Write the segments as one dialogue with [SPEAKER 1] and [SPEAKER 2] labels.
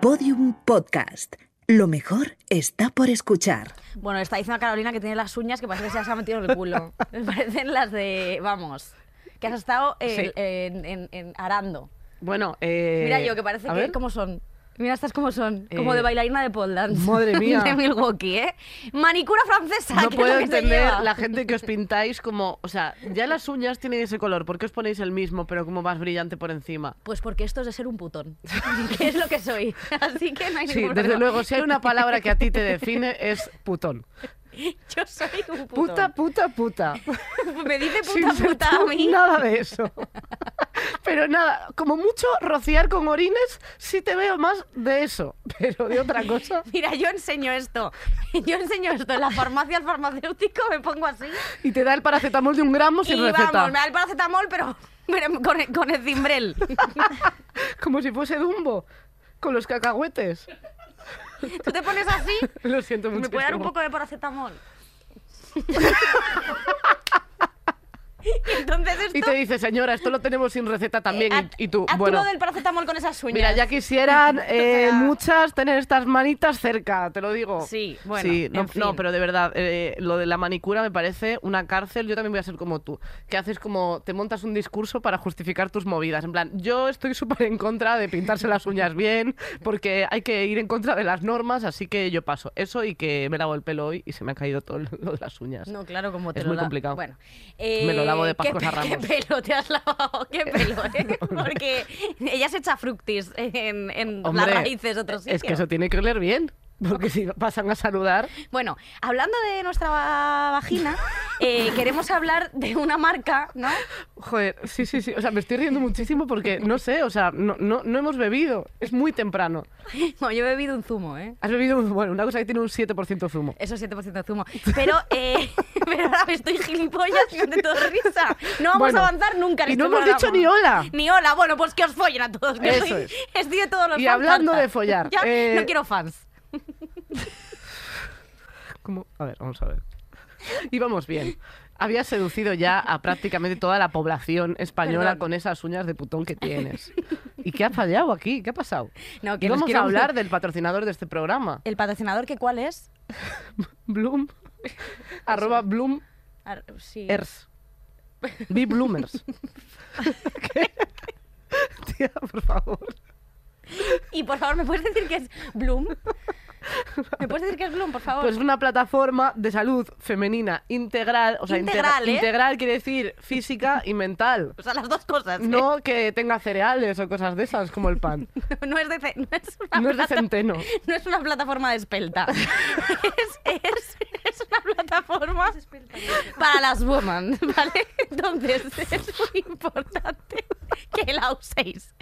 [SPEAKER 1] Podium Podcast. Lo mejor está por escuchar.
[SPEAKER 2] Bueno, está diciendo Carolina que tiene las uñas que parece que se las ha metido en el culo. Me parecen las de, vamos, que has estado el-
[SPEAKER 3] Sí.
[SPEAKER 2] en, en- en arando.
[SPEAKER 3] Bueno, eh,
[SPEAKER 2] Mira yo, que parece
[SPEAKER 3] a
[SPEAKER 2] que
[SPEAKER 3] ver.
[SPEAKER 2] como son. Mira estas como son, como
[SPEAKER 3] Eh,
[SPEAKER 2] de bailarina de pole dance.
[SPEAKER 3] madre mía.
[SPEAKER 2] De Milwaukee, ¿eh? Manicura francesa.
[SPEAKER 3] No
[SPEAKER 2] que es
[SPEAKER 3] puedo
[SPEAKER 2] lo que se
[SPEAKER 3] entender
[SPEAKER 2] lleva.
[SPEAKER 3] la gente que os pintáis como, o sea, ya las uñas tienen ese color, ¿por qué os ponéis el mismo pero como más brillante por encima?
[SPEAKER 2] Pues porque esto es de ser un putón, que es lo que soy. Así que no hay
[SPEAKER 3] Sí,
[SPEAKER 2] ningún
[SPEAKER 3] desde
[SPEAKER 2] problema.
[SPEAKER 3] luego, si hay una palabra que a ti te define es putón.
[SPEAKER 2] Yo soy un
[SPEAKER 3] Puta,
[SPEAKER 2] putón.
[SPEAKER 3] puta, puta.
[SPEAKER 2] Me dice
[SPEAKER 3] Sin
[SPEAKER 2] puta
[SPEAKER 3] ser
[SPEAKER 2] puta a
[SPEAKER 3] tú,
[SPEAKER 2] mí.
[SPEAKER 3] Nada de eso. Pero nada, como mucho rociar con orines, sí te veo más de eso, pero de otra cosa.
[SPEAKER 2] Mira, yo enseño esto. Yo enseño esto. En la farmacia, al farmacéutico, me pongo así.
[SPEAKER 3] Y te da el paracetamol de un gramo Pues sin
[SPEAKER 2] y
[SPEAKER 3] receta.
[SPEAKER 2] vamos, me da el paracetamol, pero, pero con, el- con el cimbrel.
[SPEAKER 3] Como si fuese Dumbo, con los cacahuetes.
[SPEAKER 2] Tú te pones así.
[SPEAKER 3] Lo siento mucho.
[SPEAKER 2] ¿Me puede dar un poco de paracetamol? y entonces esto...
[SPEAKER 3] Y te dice, señora, esto lo tenemos sin receta también.
[SPEAKER 2] a-
[SPEAKER 3] y, y tú,
[SPEAKER 2] Eh, a
[SPEAKER 3] bueno.
[SPEAKER 2] lo del paracetamol con esas uñas.
[SPEAKER 3] Mira, ya quisieran eh,
[SPEAKER 2] sea-
[SPEAKER 3] muchas tener estas manitas cerca, te lo digo.
[SPEAKER 2] Sí, bueno,
[SPEAKER 3] Sí, no,
[SPEAKER 2] en fin.
[SPEAKER 3] no, pero de verdad, eh, lo de la manicura me parece una cárcel. Yo también voy a ser como tú, que haces como, te montas un discurso para justificar tus movidas. En plan, yo estoy súper en contra de pintarse las uñas bien, porque hay que ir en contra de las normas, así que yo paso. Eso y que me lavo el pelo hoy y se me ha caído todo lo de las uñas.
[SPEAKER 2] No, claro, como te
[SPEAKER 3] Es
[SPEAKER 2] lo
[SPEAKER 3] muy
[SPEAKER 2] la-
[SPEAKER 3] complicado.
[SPEAKER 2] Bueno, eh,
[SPEAKER 3] Me lo lavo de
[SPEAKER 2] ¿qué
[SPEAKER 3] Pascuas a
[SPEAKER 2] pe-
[SPEAKER 3] Ramos.
[SPEAKER 2] ¿Qué pelo te has lavado? ¿Qué pelo? eh? Porque ella se echa fructis en, en las
[SPEAKER 3] Hombre,
[SPEAKER 2] raíces de otro sitio.
[SPEAKER 3] Es que eso tiene que oler bien, porque si pasan a saludar...
[SPEAKER 2] Bueno, hablando de nuestra va- vagina, eh, queremos hablar de una marca, ¿no?
[SPEAKER 3] Joder, sí, sí, sí. O sea, me estoy riendo muchísimo porque no sé, o sea, no, no, no hemos bebido. Es muy temprano.
[SPEAKER 2] Bueno, yo he bebido un zumo, ¿eh?
[SPEAKER 3] Has bebido, un- bueno, una cosa que tiene un 7% zumo.
[SPEAKER 2] Eso es 7% de zumo. Pero, eh, pero ahora me estoy gilipollas y de todo risa. No vamos
[SPEAKER 3] Bueno,
[SPEAKER 2] a avanzar nunca. en
[SPEAKER 3] y no
[SPEAKER 2] este
[SPEAKER 3] hemos dicho
[SPEAKER 2] programa.
[SPEAKER 3] ni hola.
[SPEAKER 2] Ni hola. Bueno, pues que os follen a todos. Que
[SPEAKER 3] Eso
[SPEAKER 2] soy-
[SPEAKER 3] es.
[SPEAKER 2] estoy de todos los
[SPEAKER 3] Y
[SPEAKER 2] fans
[SPEAKER 3] hablando
[SPEAKER 2] harta.
[SPEAKER 3] de follar,
[SPEAKER 2] Ya,
[SPEAKER 3] eh,
[SPEAKER 2] No quiero fans.
[SPEAKER 3] ¿Cómo? A ver, vamos a ver. Íbamos bien. Había seducido ya a prácticamente toda la población española
[SPEAKER 2] Perdón.
[SPEAKER 3] con esas uñas de putón que tienes. ¿Y qué ha fallado aquí? ¿Qué ha pasado?
[SPEAKER 2] No, que nos
[SPEAKER 3] Íbamos a
[SPEAKER 2] quiero-
[SPEAKER 3] hablar del patrocinador de este programa,
[SPEAKER 2] ¿El patrocinador que cuál es?
[SPEAKER 3] Bloom. arroba Bloom
[SPEAKER 2] Ar- Ah, sí.
[SPEAKER 3] Ers. Be Bloomers. ¿Qué? Tía, por favor.
[SPEAKER 2] Y por favor, ¿me puedes decir que es Bloom? ¿Me puedes decir que es Bloom, por favor?
[SPEAKER 3] Pues es una plataforma de salud femenina integral. O sea, integra-
[SPEAKER 2] Integral, ¿eh?
[SPEAKER 3] integral quiere decir física y mental.
[SPEAKER 2] o sea, las dos cosas. ¿eh?
[SPEAKER 3] No que tenga cereales o cosas de esas, como el pan.
[SPEAKER 2] No es de, ce- no es una
[SPEAKER 3] No es de
[SPEAKER 2] plata-
[SPEAKER 3] centeno.
[SPEAKER 2] No es una plataforma de espelta. es, es- es una plataforma para las women, ¿vale? Entonces es muy importante que la uséis.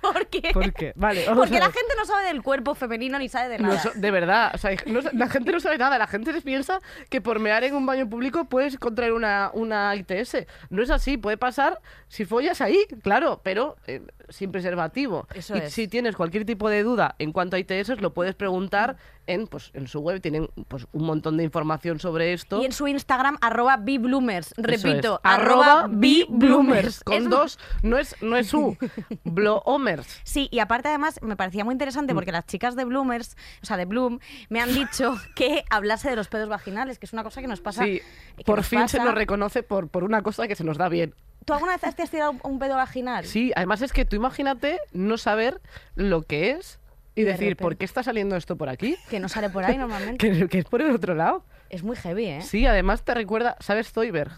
[SPEAKER 2] Porque,
[SPEAKER 3] ¿Por qué? Vale, vamos
[SPEAKER 2] porque
[SPEAKER 3] a
[SPEAKER 2] la
[SPEAKER 3] ver.
[SPEAKER 2] gente no sabe del cuerpo femenino ni sabe de
[SPEAKER 3] No
[SPEAKER 2] nada.
[SPEAKER 3] so- de verdad, o sea, no sa- la gente no sabe nada. La gente se piensa que por mear en un baño público puedes contraer una, una ITS. No es así, puede pasar si follas ahí, claro, pero eh, sin preservativo.
[SPEAKER 2] Eso
[SPEAKER 3] y
[SPEAKER 2] es.
[SPEAKER 3] si tienes cualquier tipo de duda en cuanto a ITS, lo puedes preguntar en, pues, en su web. Tienen pues, un montón de información sobre esto.
[SPEAKER 2] Y en su Instagram, arroba bloomers
[SPEAKER 3] Eso
[SPEAKER 2] Repito,
[SPEAKER 3] es. arroba
[SPEAKER 2] bloomers
[SPEAKER 3] bloomers Con dos, no es, no es U, Bloomers.
[SPEAKER 2] Sí, y aparte además me parecía muy interesante
[SPEAKER 3] Mm.
[SPEAKER 2] porque las chicas de Bloomers, o sea, de Bloom, me han dicho que hablase de los pedos vaginales, que es una cosa que nos pasa.
[SPEAKER 3] Sí,
[SPEAKER 2] que
[SPEAKER 3] por
[SPEAKER 2] nos
[SPEAKER 3] fin se
[SPEAKER 2] pasa.
[SPEAKER 3] nos reconoce por, por una cosa que se nos da bien.
[SPEAKER 2] ¿Tú alguna vez has tirado un pedo vaginal?
[SPEAKER 3] Sí, además es que tú imagínate no saber lo que es y
[SPEAKER 2] De
[SPEAKER 3] decir, ¿por
[SPEAKER 2] repente.
[SPEAKER 3] qué está saliendo esto por aquí?
[SPEAKER 2] Que no sale por ahí normalmente.
[SPEAKER 3] Que, que es por el otro lado.
[SPEAKER 2] Es muy heavy, ¿eh?
[SPEAKER 3] Sí, además te recuerda, ¿sabes Zoidberg?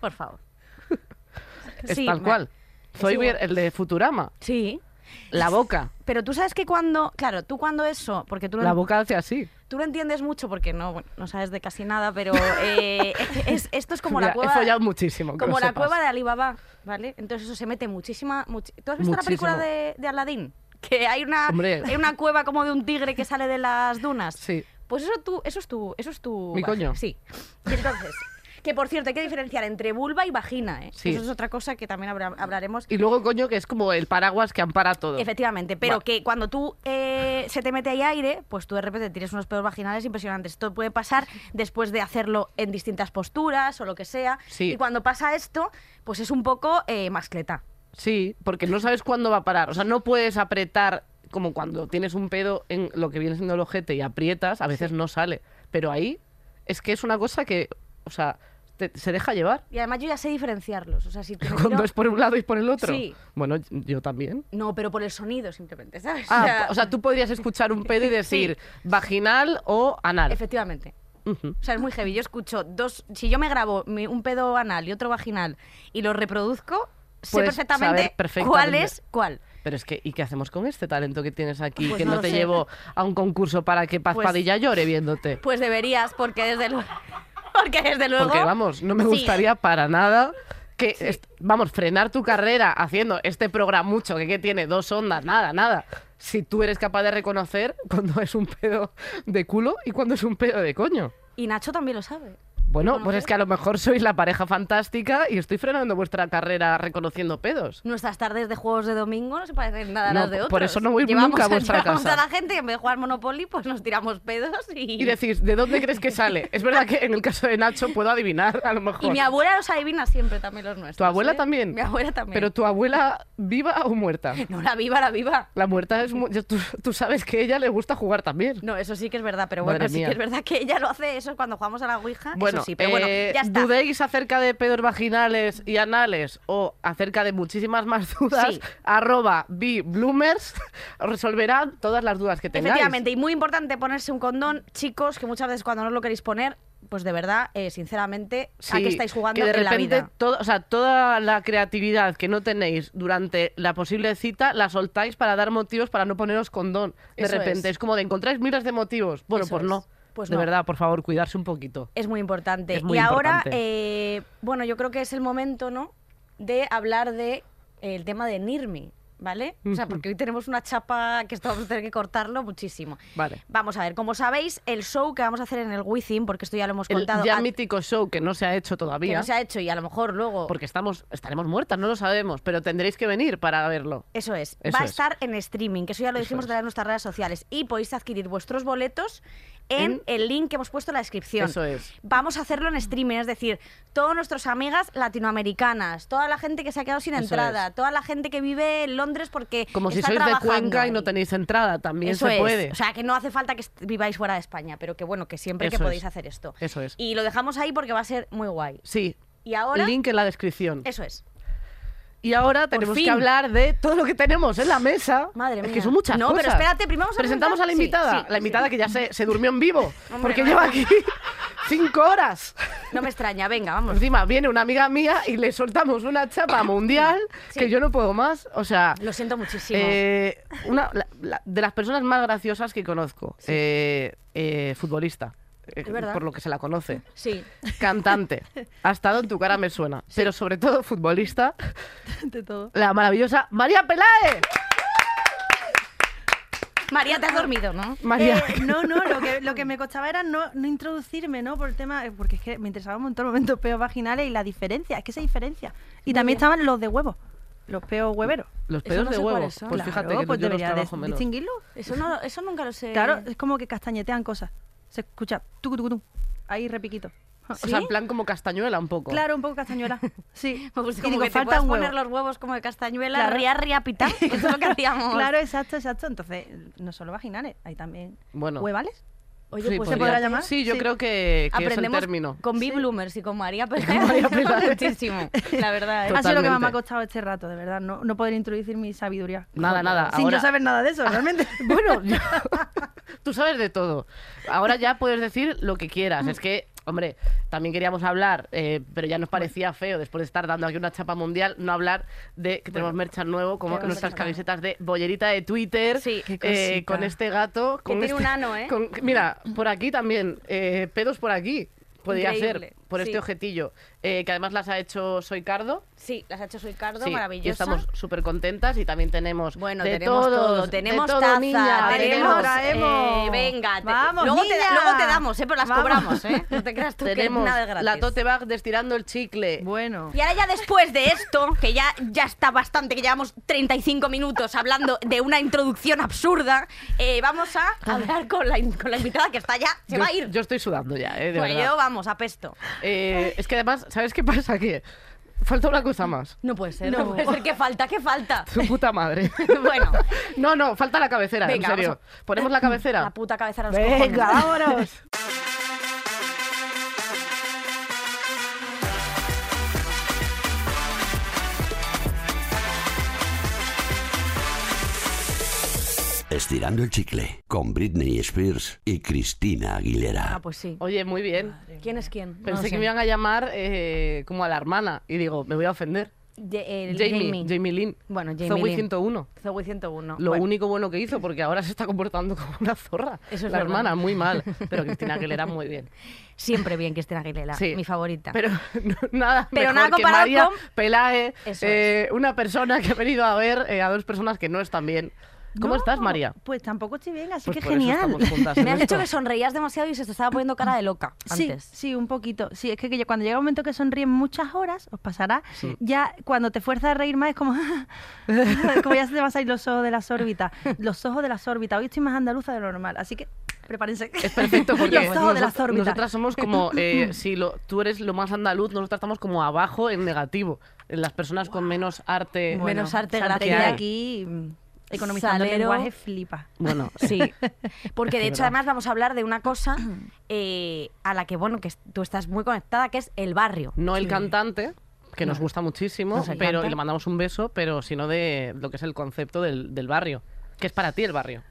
[SPEAKER 2] Por favor.
[SPEAKER 3] Es
[SPEAKER 2] Sí,
[SPEAKER 3] tal
[SPEAKER 2] me-
[SPEAKER 3] cual.
[SPEAKER 2] es igual.
[SPEAKER 3] Zoidberg, el de Futurama.
[SPEAKER 2] Sí.
[SPEAKER 3] La boca.
[SPEAKER 2] Pero tú sabes que cuando, claro, tú cuando eso, porque tú
[SPEAKER 3] La
[SPEAKER 2] lo,
[SPEAKER 3] boca hace así.
[SPEAKER 2] tú lo entiendes mucho porque no, bueno, no sabes de casi nada, pero eh, es- esto es como
[SPEAKER 3] Mira,
[SPEAKER 2] la cueva,
[SPEAKER 3] He follado muchísimo. que
[SPEAKER 2] como
[SPEAKER 3] lo
[SPEAKER 2] la
[SPEAKER 3] sepas.
[SPEAKER 2] cueva de Alibaba, ¿vale? Entonces eso se mete muchísima, muchi- ¿Tú has visto la película
[SPEAKER 3] Muchísimo.
[SPEAKER 2] de, de Aladdin? Que hay una,
[SPEAKER 3] Hombre.
[SPEAKER 2] hay una cueva como de un tigre que sale de las dunas.
[SPEAKER 3] Sí.
[SPEAKER 2] Pues eso tú, eso es tu, eso es tu.
[SPEAKER 3] Mi
[SPEAKER 2] vagi-
[SPEAKER 3] coño.
[SPEAKER 2] Sí. Y entonces, que por cierto hay que diferenciar entre vulva y vagina, ¿eh?
[SPEAKER 3] Sí.
[SPEAKER 2] Eso es otra cosa que también habra- hablaremos.
[SPEAKER 3] Y luego, coño, que es como el paraguas que ampara todo.
[SPEAKER 2] Efectivamente, pero
[SPEAKER 3] Vale.
[SPEAKER 2] que cuando tú eh, se te mete ahí aire, pues tú de repente tienes unos pedos vaginales impresionantes. Esto puede pasar después de hacerlo en distintas posturas o lo que sea.
[SPEAKER 3] Sí.
[SPEAKER 2] Y cuando pasa esto, pues es un poco eh, mascleta.
[SPEAKER 3] Sí, porque no sabes cuándo va a parar. O sea, no puedes apretar como cuando tienes un pedo en lo que viene siendo el ojete y aprietas, a veces no sale. Pero ahí es que es una cosa que, o sea, te- se deja llevar.
[SPEAKER 2] Y además yo ya sé diferenciarlos. O sea, si te
[SPEAKER 3] Cuando
[SPEAKER 2] miro-
[SPEAKER 3] es por un lado y por el otro.
[SPEAKER 2] Sí.
[SPEAKER 3] Bueno, yo también.
[SPEAKER 2] No, pero por el sonido simplemente, ¿sabes?
[SPEAKER 3] Ah, o sea, tú podrías escuchar un pedo y decir vaginal o anal.
[SPEAKER 2] Efectivamente.
[SPEAKER 3] Ujú.
[SPEAKER 2] O sea, es muy heavy. Yo escucho dos. Si yo me grabo mi- un pedo anal y otro vaginal y lo reproduzco, sé
[SPEAKER 3] Puedes
[SPEAKER 2] perfectamente,
[SPEAKER 3] saber perfectamente.
[SPEAKER 2] cuál es cuál.
[SPEAKER 3] Pero es que, ¿y qué hacemos con este talento que tienes aquí?
[SPEAKER 2] Pues
[SPEAKER 3] que
[SPEAKER 2] no
[SPEAKER 3] no,
[SPEAKER 2] lo
[SPEAKER 3] te
[SPEAKER 2] sé.
[SPEAKER 3] llevo a un concurso para que Paz
[SPEAKER 2] Pues-
[SPEAKER 3] Padilla llore viéndote.
[SPEAKER 2] Pues deberías, porque desde luego. Porque desde luego.
[SPEAKER 3] Porque vamos, no me
[SPEAKER 2] Sí.
[SPEAKER 3] gustaría para nada que, est- vamos, frenar tu carrera haciendo este programa mucho que, que tiene dos ondas, nada, nada. Si tú eres capaz de reconocer cuando es un pedo de culo y cuando es un pedo de coño.
[SPEAKER 2] Y Nacho también lo sabe.
[SPEAKER 3] Bueno, pues es que a lo mejor sois la pareja fantástica y estoy frenando vuestra carrera reconociendo pedos.
[SPEAKER 2] Nuestras tardes de juegos de domingo no se parecen nada a
[SPEAKER 3] No,
[SPEAKER 2] las de otros.
[SPEAKER 3] por eso no voy
[SPEAKER 2] llevamos,
[SPEAKER 3] nunca a vuestra
[SPEAKER 2] llevamos
[SPEAKER 3] casa.
[SPEAKER 2] a la gente que en vez de jugar Monopoly, pues nos tiramos pedos y.
[SPEAKER 3] Y decís, ¿de dónde crees que sale? Es verdad que en el caso de Nacho puedo adivinar, a lo mejor.
[SPEAKER 2] y mi abuela los adivina siempre también los nuestros.
[SPEAKER 3] ¿Tu abuela
[SPEAKER 2] ¿eh?
[SPEAKER 3] también?
[SPEAKER 2] Mi abuela también.
[SPEAKER 3] Pero tu abuela viva o muerta.
[SPEAKER 2] No, la viva, la viva.
[SPEAKER 3] La muerta es... mu- yo- Tú, tú sabes que a ella le gusta jugar también.
[SPEAKER 2] No, eso sí que es verdad, pero
[SPEAKER 3] Madre
[SPEAKER 2] bueno, sí
[SPEAKER 3] mía.
[SPEAKER 2] que es verdad que ella lo hace, eso es cuando jugamos a la Ouija,
[SPEAKER 3] Bueno,
[SPEAKER 2] Ah, eso sí, pero bueno,
[SPEAKER 3] eh,
[SPEAKER 2] ya está.
[SPEAKER 3] dudéis acerca de pedos vaginales y anales o acerca de muchísimas más dudas,
[SPEAKER 2] Sí.
[SPEAKER 3] arroba bibloomers os resolverán todas las dudas que tengáis.
[SPEAKER 2] Efectivamente, y muy importante ponerse un condón, chicos, que muchas veces cuando no lo queréis poner, pues de verdad, eh, sinceramente, a
[SPEAKER 3] Sí,
[SPEAKER 2] qué estáis jugando
[SPEAKER 3] que de
[SPEAKER 2] en la
[SPEAKER 3] repente
[SPEAKER 2] vida.
[SPEAKER 3] todo- o sea, toda la creatividad que no tenéis durante la posible cita la soltáis para dar motivos para no poneros condón. De
[SPEAKER 2] Eso
[SPEAKER 3] repente
[SPEAKER 2] es.
[SPEAKER 3] es. como de encontráis miles de motivos. Bueno,
[SPEAKER 2] Eso
[SPEAKER 3] pues
[SPEAKER 2] es.
[SPEAKER 3] no.
[SPEAKER 2] Pues
[SPEAKER 3] de
[SPEAKER 2] no.
[SPEAKER 3] verdad, por favor, cuidarse un poquito.
[SPEAKER 2] Es muy importante.
[SPEAKER 3] Es muy
[SPEAKER 2] y ahora,
[SPEAKER 3] importante.
[SPEAKER 2] eh, bueno, yo creo que es el momento, ¿no?, de hablar de eh, el tema de Nirmi, ¿vale? O sea,
[SPEAKER 3] Ujú.
[SPEAKER 2] porque hoy tenemos una chapa que esto vamos a tener que cortarlo muchísimo.
[SPEAKER 3] Vale.
[SPEAKER 2] Vamos a ver, como sabéis, el show que vamos a hacer en el Within, porque esto ya lo hemos
[SPEAKER 3] El
[SPEAKER 2] contado
[SPEAKER 3] ya
[SPEAKER 2] an-
[SPEAKER 3] mítico show que no se ha hecho
[SPEAKER 2] que
[SPEAKER 3] todavía.
[SPEAKER 2] no se ha hecho y a lo mejor luego
[SPEAKER 3] porque estamos estaremos muertas, no lo sabemos, pero tendréis que venir para verlo.
[SPEAKER 2] Eso es.
[SPEAKER 3] Eso
[SPEAKER 2] va a
[SPEAKER 3] es.
[SPEAKER 2] estar en streaming, que eso ya lo
[SPEAKER 3] Eso
[SPEAKER 2] dijimos
[SPEAKER 3] es.
[SPEAKER 2] de en nuestras redes sociales. Y podéis adquirir vuestros boletos en,
[SPEAKER 3] En-
[SPEAKER 2] el link que hemos puesto en la descripción.
[SPEAKER 3] Eso es.
[SPEAKER 2] Vamos a hacerlo en streaming, es decir, todos nuestros amigas latinoamericanas, toda la gente que se ha quedado sin
[SPEAKER 3] Eso
[SPEAKER 2] entrada,
[SPEAKER 3] es.
[SPEAKER 2] toda la gente que vive en Londres porque
[SPEAKER 3] Como si
[SPEAKER 2] está
[SPEAKER 3] sois de
[SPEAKER 2] trabajando
[SPEAKER 3] Cuenca y no
[SPEAKER 2] ahí.
[SPEAKER 3] tenéis entrada, también
[SPEAKER 2] Eso
[SPEAKER 3] se
[SPEAKER 2] es.
[SPEAKER 3] puede.
[SPEAKER 2] O sea, que no hace falta que est- viváis fuera de España, pero que bueno, que siempre que
[SPEAKER 3] Eso
[SPEAKER 2] podéis
[SPEAKER 3] es.
[SPEAKER 2] hacer esto.
[SPEAKER 3] Eso es.
[SPEAKER 2] Y lo dejamos ahí porque va a ser muy guay.
[SPEAKER 3] sí.
[SPEAKER 2] Y ahora
[SPEAKER 3] Link en la descripción.
[SPEAKER 2] eso es.
[SPEAKER 3] Y ahora tenemos
[SPEAKER 2] fin.
[SPEAKER 3] que hablar de todo lo que tenemos en la mesa.
[SPEAKER 2] Madre
[SPEAKER 3] Es
[SPEAKER 2] mía.
[SPEAKER 3] que son muchas
[SPEAKER 2] No, pero
[SPEAKER 3] cosas.
[SPEAKER 2] espérate, primero vamos a
[SPEAKER 3] Presentamos
[SPEAKER 2] presentar-
[SPEAKER 3] a la
[SPEAKER 2] sí,
[SPEAKER 3] invitada.
[SPEAKER 2] sí,
[SPEAKER 3] la
[SPEAKER 2] sí.
[SPEAKER 3] invitada que ya se, se durmió en vivo.
[SPEAKER 2] Hombre,
[SPEAKER 3] porque
[SPEAKER 2] no.
[SPEAKER 3] lleva aquí cinco horas.
[SPEAKER 2] No me extraña, venga, vamos.
[SPEAKER 3] Encima viene una amiga mía y le soltamos una chapa mundial
[SPEAKER 2] Sí.
[SPEAKER 3] que yo no puedo más. O sea,
[SPEAKER 2] Lo siento muchísimo.
[SPEAKER 3] Eh, una, la- la- de las personas más graciosas que conozco. Eh, eh, futbolista. eh,
[SPEAKER 2] Es verdad.
[SPEAKER 3] por lo que se la conoce.
[SPEAKER 2] Sí.
[SPEAKER 3] Cantante. Ha estado en tu cara, me suena. Pero sobre todo futbolista.
[SPEAKER 4] De todo.
[SPEAKER 3] La maravillosa María Peláez.
[SPEAKER 2] María, te has dormido, ¿no?
[SPEAKER 3] María.
[SPEAKER 4] Eh, no, no, lo que, lo que me costaba era no, no introducirme, ¿no? Por el tema, eh, porque es que me interesaba un montón los momentos peos vaginales y la diferencia, es que se diferencia. Y también estaban los de huevo, los peos hueveros.
[SPEAKER 3] Los
[SPEAKER 2] Eso
[SPEAKER 3] pedos
[SPEAKER 2] no
[SPEAKER 3] de
[SPEAKER 2] sé
[SPEAKER 3] huevo.
[SPEAKER 2] cuáles
[SPEAKER 3] Pues
[SPEAKER 2] son.
[SPEAKER 3] fíjate que
[SPEAKER 4] pues
[SPEAKER 3] yo los
[SPEAKER 4] debería
[SPEAKER 3] trabajo
[SPEAKER 4] de-
[SPEAKER 3] menos.
[SPEAKER 4] distinguirlo.
[SPEAKER 2] Eso, no, eso nunca lo sé.
[SPEAKER 4] Claro, es como que castañetean cosas. Se escucha tu tu tu. Ahí repiquito. Ja.
[SPEAKER 3] O sea, en plan como castañuela un poco.
[SPEAKER 4] Claro, un poco castañuela. Sí.
[SPEAKER 2] Me gusta Pues
[SPEAKER 4] Y
[SPEAKER 2] como
[SPEAKER 4] digo,
[SPEAKER 2] que te puedas
[SPEAKER 4] un huevo.
[SPEAKER 2] poner los huevos como de castañuela,
[SPEAKER 4] Claro.
[SPEAKER 2] ría, ría, pitá, que eso es lo que hacíamos.
[SPEAKER 4] Claro, exacto, exacto. Entonces, no solo vaginales, hay también
[SPEAKER 3] Bueno.
[SPEAKER 4] huevales.
[SPEAKER 2] Oye,
[SPEAKER 3] Sí,
[SPEAKER 2] pues
[SPEAKER 4] ¿se
[SPEAKER 3] podría-
[SPEAKER 4] podrá llamar?
[SPEAKER 3] Sí, yo
[SPEAKER 4] Sí.
[SPEAKER 3] creo que, que es el
[SPEAKER 2] aprendemos
[SPEAKER 3] término.
[SPEAKER 2] con B-Bloomers y con María Pérez
[SPEAKER 3] María Pilar.
[SPEAKER 2] muchísimo, la verdad. ¿eh?
[SPEAKER 4] Ha sido lo que más me ha
[SPEAKER 3] Totalmente.
[SPEAKER 4] costado este rato, de verdad. No, no poder introducir mi sabiduría.
[SPEAKER 3] Nada, nada.
[SPEAKER 4] Sin
[SPEAKER 3] ahora- Ah.
[SPEAKER 4] yo saber nada de eso, realmente.
[SPEAKER 3] Bueno, yo- tú sabes de todo. Ahora ya puedes decir lo que quieras. Es que, hombre, también queríamos hablar, eh, pero ya nos parecía feo después de estar dando aquí una chapa mundial, no hablar de que tenemos merchan nuevo, como
[SPEAKER 2] qué
[SPEAKER 3] nuestras
[SPEAKER 2] cosita.
[SPEAKER 3] camisetas de bollerita de Twitter,
[SPEAKER 2] Sí. Qué
[SPEAKER 3] eh,
[SPEAKER 4] cosita.
[SPEAKER 3] con este gato. Con
[SPEAKER 2] tiene
[SPEAKER 3] este-
[SPEAKER 2] un ano, ¿eh?
[SPEAKER 3] con- mira, por aquí también, eh, pedos por aquí. Podría
[SPEAKER 2] Increíble,
[SPEAKER 3] ser, por
[SPEAKER 2] sí.
[SPEAKER 3] este objetillo. Eh, que además las ha hecho Soy Cardo.
[SPEAKER 2] Sí, las ha hecho Ricardo,
[SPEAKER 3] Sí,
[SPEAKER 2] maravillosa.
[SPEAKER 3] y estamos súper contentas y también tenemos
[SPEAKER 2] Bueno,
[SPEAKER 3] de
[SPEAKER 2] tenemos
[SPEAKER 3] todos,
[SPEAKER 2] todo,
[SPEAKER 3] de
[SPEAKER 2] tenemos
[SPEAKER 3] todo,
[SPEAKER 2] taza,
[SPEAKER 3] niña,
[SPEAKER 2] tenemos,
[SPEAKER 3] tenemos,
[SPEAKER 4] traemos.
[SPEAKER 2] eh, venga, te-
[SPEAKER 4] Vamos,
[SPEAKER 2] luego, te,
[SPEAKER 4] niña.
[SPEAKER 2] luego te damos, eh, pero las
[SPEAKER 4] Vamos.
[SPEAKER 2] cobramos, eh, no te creas tú
[SPEAKER 3] Tenemos
[SPEAKER 2] que nada es gratis.
[SPEAKER 3] la tote bag de estirando el chicle.
[SPEAKER 4] Bueno.
[SPEAKER 2] Y ahora ya después de esto, que ya, ya está bastante, que llevamos 35 minutos hablando de una introducción absurda, eh, vamos a hablar con la, in- con la invitada que está ya, se
[SPEAKER 3] Ah. yo,
[SPEAKER 2] va a ir.
[SPEAKER 3] Yo estoy sudando ya, eh, de
[SPEAKER 2] Bueno,
[SPEAKER 3] verdad.
[SPEAKER 2] yo vamos, apesto.
[SPEAKER 3] Eh, es que además, ¿sabes qué pasa? Que Falta una cosa más.
[SPEAKER 2] No puede ser,
[SPEAKER 4] No.
[SPEAKER 2] no puede ser. ¿Qué falta? ¿Qué falta?
[SPEAKER 3] Su puta madre.
[SPEAKER 2] Bueno,
[SPEAKER 3] No, no, falta la cabecera,
[SPEAKER 2] Venga,
[SPEAKER 3] en serio.
[SPEAKER 2] vamos
[SPEAKER 3] Ponemos la
[SPEAKER 2] la
[SPEAKER 3] cabecera.
[SPEAKER 2] puta cabeza nos
[SPEAKER 3] Venga, vámonos.
[SPEAKER 5] Estirando el chicle con Britney Spears y Cristina
[SPEAKER 2] Ah,
[SPEAKER 5] Aguilera.
[SPEAKER 2] pues sí.
[SPEAKER 3] Oye, muy bien.
[SPEAKER 2] ¿Quién es quién? No
[SPEAKER 3] Pensé
[SPEAKER 2] lo
[SPEAKER 3] que
[SPEAKER 2] sé.
[SPEAKER 3] me iban a llamar eh, como a la hermana y digo, me voy a ofender.
[SPEAKER 2] De- el
[SPEAKER 3] Jamie,
[SPEAKER 2] Jamie.
[SPEAKER 3] Jamie, Lynn.
[SPEAKER 2] Bueno, Jamie
[SPEAKER 3] Zoe
[SPEAKER 2] Lynn.
[SPEAKER 3] 101.
[SPEAKER 2] Zoe 101.
[SPEAKER 3] Lo
[SPEAKER 2] Bueno,
[SPEAKER 3] único bueno que hizo, porque ahora se está comportando como una zorra.
[SPEAKER 2] Eso es
[SPEAKER 3] la
[SPEAKER 2] verdad.
[SPEAKER 3] hermana, muy mal. Pero Cristina Aguilera, muy bien.
[SPEAKER 2] Siempre bien Cristina Aguilera,
[SPEAKER 3] Sí.
[SPEAKER 2] mi favorita.
[SPEAKER 3] Pero no- nada,
[SPEAKER 2] Pero
[SPEAKER 3] mejor
[SPEAKER 2] nada
[SPEAKER 3] que
[SPEAKER 2] comparado
[SPEAKER 3] María
[SPEAKER 2] con-
[SPEAKER 3] Pelae,
[SPEAKER 2] Eso
[SPEAKER 3] eh, una persona que ha venido a ver eh, a dos personas que no están bien. ¿Cómo
[SPEAKER 4] No,
[SPEAKER 3] estás, María?
[SPEAKER 4] Pues tampoco estoy bien, así
[SPEAKER 3] Pues
[SPEAKER 4] que
[SPEAKER 3] por eso
[SPEAKER 4] genial.
[SPEAKER 3] estamos juntas en
[SPEAKER 2] me has
[SPEAKER 3] esto.
[SPEAKER 2] dicho que sonreías demasiado y se te estaba poniendo cara de loca
[SPEAKER 4] Sí,
[SPEAKER 2] antes.
[SPEAKER 4] sí, un poquito. Sí, es que, que cuando llega un momento que sonríen muchas horas, os pasará, ya cuando te fuerzas a reír más es como, como ya se te van a salir los ojos de las órbitas. Los ojos de las órbitas. Hoy estoy más andaluza de lo normal, así que prepárense.
[SPEAKER 3] Es perfecto porque
[SPEAKER 4] los ojos de las
[SPEAKER 3] nosot-
[SPEAKER 4] órbitas.
[SPEAKER 3] nosotras somos como, eh, si lo, tú eres lo más andaluz, nosotras estamos como abajo en negativo, en las personas con menos arte.
[SPEAKER 2] Bueno. Menos arte,
[SPEAKER 4] Saldré
[SPEAKER 2] gracia.
[SPEAKER 4] de aquí mm, economizando el
[SPEAKER 2] Salero.
[SPEAKER 4] lenguaje flipa.
[SPEAKER 3] Bueno, eh,
[SPEAKER 2] Sí, porque de
[SPEAKER 3] Es
[SPEAKER 2] hecho
[SPEAKER 3] verdad.
[SPEAKER 2] además vamos a hablar de una cosa eh, a la que, bueno, que es- tú estás muy conectada, que es el barrio.
[SPEAKER 3] no el cantante, que nos gusta muchísimo,
[SPEAKER 2] Nos encanta.
[SPEAKER 3] pero y le mandamos un beso, pero sino de lo que es el concepto del, del barrio. que es para ti el barrio?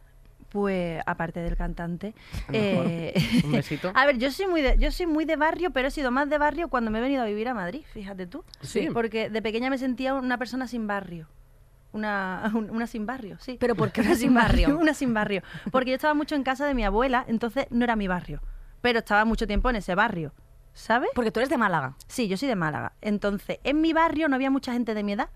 [SPEAKER 4] Pues aparte del cantante.
[SPEAKER 3] A lo mejor.
[SPEAKER 4] eh,
[SPEAKER 3] Un besito.
[SPEAKER 4] A ver, yo soy muy de, yo soy muy de barrio, pero he sido más de barrio cuando me he venido a vivir a Madrid, fíjate tú.
[SPEAKER 3] Sí.
[SPEAKER 4] Porque de pequeña me sentía una persona sin barrio. Una, un- una sin barrio, sí.
[SPEAKER 2] Pero ¿por qué una sin barrio?
[SPEAKER 4] una sin barrio. Porque yo estaba mucho en casa de mi abuela, entonces no era mi barrio. Pero estaba mucho tiempo en ese barrio, ¿sabes?
[SPEAKER 2] Porque tú eres de Málaga.
[SPEAKER 4] Sí, yo soy de Málaga. Entonces, en mi barrio no había mucha gente de mi edad.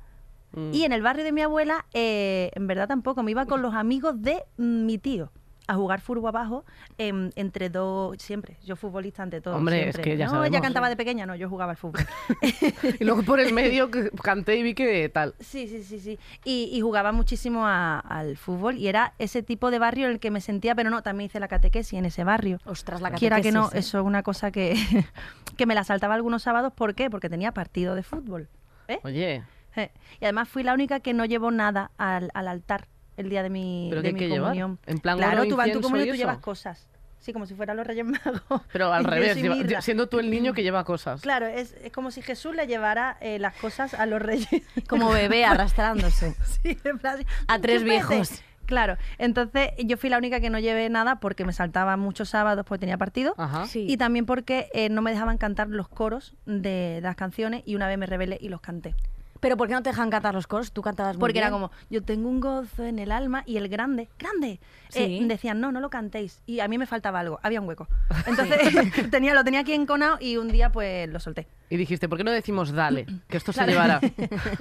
[SPEAKER 3] Mm.
[SPEAKER 4] Y en el barrio de mi abuela, eh, en verdad tampoco. Me iba con los amigos de mi tío a jugar fútbol abajo em, entre dos siempre yo futbolista ante todo
[SPEAKER 3] Hombre, es
[SPEAKER 4] siempre.
[SPEAKER 3] que ya
[SPEAKER 4] no ella
[SPEAKER 3] sabemos.
[SPEAKER 4] cantaba de pequeña no yo jugaba al fútbol
[SPEAKER 3] Y luego por el medio que canté y vi que tal.
[SPEAKER 4] Sí, sí, sí, sí. Y, y jugaba muchísimo a- al fútbol y era ese tipo de barrio en el que me sentía, pero no, también hice la catequesis en ese barrio.
[SPEAKER 2] Ostras, la
[SPEAKER 4] Quiera que
[SPEAKER 2] catequesis,
[SPEAKER 4] no,
[SPEAKER 2] ¿eh?
[SPEAKER 4] eso es una cosa que, que me la saltaba algunos sábados. ¿Por qué? Porque tenía partido de fútbol. ¿eh?
[SPEAKER 3] Oye,
[SPEAKER 4] Eh, Y además fui la única que no llevó nada al, al altar el día de mi,
[SPEAKER 3] ¿Pero qué
[SPEAKER 4] de
[SPEAKER 3] hay
[SPEAKER 4] mi
[SPEAKER 3] que llevar?
[SPEAKER 4] comunión.
[SPEAKER 3] ¿En plan
[SPEAKER 4] claro,
[SPEAKER 3] oro,
[SPEAKER 4] tú vas en tu
[SPEAKER 3] incienso y
[SPEAKER 4] comunión y tú
[SPEAKER 3] eso?
[SPEAKER 4] llevas cosas. Sí, como si fueran los Reyes Magos.
[SPEAKER 3] pero al
[SPEAKER 4] Y yo
[SPEAKER 3] revés,
[SPEAKER 4] soy
[SPEAKER 3] lleva-
[SPEAKER 4] mirra.
[SPEAKER 3] siendo tú el niño que lleva cosas.
[SPEAKER 4] Claro, es, es como si Jesús le llevara eh, las cosas a los Reyes.
[SPEAKER 2] Como bebé arrastrándose.
[SPEAKER 4] Sí, en plan así,
[SPEAKER 2] A tres
[SPEAKER 4] "Chúpete".
[SPEAKER 2] viejos.
[SPEAKER 4] Claro, entonces yo fui la única que no llevé nada porque me saltaba muchos sábados porque tenía partido.
[SPEAKER 3] Ajá.
[SPEAKER 2] Sí.
[SPEAKER 4] Y también porque eh, no me dejaban cantar los coros de las canciones y una vez me rebelé y los canté.
[SPEAKER 2] Pero ¿por qué no te dejan cantar los coros? Tú cantabas muy
[SPEAKER 4] Porque era
[SPEAKER 2] bien.
[SPEAKER 4] como, yo tengo un gozo en el alma y el grande, grande. eh,
[SPEAKER 2] Sí.
[SPEAKER 4] decían, no, no lo cantéis. Y a mí me faltaba algo, había un hueco. Entonces tenía, lo tenía aquí enconado y un día pues lo solté.
[SPEAKER 3] Y dijiste, ¿por qué no decimos dale? Que esto se llevará.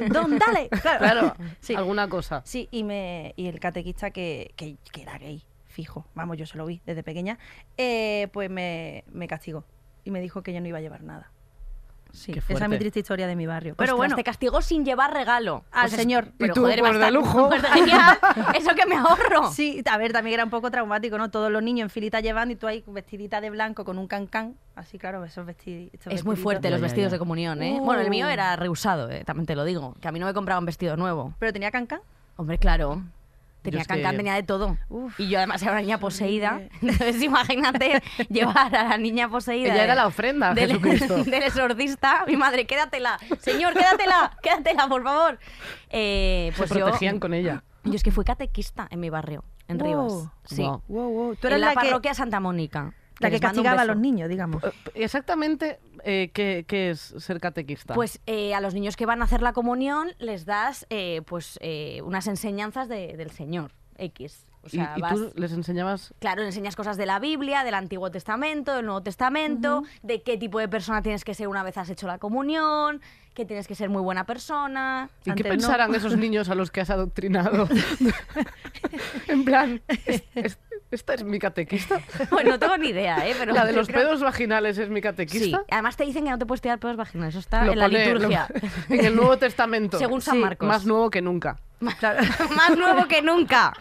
[SPEAKER 4] Don, dale. Claro,
[SPEAKER 3] Claro,
[SPEAKER 4] Sí.
[SPEAKER 3] alguna cosa.
[SPEAKER 4] Sí, y, me, y el catequista que, que, que era gay, fijo, vamos, yo se lo vi desde pequeña, eh, pues me, me castigó y me dijo que yo no iba a llevar nada. Sí,
[SPEAKER 3] Qué
[SPEAKER 4] esa es mi
[SPEAKER 3] fuerte.
[SPEAKER 4] triste historia de mi barrio.
[SPEAKER 2] Pero
[SPEAKER 4] Pero bueno,
[SPEAKER 2] te castigó sin llevar regalo.
[SPEAKER 4] al
[SPEAKER 2] Pues es-
[SPEAKER 4] señor.
[SPEAKER 3] Y
[SPEAKER 2] Pero,
[SPEAKER 3] tú,
[SPEAKER 2] joder,
[SPEAKER 3] pues,
[SPEAKER 2] basta-
[SPEAKER 3] de lujo.
[SPEAKER 2] pues, de genial. Eso que me ahorro.
[SPEAKER 4] Sí, a ver, también era un poco traumático, ¿no? Todos los niños en filita llevando y tú ahí vestidita de blanco con un cancán. Así, claro, esos vestidos.
[SPEAKER 2] Es muy fuerte los
[SPEAKER 3] Ya, ya,
[SPEAKER 2] vestidos
[SPEAKER 3] ya.
[SPEAKER 2] de comunión, ¿eh?
[SPEAKER 4] Uh.
[SPEAKER 2] Bueno, el mío era reusado, eh, también te lo digo. Que a mí no me compraban vestido nuevo.
[SPEAKER 4] ¿Pero tenía cancán?
[SPEAKER 2] Hombre, claro. Tenía
[SPEAKER 3] es que-
[SPEAKER 2] cancán, tenía de todo.
[SPEAKER 4] Uf,
[SPEAKER 2] y yo además era una niña poseída. Entonces imagínate llevar a la niña poseída.
[SPEAKER 3] Ella era
[SPEAKER 2] de-
[SPEAKER 3] la ofrenda a
[SPEAKER 2] del,
[SPEAKER 3] Jesucristo.
[SPEAKER 2] del exorcista. Mi madre, quédatela. Señor, quédatela. Quédatela, por favor. Eh, pues
[SPEAKER 3] se
[SPEAKER 2] yo,
[SPEAKER 3] protegían con ella.
[SPEAKER 2] Yo es que fui catequista en mi barrio, en
[SPEAKER 4] Wow.
[SPEAKER 2] Rivas. Sí.
[SPEAKER 3] Wow.
[SPEAKER 4] wow, wow. Tú
[SPEAKER 2] en
[SPEAKER 4] eras
[SPEAKER 2] la,
[SPEAKER 4] la, que,
[SPEAKER 2] parroquia Santa Mónica.
[SPEAKER 4] la que
[SPEAKER 2] les mando un
[SPEAKER 4] castigaba a
[SPEAKER 2] beso.
[SPEAKER 4] los niños, digamos.
[SPEAKER 3] Eh, Exactamente, eh, ¿qué, qué es ser catequista?
[SPEAKER 2] Pues eh, a los niños que van a hacer la comunión les das eh, pues eh, unas enseñanzas de- del Señor X. O
[SPEAKER 3] Y-
[SPEAKER 2] sea,
[SPEAKER 3] y,
[SPEAKER 2] vas-
[SPEAKER 3] tú les enseñabas...
[SPEAKER 2] Claro, le enseñas cosas de la Biblia, del Antiguo Testamento, del Nuevo Testamento, de qué tipo de persona tienes que ser una vez has hecho la comunión, que tienes que ser muy buena persona.
[SPEAKER 3] ¿Y qué
[SPEAKER 4] Antes no.
[SPEAKER 3] pensarán esos niños a los que has adoctrinado? en plan, ¿es- es- ¿esta es mi catequista?
[SPEAKER 2] Bueno, no tengo ni idea, ¿eh? Pero
[SPEAKER 3] ¿La de
[SPEAKER 2] yo
[SPEAKER 3] los
[SPEAKER 2] creo-
[SPEAKER 3] pedos vaginales es mi
[SPEAKER 2] Sí,
[SPEAKER 3] catequista?
[SPEAKER 2] además te dicen que no te puedes tirar pedos vaginales, eso está
[SPEAKER 3] Lo
[SPEAKER 2] en la
[SPEAKER 3] pone- lo-
[SPEAKER 2] liturgia.
[SPEAKER 3] en el Nuevo Testamento.
[SPEAKER 2] Según San Marcos.
[SPEAKER 3] Más nuevo que nunca.
[SPEAKER 2] Más nuevo que nunca.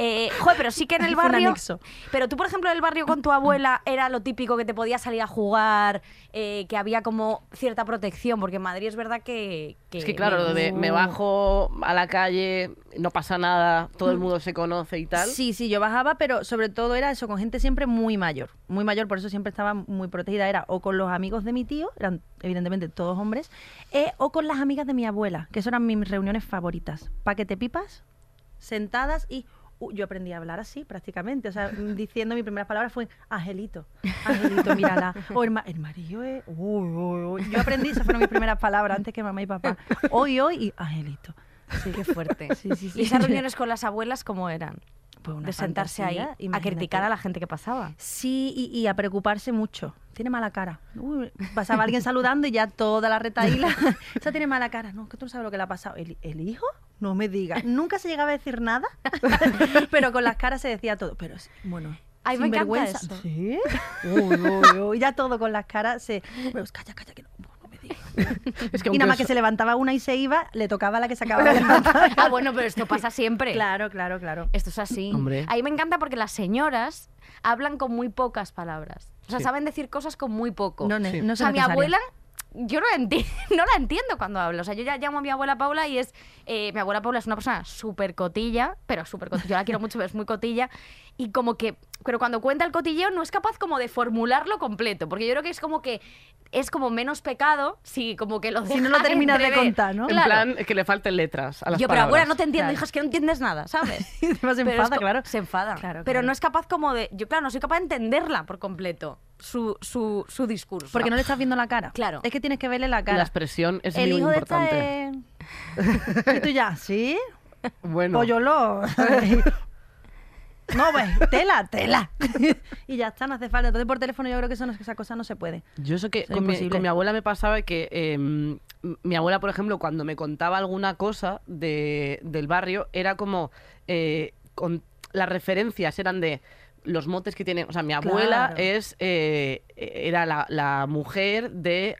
[SPEAKER 2] Eh, joder, pero sí que en el
[SPEAKER 4] Hizo un
[SPEAKER 2] barrio.
[SPEAKER 4] anexo.
[SPEAKER 2] Pero tú, por ejemplo, en el barrio con tu abuela era lo típico que te podías salir a jugar, eh, que había como cierta protección, porque en Madrid es verdad que.
[SPEAKER 3] Es que claro, lo
[SPEAKER 2] Uh.
[SPEAKER 3] de me bajo a la calle, no pasa nada, todo el mundo se conoce y tal.
[SPEAKER 4] Sí, sí, yo bajaba, pero sobre todo era eso, con gente siempre muy mayor. Muy mayor, por eso siempre estaba muy protegida. Era o con los amigos de mi tío, eran evidentemente todos hombres, eh, o con las amigas de mi abuela, que eso eran mis reuniones favoritas. Paquete pipas, sentadas y... uh, yo aprendí a hablar así, prácticamente. O sea, mm, diciendo mis primeras palabras fue Angelito, Angelito, mírala. O el, ma- el marido es... uy, uy, uy". Yo aprendí, esas fueron mis primeras palabras antes que mamá y papá. Hoy, hoy y Angelito.
[SPEAKER 2] Sí, qué fuerte.
[SPEAKER 4] Sí, sí, sí.
[SPEAKER 2] ¿Y esas reuniones con las abuelas cómo eran?
[SPEAKER 4] Pues una
[SPEAKER 2] de sentarse ahí
[SPEAKER 4] fantasía,
[SPEAKER 2] a
[SPEAKER 4] imagínate.
[SPEAKER 2] criticar a la gente que pasaba.
[SPEAKER 4] Sí, y, y a preocuparse mucho. Tiene mala cara. Uy, pasaba alguien saludando y ya toda la retaíla. Esa tiene mala cara. No, que tú no sabes lo que le ha pasado. ¿El, el hijo? No me digas. Nunca se llegaba a decir nada, pero con las caras se decía todo. Pero sí, bueno.
[SPEAKER 2] Ay, me encanta
[SPEAKER 4] sinvergüenza.
[SPEAKER 2] eso.
[SPEAKER 4] Sí. Uy, uy, uy, Ya todo con las caras se. Bueno, pues calla, calla, que no, no me digas.
[SPEAKER 3] Es que
[SPEAKER 4] y
[SPEAKER 3] aunque
[SPEAKER 4] nada más que
[SPEAKER 3] os-
[SPEAKER 4] se levantaba una y se iba, le tocaba a la que se acababa de levantar.
[SPEAKER 2] Ah, bueno, pero esto pasa siempre.
[SPEAKER 4] Claro, claro, claro.
[SPEAKER 2] Esto es así.
[SPEAKER 3] Hombre.
[SPEAKER 2] A mí me encanta porque las señoras hablan con muy pocas palabras. O sea,
[SPEAKER 3] Sí.
[SPEAKER 2] saben decir cosas con muy poco.
[SPEAKER 4] No, ne-
[SPEAKER 3] Sí.
[SPEAKER 4] no
[SPEAKER 2] o sea,
[SPEAKER 4] son
[SPEAKER 2] mi
[SPEAKER 4] necesarias.
[SPEAKER 2] abuela, yo no la, enti- no la entiendo cuando hablo. O sea, yo ya llamo a mi abuela Paula y es. eh, mi abuela Paula es una persona súper cotilla, pero súper cotilla. Yo la quiero mucho, pero es muy cotilla. Y como que. Pero cuando cuenta el cotilleo no es capaz como de formularlo completo. Porque yo creo que es como que. Es como menos pecado si como que lo
[SPEAKER 4] Si no lo
[SPEAKER 2] deja
[SPEAKER 4] terminas de
[SPEAKER 2] entrever.
[SPEAKER 4] contar, ¿no?
[SPEAKER 3] en
[SPEAKER 2] Claro.
[SPEAKER 3] plan que le falten letras a las
[SPEAKER 2] yo, pero abuela,
[SPEAKER 3] palabras.
[SPEAKER 2] no te entiendo,
[SPEAKER 4] Claro.
[SPEAKER 2] hijas, que no entiendes nada, ¿sabes?
[SPEAKER 4] Encima se
[SPEAKER 2] Pero es
[SPEAKER 4] enfada,
[SPEAKER 2] co-
[SPEAKER 4] claro.
[SPEAKER 2] Se enfada.
[SPEAKER 4] Claro,
[SPEAKER 2] Pero
[SPEAKER 4] claro.
[SPEAKER 2] no es capaz como de. Yo, claro, no soy capaz de entenderla por completo, su, su, su discurso.
[SPEAKER 4] Porque no le estás viendo la cara.
[SPEAKER 2] Claro.
[SPEAKER 4] Es que tienes que verle la cara.
[SPEAKER 3] La expresión es
[SPEAKER 4] el
[SPEAKER 3] muy
[SPEAKER 4] hijo de esta
[SPEAKER 3] importante.
[SPEAKER 2] eh,
[SPEAKER 4] es- Y tú ya, ¿sí?
[SPEAKER 3] Bueno,
[SPEAKER 4] Pollolo. no, pues, tela, tela. y ya está, no hace falta. Entonces, por teléfono, yo creo que eso no- esas cosas no se puede.
[SPEAKER 3] yo eso que
[SPEAKER 4] Eso es
[SPEAKER 3] con mi,
[SPEAKER 4] imposible.
[SPEAKER 3] con mi abuela me pasaba que eh, m- mi abuela, por ejemplo, cuando me contaba alguna cosa de- del barrio, era como eh, con, las referencias eran de los motes que tienen. O sea, mi abuela
[SPEAKER 4] Claro.
[SPEAKER 3] es eh, era la, la mujer de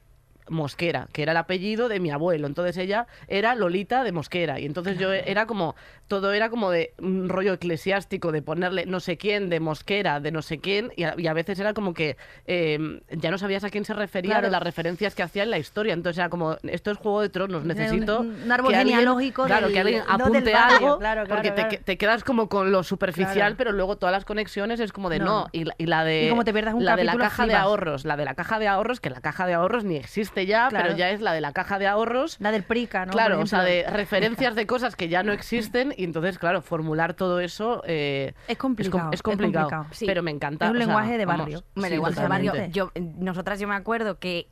[SPEAKER 3] Mosquera, que era el apellido de mi abuelo. Entonces ella era Lolita de Mosquera. Y entonces yo era como, todo era como de un rollo eclesiástico, de ponerle no sé quién, de Mosquera, de no sé quién. Y a, y a veces era como que eh, ya no sabías a quién se refería
[SPEAKER 4] Claro.
[SPEAKER 3] de las referencias que hacía en la historia. Entonces era como, esto es Juego de Tronos,
[SPEAKER 4] un-
[SPEAKER 3] necesito...
[SPEAKER 4] un árbol
[SPEAKER 3] que alguien-
[SPEAKER 4] genealógico
[SPEAKER 3] Claro,
[SPEAKER 4] del-
[SPEAKER 3] que alguien
[SPEAKER 4] no del
[SPEAKER 3] apunte
[SPEAKER 4] barrio.
[SPEAKER 3] algo,
[SPEAKER 4] Claro, claro,
[SPEAKER 3] porque te
[SPEAKER 4] claro.
[SPEAKER 3] que- Te, quedas como con lo superficial,
[SPEAKER 4] Claro.
[SPEAKER 3] pero luego todas las conexiones es como de
[SPEAKER 4] No.
[SPEAKER 3] no, y, la, y la de...
[SPEAKER 4] Y como te pierdas un
[SPEAKER 3] La de la
[SPEAKER 4] capítulo,
[SPEAKER 3] caja de
[SPEAKER 4] flipas.
[SPEAKER 3] ahorro ahorros, la de la caja de ahorros, que la caja de ahorros ni existe ya,
[SPEAKER 4] Claro.
[SPEAKER 3] pero ya es la de la caja de ahorros.
[SPEAKER 4] La del prica, ¿no?
[SPEAKER 3] claro,
[SPEAKER 4] Por
[SPEAKER 3] o sea, de
[SPEAKER 4] ejemplo.
[SPEAKER 3] referencias de cosas que ya no existen y entonces, claro, formular todo eso eh,
[SPEAKER 4] Es complicado,
[SPEAKER 3] com- Es,
[SPEAKER 4] es
[SPEAKER 3] complicado,
[SPEAKER 4] complicado.
[SPEAKER 2] Sí.
[SPEAKER 3] pero me encanta.
[SPEAKER 4] Es un
[SPEAKER 3] o sea,
[SPEAKER 4] lenguaje de
[SPEAKER 3] vamos,
[SPEAKER 4] barrio.
[SPEAKER 2] Me da
[SPEAKER 3] sí,
[SPEAKER 2] igual, o sea,
[SPEAKER 3] totalmente.
[SPEAKER 2] barrio. Yo, eh, nosotras yo me acuerdo que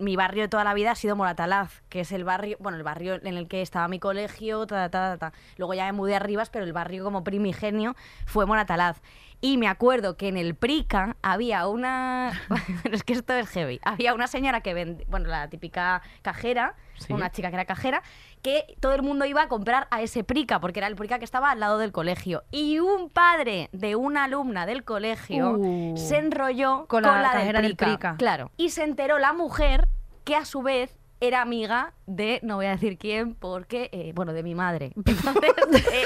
[SPEAKER 2] mi barrio de toda la vida ha sido Moratalaz, que es el barrio, bueno, el barrio en el que estaba mi colegio, ta, ta, ta, ta. Luego ya me mudé a Rivas, pero el barrio como primigenio fue Moratalaz. Y me acuerdo que en el Prica había una... Bueno, es que esto es heavy. Había una señora que vendía, bueno, la típica cajera,
[SPEAKER 3] Sí.
[SPEAKER 2] una chica que era cajera, que todo el mundo iba a comprar a ese Prica, porque era el Prica que estaba al lado del colegio. Y un padre de una alumna del colegio
[SPEAKER 4] Uh.
[SPEAKER 2] se enrolló
[SPEAKER 4] Con la cajera del Prica.
[SPEAKER 2] Claro. Y se enteró la mujer que a su vez era amiga de, no voy a decir quién, porque, eh, bueno, de mi madre. Entonces, eh,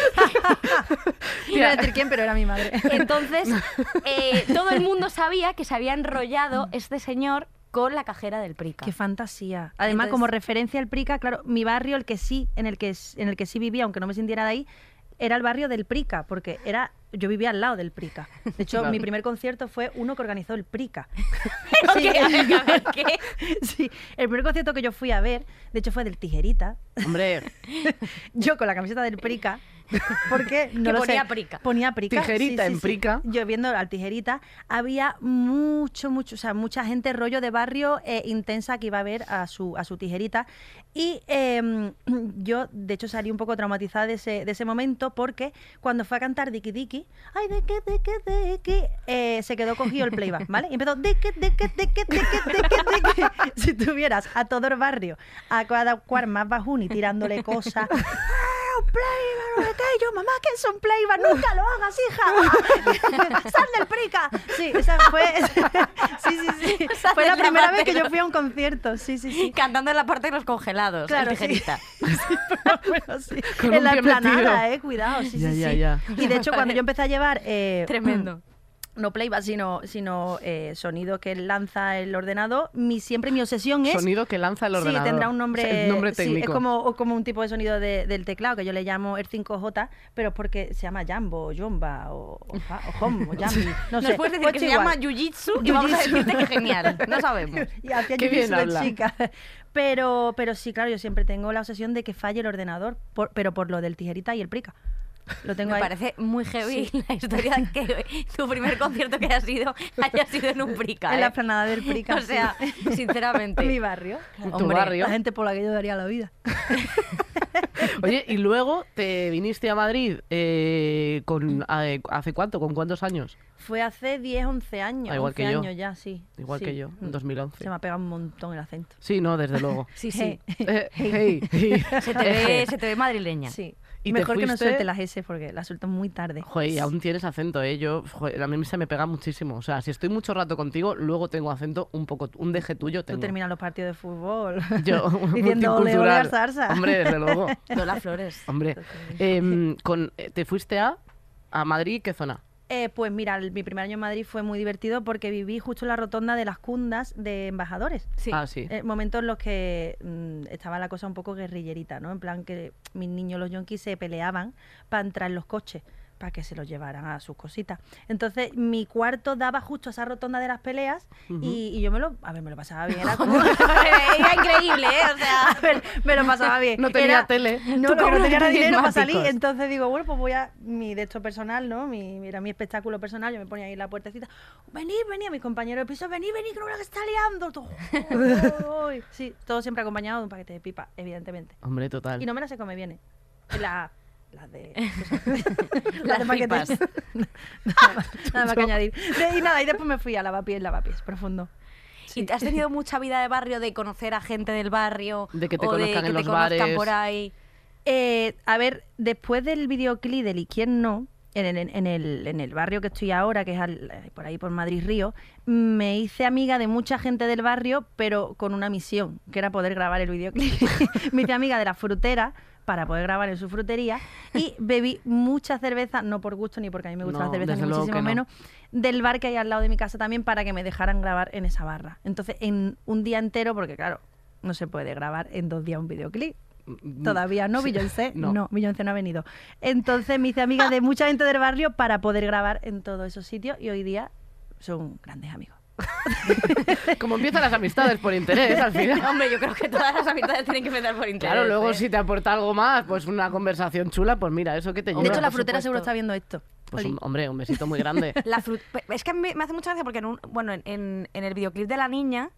[SPEAKER 4] No iba a decir quién, pero era mi madre.
[SPEAKER 2] entonces, eh, todo el mundo sabía que se había enrollado este señor con la cajera del Prica.
[SPEAKER 4] Qué fantasía. Además,
[SPEAKER 2] Entonces-
[SPEAKER 4] como referencia al Prica, claro, mi barrio, el que sí, en el que, s- en el que sí vivía, aunque no me sintiera de ahí, era el barrio del Prica, porque era yo vivía al lado del Prica. De hecho,
[SPEAKER 3] Claro.
[SPEAKER 4] mi primer concierto fue uno que organizó el Prica.
[SPEAKER 2] ¿Qué? A ver, a ver, ¿qué?
[SPEAKER 4] Sí, el primer concierto que yo fui a ver, de hecho, fue del Tijerita,
[SPEAKER 3] Hombre,
[SPEAKER 4] yo con la camiseta del Prica. Porque no
[SPEAKER 2] Que
[SPEAKER 4] lo
[SPEAKER 2] ponía
[SPEAKER 4] sé,
[SPEAKER 2] Prica.
[SPEAKER 4] Ponía prica.
[SPEAKER 3] Tijerita en Prica.
[SPEAKER 4] Yo viendo al tijerita, había mucho, mucho, o sea, mucha gente rollo de barrio eh, intensa que iba a ver a su, a su tijerita. Y eh, yo, de hecho, salí un poco traumatizada de ese, de ese momento porque cuando fue a cantar Diki Diki, ay, de que, de que, de que, eh, se quedó cogido el playback, ¿vale? Y empezó de que, de que, de que, de que, de que, de que. Si tuvieras a todo el barrio, a cada cual más bajuni tirándole cosas, ¡Ah, un playback, no sé qué! yo, mamá, que es un playba, nunca lo hagas, hija. Sal del prica. Sí, esa fue. sí, sí, sí.
[SPEAKER 2] Sal
[SPEAKER 4] Fue la
[SPEAKER 2] del
[SPEAKER 4] primera vez que
[SPEAKER 2] zapatero.
[SPEAKER 4] yo fui a un concierto. Sí, sí, sí.
[SPEAKER 2] Cantando en la parte de los congelados,
[SPEAKER 4] Claro,
[SPEAKER 2] el tijerita.
[SPEAKER 4] Sí, pero bueno, sí.
[SPEAKER 3] Con
[SPEAKER 4] En
[SPEAKER 3] un
[SPEAKER 4] la
[SPEAKER 3] pie
[SPEAKER 4] explanada,
[SPEAKER 3] metido.
[SPEAKER 4] eh, cuidado, sí,
[SPEAKER 3] Ya,
[SPEAKER 4] sí,
[SPEAKER 3] ya,
[SPEAKER 4] sí.
[SPEAKER 3] ya.
[SPEAKER 4] Y de hecho, cuando yo empecé a llevar eh,
[SPEAKER 2] Tremendo.
[SPEAKER 4] no playback, sino, sino eh, sonido que lanza el ordenador, mi, siempre mi obsesión es...
[SPEAKER 3] Sonido que lanza el ordenador.
[SPEAKER 4] Sí, tendrá un
[SPEAKER 3] O sea,
[SPEAKER 4] nombre,
[SPEAKER 3] el nombre
[SPEAKER 4] sí,
[SPEAKER 3] técnico.
[SPEAKER 4] es como, o como un tipo de sonido de- del teclado que yo le llamo el 5J, pero es porque se llama Jambo, o Jomba, o, o, ja- o Jom, o Jambi, no sé.
[SPEAKER 2] Nos puedes decir que
[SPEAKER 4] Ocho
[SPEAKER 2] se
[SPEAKER 4] igual.
[SPEAKER 2] llama Jiu-Jitsu y vamos a
[SPEAKER 4] Jiu-Jitsu.
[SPEAKER 2] decirte que genial. No sabemos.
[SPEAKER 4] Y hacía
[SPEAKER 3] Qué bien
[SPEAKER 4] jiu-jitsu de
[SPEAKER 3] habla.
[SPEAKER 4] chica. Pero, pero sí, claro, yo siempre tengo la obsesión de que falle el ordenador, por- pero por lo del tijerita y el prica. Lo tengo
[SPEAKER 2] Me
[SPEAKER 4] ahí.
[SPEAKER 2] parece muy heavy la historia de que tu primer concierto que has ido haya sido en un prica.
[SPEAKER 4] En la
[SPEAKER 2] ¿eh?
[SPEAKER 4] explanada del Prica,
[SPEAKER 2] O
[SPEAKER 4] sí.
[SPEAKER 2] sea, sinceramente.
[SPEAKER 4] Mi barrio.
[SPEAKER 3] Tu
[SPEAKER 2] Hombre,
[SPEAKER 3] barrio.
[SPEAKER 4] La gente por la que yo daría la vida.
[SPEAKER 3] Oye, y luego te viniste a Madrid eh, con eh, hace cuánto, con cuántos años,
[SPEAKER 4] Fue hace 10, 11 años.
[SPEAKER 3] Ah, igual que
[SPEAKER 4] 11
[SPEAKER 3] yo.
[SPEAKER 4] años ya, sí.
[SPEAKER 3] igual
[SPEAKER 4] sí.
[SPEAKER 3] que yo, en 2011.
[SPEAKER 4] Se me ha pegado un montón el acento.
[SPEAKER 3] Sí, no, desde luego.
[SPEAKER 2] Sí, sí.
[SPEAKER 3] Eh, hey, hey.
[SPEAKER 2] Se te ve, se te ve madrileña.
[SPEAKER 4] Sí.
[SPEAKER 3] ¿Y te
[SPEAKER 4] Mejor que no
[SPEAKER 3] fuiste?
[SPEAKER 4] suelte las S porque las suelto muy tarde.
[SPEAKER 3] Joder, y aún tienes acento, ¿eh? Yo, joder, a mí se me pega muchísimo. O sea, si estoy mucho rato contigo, luego tengo acento un poco, un deje tuyo
[SPEAKER 4] Tú
[SPEAKER 3] tengo.
[SPEAKER 4] terminas los partidos de fútbol
[SPEAKER 3] Yo,
[SPEAKER 4] diciendo ole, ole
[SPEAKER 3] multicultural.
[SPEAKER 4] al zarza.
[SPEAKER 3] Hombre, desde luego.
[SPEAKER 2] Lola Flores.
[SPEAKER 3] Hombre, Em, con, eh, ¿te fuiste a, a Madrid? ¿Qué zona?
[SPEAKER 4] Eh, pues mira, el- mi primer año en Madrid fue muy divertido porque viví justo en la rotonda de las cundas de embajadores.
[SPEAKER 2] Sí.
[SPEAKER 3] Ah, sí.
[SPEAKER 4] Eh, momentos en los que mm, estaba la cosa un poco guerrillerita, ¿no? En plan que mis niños, los yonkis, se peleaban para entrar en los coches, para que se los llevaran a sus cositas. Entonces, mi cuarto daba justo a esa rotonda de las peleas y, y yo me lo, a ver, me lo pasaba bien. Era como-
[SPEAKER 2] Era increíble, ¿eh? O sea,
[SPEAKER 4] a ver, me lo pasaba bien.
[SPEAKER 3] No tenía
[SPEAKER 4] Era-
[SPEAKER 3] tele.
[SPEAKER 4] No,
[SPEAKER 3] Tú
[SPEAKER 4] no,
[SPEAKER 3] con
[SPEAKER 4] no
[SPEAKER 3] los
[SPEAKER 4] tenía dinero para salir.
[SPEAKER 3] prismáticos.
[SPEAKER 4] Entonces digo, bueno, pues voy a mi de esto personal, ¿no? Mi, era mi espectáculo personal. Yo me ponía ahí en la puertecita. Venid, venid a mis compañeros de piso. Venid, venid, que no veas que está liando. Todo- Uy. Sí, todo siempre acompañado de un paquete de pipa, evidentemente.
[SPEAKER 3] Hombre, total.
[SPEAKER 4] Y no me las sé comer bien. ¿eh? La- Las de. cosas-
[SPEAKER 2] Las
[SPEAKER 4] de paquete.
[SPEAKER 2] pipas.
[SPEAKER 4] nada más, nada más que añadir. De- y nada, y después me fui a lavapiés, lavapiés, profundo.
[SPEAKER 2] ¿Y te has tenido mucha vida de barrio, de conocer a gente del barrio?
[SPEAKER 3] De que te
[SPEAKER 2] o
[SPEAKER 3] conozcan
[SPEAKER 2] de
[SPEAKER 3] en
[SPEAKER 2] que
[SPEAKER 3] los
[SPEAKER 2] te conozcan
[SPEAKER 3] bares.
[SPEAKER 2] por ahí.
[SPEAKER 4] Eh, a ver, después del videoclip del ¿Y quién no? En el, en, el, en el barrio que estoy ahora, que es al- eh, por ahí por Madrid Río, me hice amiga de mucha gente del barrio, pero con una misión, que era poder grabar el videoclip. me hice amiga de la frutera para poder grabar en su frutería y bebí mucha cerveza, no por gusto ni porque a mí me gusta
[SPEAKER 3] No,
[SPEAKER 4] la cerveza, ni
[SPEAKER 3] desde luego que
[SPEAKER 4] muchísimo
[SPEAKER 3] no.
[SPEAKER 4] menos, del bar que hay al lado de mi casa también para que me dejaran grabar en esa barra. Entonces, en un día entero, porque claro, no se puede grabar en dos días un videoclip.
[SPEAKER 3] Mm,
[SPEAKER 4] Todavía no,
[SPEAKER 3] sí.
[SPEAKER 4] Beyoncé,
[SPEAKER 3] No.
[SPEAKER 4] no. Beyoncé no ha venido. Entonces me hice amiga de mucha gente del barrio para poder grabar en todos esos sitios y hoy día son grandes amigos.
[SPEAKER 3] Como empiezan las amistades por interés, al final.
[SPEAKER 2] Hombre, yo creo que todas las amistades tienen que empezar por interés.
[SPEAKER 3] Claro, luego
[SPEAKER 4] pues.
[SPEAKER 2] ¿eh?
[SPEAKER 3] si te aporta algo más, pues una conversación chula, pues mira, eso que te lleva.
[SPEAKER 4] de hecho, la
[SPEAKER 3] por
[SPEAKER 4] frutera seguro
[SPEAKER 3] supuesto.
[SPEAKER 4] está viendo esto.
[SPEAKER 3] Pues
[SPEAKER 4] Oli.
[SPEAKER 3] un- hombre, un besito muy grande.
[SPEAKER 2] La fru- pe- es que a mí me- me hace mucha gracia porque en un- bueno, en, en- en el videoclip de la niña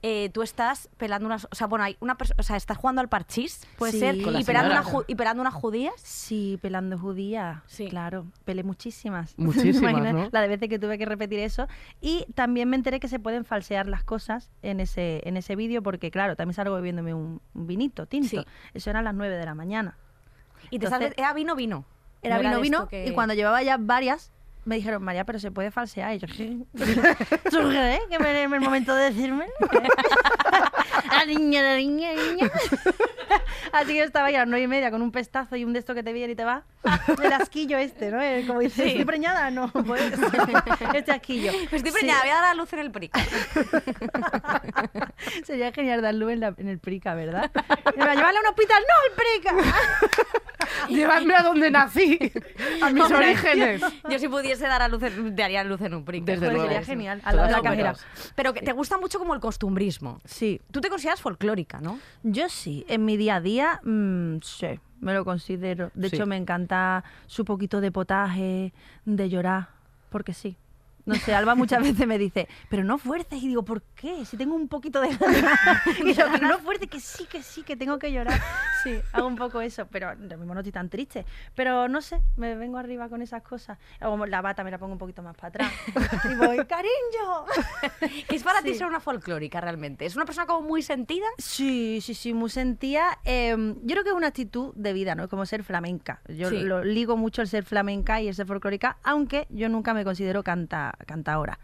[SPEAKER 2] eh, tú estás pelando unas, o sea, bueno, hay una perso- o sea, estás jugando al parchís, puede
[SPEAKER 4] Sí.
[SPEAKER 2] ser,
[SPEAKER 4] Con la
[SPEAKER 2] y pelando,
[SPEAKER 3] señora.
[SPEAKER 2] una ju- y pelando unas judías.
[SPEAKER 4] Sí, pelando judía.
[SPEAKER 2] Sí.
[SPEAKER 4] Claro, pelé muchísimas. ¿Te
[SPEAKER 3] Muchísimas,
[SPEAKER 4] imaginas
[SPEAKER 3] ¿no?
[SPEAKER 4] La de veces que tuve que repetir eso. Y también me enteré que se pueden falsear las cosas en ese, en ese vídeo porque, claro, también salgo bebiéndome un, un vinito, tinto.
[SPEAKER 2] Sí.
[SPEAKER 4] Eso era a las 9 de la mañana.
[SPEAKER 2] Y te
[SPEAKER 4] Entonces-
[SPEAKER 2] sale, era vino, vino.
[SPEAKER 4] Era
[SPEAKER 2] No
[SPEAKER 4] vino,
[SPEAKER 2] de esto
[SPEAKER 4] vino,
[SPEAKER 2] que-
[SPEAKER 4] y cuando llevaba ya varias, me dijeron, María, pero se puede falsear. Y yo, ¿qué? ¿Tú crees que me en el momento de decirme? la niña, la niña, la niña. Así que yo estaba ahí a las nueve y media con un pestazo y un de esto que te viene y te va. El asquillo este, ¿no? Eh, Como dices, ¿estoy preñada? No, pues este asquillo.
[SPEAKER 2] Me estoy
[SPEAKER 4] Sí.
[SPEAKER 2] preñada, voy a dar a luz en el prico.
[SPEAKER 4] Sería genial dar luz en, la- en el prica, ¿verdad? Y me va a llevarla a un hospital. ¡No, el prica!
[SPEAKER 3] Llevadme a donde nací, a mis
[SPEAKER 2] Hombre,
[SPEAKER 3] orígenes.
[SPEAKER 2] Yo si pudiese dar a luz, en- te haría luz en un prico.
[SPEAKER 3] Desde
[SPEAKER 4] Joder,
[SPEAKER 3] luego.
[SPEAKER 4] sería genial, al lado de
[SPEAKER 3] Todas
[SPEAKER 4] la
[SPEAKER 3] juntas.
[SPEAKER 2] Pero que te gusta mucho como el costumbrismo.
[SPEAKER 4] Sí,
[SPEAKER 2] Tú te consideras folclórica, ¿no?
[SPEAKER 4] Yo sí, en mi día a día, mm, sí, me lo considero. De
[SPEAKER 3] Sí.
[SPEAKER 4] hecho, me encanta su poquito de potaje, de llorar, porque sí. No sé, Alba muchas veces me dice, pero no fuerces. Y digo, ¿por qué? Si tengo un poquito de ganas. Y yo, pero no fuerces, que sí, que sí, que tengo que llorar. Sí, Sí, hago un poco eso, pero lo mismo no estoy tan triste. Pero no sé, me vengo arriba con esas cosas. Hago La bata me la pongo un poquito más para atrás. Y voy, cariño.
[SPEAKER 2] Que es para ti
[SPEAKER 4] Sí.
[SPEAKER 2] ser una folclórica realmente. Es una persona como muy sentida.
[SPEAKER 4] Sí, sí, sí, muy sentía. Eh, yo creo que es una actitud de vida, ¿no? Es como ser flamenca. Yo
[SPEAKER 2] Sí.
[SPEAKER 4] lo ligo mucho el ser flamenca y el ser folclórica, aunque yo nunca me considero canta, cantaora.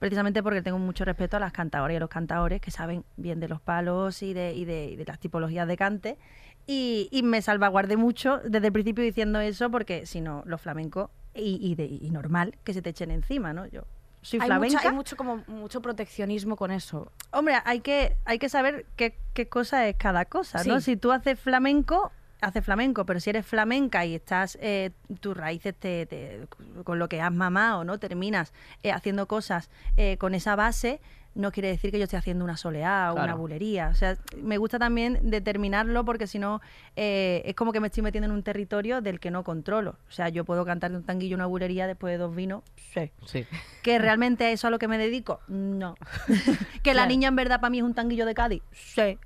[SPEAKER 4] Precisamente porque tengo mucho respeto a las cantadoras y a los cantadores que saben bien de los palos y de, y de, y de las tipologías de cante. Y, y me salvaguardé mucho desde el principio diciendo eso porque si no, los flamencos y, y de- y normal que se te echen encima, ¿no? Yo soy
[SPEAKER 2] Hay,
[SPEAKER 4] flamenca.
[SPEAKER 2] mucha- hay mucho como mucho proteccionismo con eso.
[SPEAKER 4] Hombre, hay que, hay que saber qué, qué cosa es cada cosa, ¿no?
[SPEAKER 2] Sí.
[SPEAKER 4] Si tú haces flamenco, haces flamenco, pero si eres flamenca y estás, eh, tus raíces te, te- con lo que has mamado, ¿no? Terminas eh, haciendo cosas eh, con esa base, no quiere decir que yo esté haciendo una soleá o una
[SPEAKER 3] Claro.
[SPEAKER 4] bulería. O sea, me gusta también determinarlo porque si no, eh, es como que me estoy metiendo en un territorio del que no controlo. O sea, yo puedo cantar de un tanguillo una bulería después de dos vinos, sí.
[SPEAKER 3] Sí.
[SPEAKER 4] ¿Que realmente a eso a lo que me dedico? No. ¿Que la
[SPEAKER 2] Claro.
[SPEAKER 4] niña en verdad para mí es un tanguillo de Cádiz? Sí.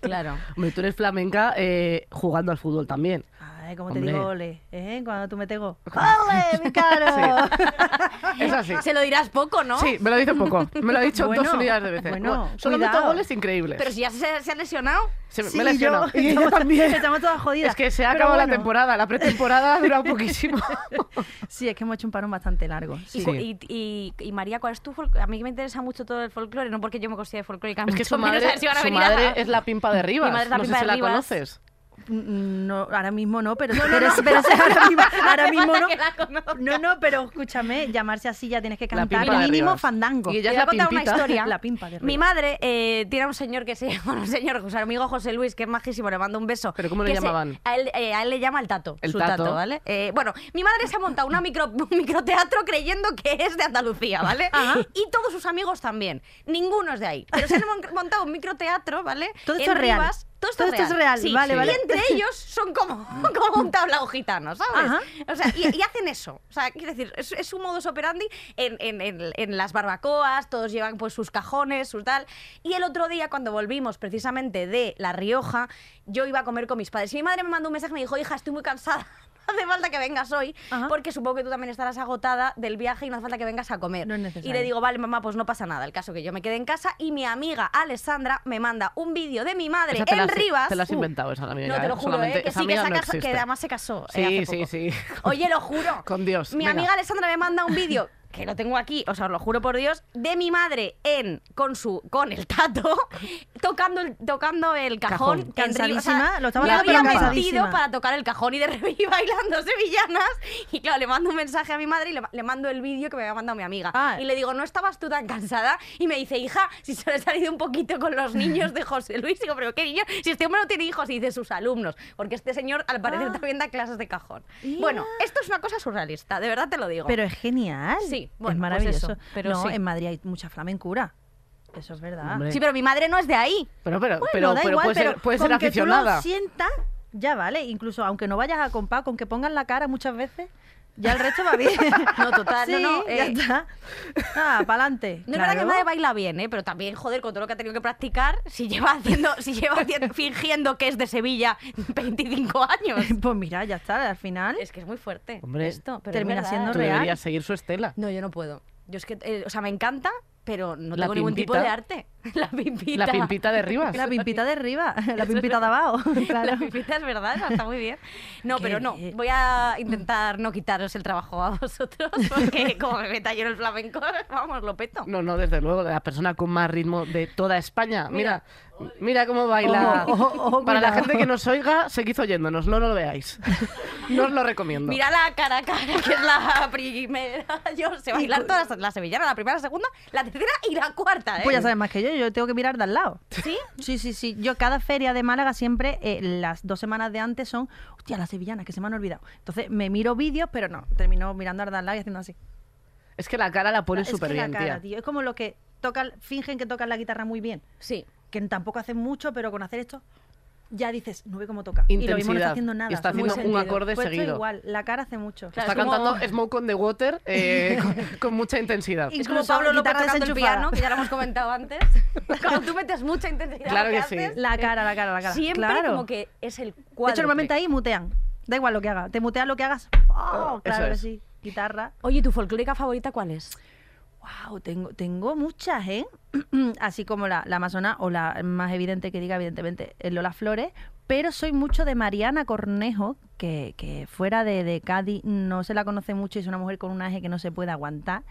[SPEAKER 2] Claro.
[SPEAKER 3] Hombre, tú eres flamenca eh, jugando al fútbol también.
[SPEAKER 4] Ay, como te
[SPEAKER 3] Hombre.
[SPEAKER 4] digo ole, ¿eh? Cuando tú me tengo... ¡Ole, mi caro!
[SPEAKER 3] Es así.
[SPEAKER 2] Se lo dirás poco, ¿no?
[SPEAKER 3] Sí, me lo dice un poco. Me lo ha dicho
[SPEAKER 4] Bueno,
[SPEAKER 3] dos unidades de veces.
[SPEAKER 4] bueno,
[SPEAKER 3] solo meto
[SPEAKER 4] cuidado.
[SPEAKER 3] goles increíbles.
[SPEAKER 2] Pero si ya se, se ha lesionado.
[SPEAKER 3] Se me-
[SPEAKER 4] Sí,
[SPEAKER 3] me lesiono.
[SPEAKER 4] yo-
[SPEAKER 3] Y ella
[SPEAKER 4] estamos-
[SPEAKER 3] también.
[SPEAKER 4] estamos todas jodidas.
[SPEAKER 3] Es que se ha
[SPEAKER 4] Pero
[SPEAKER 3] acabado la
[SPEAKER 4] bueno.
[SPEAKER 3] temporada. La pretemporada ha durado poquísimo.
[SPEAKER 4] Sí, es que hemos hecho un parón bastante largo.
[SPEAKER 2] Y,
[SPEAKER 3] Sí.
[SPEAKER 2] cu- y, y- y María, ¿cuál es tu folclore? A mí me interesa mucho todo el folclore, no porque yo me considere folclórica.
[SPEAKER 3] es que
[SPEAKER 2] mucho
[SPEAKER 3] su
[SPEAKER 2] menos, a
[SPEAKER 3] madre,
[SPEAKER 2] ver si van a
[SPEAKER 3] su
[SPEAKER 2] venir a-
[SPEAKER 3] madre es la pimpa de Rivas.
[SPEAKER 2] Mi madre es la
[SPEAKER 3] no
[SPEAKER 2] Pimpa
[SPEAKER 3] sé
[SPEAKER 2] de
[SPEAKER 3] si la
[SPEAKER 2] Rivas.
[SPEAKER 3] conoces.
[SPEAKER 4] Mm, No, ahora mismo no, pero... pero es- pero es- ahora mismo, ahora
[SPEAKER 2] hace
[SPEAKER 4] mismo
[SPEAKER 2] falta
[SPEAKER 4] no.
[SPEAKER 2] que la conozca.
[SPEAKER 4] No, no, pero escúchame, llamarse así ya tienes que
[SPEAKER 3] La
[SPEAKER 4] cantar
[SPEAKER 3] pimpa de
[SPEAKER 4] mínimo
[SPEAKER 3] Rivas.
[SPEAKER 4] fandango.
[SPEAKER 3] Y
[SPEAKER 2] Te
[SPEAKER 3] ella es
[SPEAKER 2] voy a
[SPEAKER 3] la
[SPEAKER 2] contar una
[SPEAKER 3] pimpita.
[SPEAKER 2] historia.
[SPEAKER 4] La pimpa de
[SPEAKER 2] Mi
[SPEAKER 4] Rivas.
[SPEAKER 2] madre eh, tiene a un señor que se llama, un señor, su amigo José Luis, que es majísimo, le mando un beso.
[SPEAKER 3] ¿Pero cómo le
[SPEAKER 2] que se-
[SPEAKER 3] llamaban?
[SPEAKER 2] a, él, eh, a él le llama el tato.
[SPEAKER 3] El
[SPEAKER 2] su
[SPEAKER 3] Tato.
[SPEAKER 2] ¿vale? Eh, bueno, mi madre se ha montado una micro, un microteatro creyendo que es de Andalucía, ¿vale? Y todos sus amigos también. Ninguno es de ahí. Pero se han mon- montado un microteatro, ¿vale?
[SPEAKER 4] Todo esto
[SPEAKER 2] En
[SPEAKER 4] es real.
[SPEAKER 2] Rivas. Todo esto,
[SPEAKER 4] Todo esto es real,
[SPEAKER 2] Sí.
[SPEAKER 4] vale,
[SPEAKER 2] Y
[SPEAKER 4] vale.
[SPEAKER 2] entre ellos son como, como un tablao gitano, ¿sabes?
[SPEAKER 4] Ajá.
[SPEAKER 2] O sea, y, y hacen eso. O sea, quiero decir, es, es un modus operandi en, en- en- en las barbacoas, todos llevan pues sus cajones, sus tal. Y el otro día, cuando volvimos precisamente de La Rioja, yo iba a comer con mis padres. Y mi madre me mandó un mensaje y me dijo, hija, estoy muy cansada. No hace falta que vengas hoy,
[SPEAKER 4] Ajá.
[SPEAKER 2] porque supongo que tú también estarás agotada del viaje y no hace falta que vengas a comer.
[SPEAKER 4] No es necesario.
[SPEAKER 2] Y le digo, vale, mamá, pues no pasa nada. El caso que yo me quedé en casa y mi amiga Alessandra me manda un vídeo de mi madre
[SPEAKER 3] Esa te
[SPEAKER 2] en
[SPEAKER 3] la has-
[SPEAKER 2] Rivas.
[SPEAKER 3] te la has
[SPEAKER 2] Uh,
[SPEAKER 3] inventado esa, la amiga,
[SPEAKER 2] No, te lo
[SPEAKER 3] ¿eh?
[SPEAKER 2] juro,
[SPEAKER 3] Solamente
[SPEAKER 2] ¿eh? que
[SPEAKER 3] esa
[SPEAKER 2] sí, que,
[SPEAKER 3] amiga
[SPEAKER 2] esa
[SPEAKER 3] no
[SPEAKER 2] casa- que
[SPEAKER 3] existe.
[SPEAKER 2] además se casó. eh,
[SPEAKER 3] Sí,
[SPEAKER 2] hace
[SPEAKER 3] sí,
[SPEAKER 2] poco.
[SPEAKER 3] sí.
[SPEAKER 2] Oye, lo juro.
[SPEAKER 3] Con Dios,
[SPEAKER 2] Mi
[SPEAKER 3] venga.
[SPEAKER 2] amiga Alessandra me manda un vídeo, que lo tengo aquí, o sea, os lo juro por Dios, de mi madre en con su con el tato, tocando el, tocando el cajón.
[SPEAKER 3] Cajón.
[SPEAKER 2] que en Rivas-
[SPEAKER 4] Cansadísima, lo estaba
[SPEAKER 2] me
[SPEAKER 4] hablando,
[SPEAKER 2] había
[SPEAKER 4] pero
[SPEAKER 2] metido
[SPEAKER 4] cansadísima.
[SPEAKER 2] para tocar el cajón y de reví bailando sevillanas. Y claro, le mando un mensaje a mi madre y le, le mando el vídeo que me había mandado mi amiga.
[SPEAKER 4] Ah.
[SPEAKER 2] Y le digo, ¿no estabas tú tan cansada? Y me dice, hija, si se le ha ido un poquito con los niños de José Luis. Digo, pero qué niños, si este hombre no tiene hijos, y dice sus alumnos. Porque este señor, al parecer,
[SPEAKER 4] Ah.
[SPEAKER 2] también da clases de cajón.
[SPEAKER 4] Ya.
[SPEAKER 2] Bueno, esto es una cosa surrealista, de verdad te lo digo.
[SPEAKER 4] Pero es genial.
[SPEAKER 2] Sí, bueno,
[SPEAKER 4] es
[SPEAKER 2] pues
[SPEAKER 4] maravilloso.
[SPEAKER 2] eso, pero
[SPEAKER 4] no,
[SPEAKER 2] sí.
[SPEAKER 4] en Madrid hay mucha flamencura. Eso es verdad.
[SPEAKER 3] Hombre.
[SPEAKER 2] Sí, pero mi madre no es de ahí.
[SPEAKER 3] Pero, pero,
[SPEAKER 4] Bueno,
[SPEAKER 3] pero,
[SPEAKER 4] da
[SPEAKER 3] pero
[SPEAKER 4] igual,
[SPEAKER 3] puede ser,
[SPEAKER 4] pero
[SPEAKER 3] puede
[SPEAKER 4] con
[SPEAKER 3] ser aficionada.
[SPEAKER 4] Que tú lo sientas, ya vale. Incluso aunque no vayas a compás, con que pongas la cara muchas veces, ya el resto va bien.
[SPEAKER 2] No, total,
[SPEAKER 4] sí,
[SPEAKER 2] no, no,
[SPEAKER 4] ya
[SPEAKER 2] eh.
[SPEAKER 4] está. Ah, para adelante.
[SPEAKER 2] No es verdad que mi madre baila bien, ¿eh? pero también, joder, con todo lo que ha tenido que practicar, si lleva haciendo, si lleva haciendo- fingiendo que es de Sevilla 25 años.
[SPEAKER 4] Pues mira, ya está, al final.
[SPEAKER 2] Es que es muy fuerte
[SPEAKER 3] Hombre,
[SPEAKER 2] esto. Pero
[SPEAKER 4] termina
[SPEAKER 2] es verdad.
[SPEAKER 4] siendo
[SPEAKER 3] Tú
[SPEAKER 4] real.
[SPEAKER 3] deberías seguir su estela.
[SPEAKER 2] No, yo no puedo. Yo es que, eh, o sea, me encanta, pero no
[SPEAKER 3] La
[SPEAKER 2] tengo ningún tipo
[SPEAKER 3] pimpita.
[SPEAKER 2] de arte. La pimpita.
[SPEAKER 3] La pimpita de Rivas.
[SPEAKER 4] La pimpita de arriba, la
[SPEAKER 2] es
[SPEAKER 4] pimpita de
[SPEAKER 2] verdad.
[SPEAKER 4] abajo. Claro.
[SPEAKER 2] La
[SPEAKER 4] Pues
[SPEAKER 2] pipita es verdad, esa está muy bien. No,
[SPEAKER 4] Qué
[SPEAKER 2] pero no,
[SPEAKER 3] eh,
[SPEAKER 4] bien.
[SPEAKER 2] voy a intentar no quitaros el trabajo a vosotros, porque como me meta yo en el flamenco, vamos, lo peto.
[SPEAKER 3] No, no, desde luego, la persona con más ritmo de toda España. Mira, mira cómo baila.
[SPEAKER 4] Ojo, ojo, ojo,
[SPEAKER 3] Para la
[SPEAKER 4] cuidado.
[SPEAKER 3] gente que nos oiga, seguid oyéndonos, no lo veáis. No os lo recomiendo.
[SPEAKER 2] Mira la cara a cara, que es la primera. Yo sé bailar
[SPEAKER 4] cu-
[SPEAKER 2] todas las- la sevillana, la primera, la segunda, la tercera y la cuarta, ¿eh?
[SPEAKER 4] Pues ya sabes más que yo, yo tengo que mirar de al lado.
[SPEAKER 2] ¿Sí?
[SPEAKER 4] Sí, sí, sí. Yo cada feria de Málaga siempre, eh, las dos semanas de antes son, hostia, las sevillanas, que se me han olvidado. Entonces me miro vídeos, pero no, termino mirando a Ardalá y haciendo así.
[SPEAKER 3] Es que la cara la pone
[SPEAKER 4] Es que
[SPEAKER 3] súper
[SPEAKER 4] la
[SPEAKER 3] bien,
[SPEAKER 4] cara,
[SPEAKER 3] tía.
[SPEAKER 4] tío, Es como lo que tocan, fingen que tocan la guitarra muy bien,
[SPEAKER 2] Sí.
[SPEAKER 4] que tampoco hacen mucho, pero con hacer esto, ya dices, no ve cómo toca. Y lo mismo no
[SPEAKER 3] Intensidad.
[SPEAKER 4] está haciendo nada.
[SPEAKER 3] Y está
[SPEAKER 4] o sea, muy
[SPEAKER 3] haciendo un
[SPEAKER 4] sentido.
[SPEAKER 3] acorde
[SPEAKER 4] Pues esto
[SPEAKER 3] seguido.
[SPEAKER 4] igual, la cara hace mucho.
[SPEAKER 2] Claro,
[SPEAKER 3] Está
[SPEAKER 2] es como-
[SPEAKER 3] cantando Smoke on the Water eh, con, con mucha intensidad.
[SPEAKER 4] Y-
[SPEAKER 2] Es como
[SPEAKER 4] Incluso
[SPEAKER 2] Pablo López
[SPEAKER 4] guitarra
[SPEAKER 2] tocando el
[SPEAKER 4] desenchufada.
[SPEAKER 2] piano, que ya lo hemos comentado antes. Cuando tú metes mucha intensidad,
[SPEAKER 3] Claro
[SPEAKER 2] lo
[SPEAKER 3] que sí.
[SPEAKER 2] haces,
[SPEAKER 4] La cara, la cara, la cara.
[SPEAKER 2] siempre
[SPEAKER 4] claro.
[SPEAKER 2] como que es el
[SPEAKER 4] De
[SPEAKER 2] cuadro.
[SPEAKER 4] hecho, normalmente ahí mutean. Da igual lo que haga. Te mutean lo que hagas. Oh,
[SPEAKER 3] eso
[SPEAKER 4] claro que
[SPEAKER 3] es.
[SPEAKER 4] sí. Guitarra.
[SPEAKER 2] Oye, ¿tu folclórica favorita cuál es?
[SPEAKER 4] Wow, tengo, tengo muchas, ¿eh? Así como la, la amazona o la más evidente que diga, evidentemente, es Lola Flores, pero soy mucho de Mariana Cornejo, que, que fuera de, de Cádiz no se la conoce mucho y es una mujer con un aje que no se puede aguantar.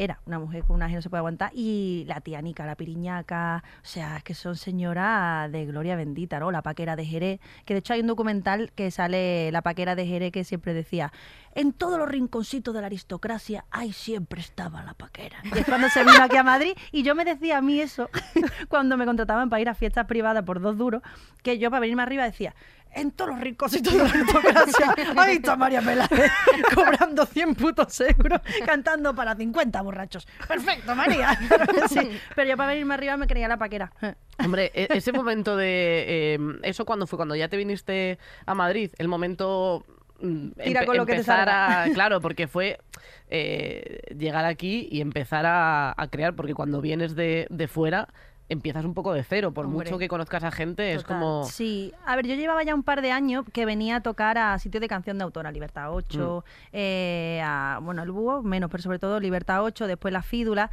[SPEAKER 4] Era una mujer con un aje que no se puede aguantar. Y la tía Nica, la piriñaca, o sea, es que son señoras de gloria bendita, ¿no? La paquera de Jerez, que de hecho hay un documental que sale la paquera de Jerez que siempre decía, en todos los rinconcitos de la aristocracia, ahí siempre estaba la paquera. Y es cuando se vino aquí a Madrid. Y yo me decía a mí eso cuando me contrataban para ir a fiestas privadas por dos duros, que yo para venirme arriba decía, en todos los rinconcitos de la aristocracia, ahí está María Peláez cobrando 100 putos euros, cantando para 50 borrachos. Perfecto, María. Claro que sí. Pero yo para venirme arriba me creía la paquera.
[SPEAKER 3] Hombre, e- ese momento de... eh, ¿Eso cuando fue? Cuando ya te viniste a Madrid. El momento... mm,
[SPEAKER 4] Tira
[SPEAKER 3] empe-
[SPEAKER 4] con lo que te
[SPEAKER 3] empezar
[SPEAKER 4] salga.
[SPEAKER 3] a- Claro, porque fue eh, llegar aquí y empezar a, a crear. Porque cuando vienes de, de fuera empiezas un poco de cero. Por
[SPEAKER 2] Hombre.
[SPEAKER 3] mucho que conozcas a gente, es
[SPEAKER 2] Total.
[SPEAKER 3] como...
[SPEAKER 4] Sí, a ver, yo llevaba ya un par de años que venía a tocar a sitios de canción de autor, a Libertad 8, eh, a, bueno, el Búho, menos, pero sobre todo Libertad 8, después La Fídula.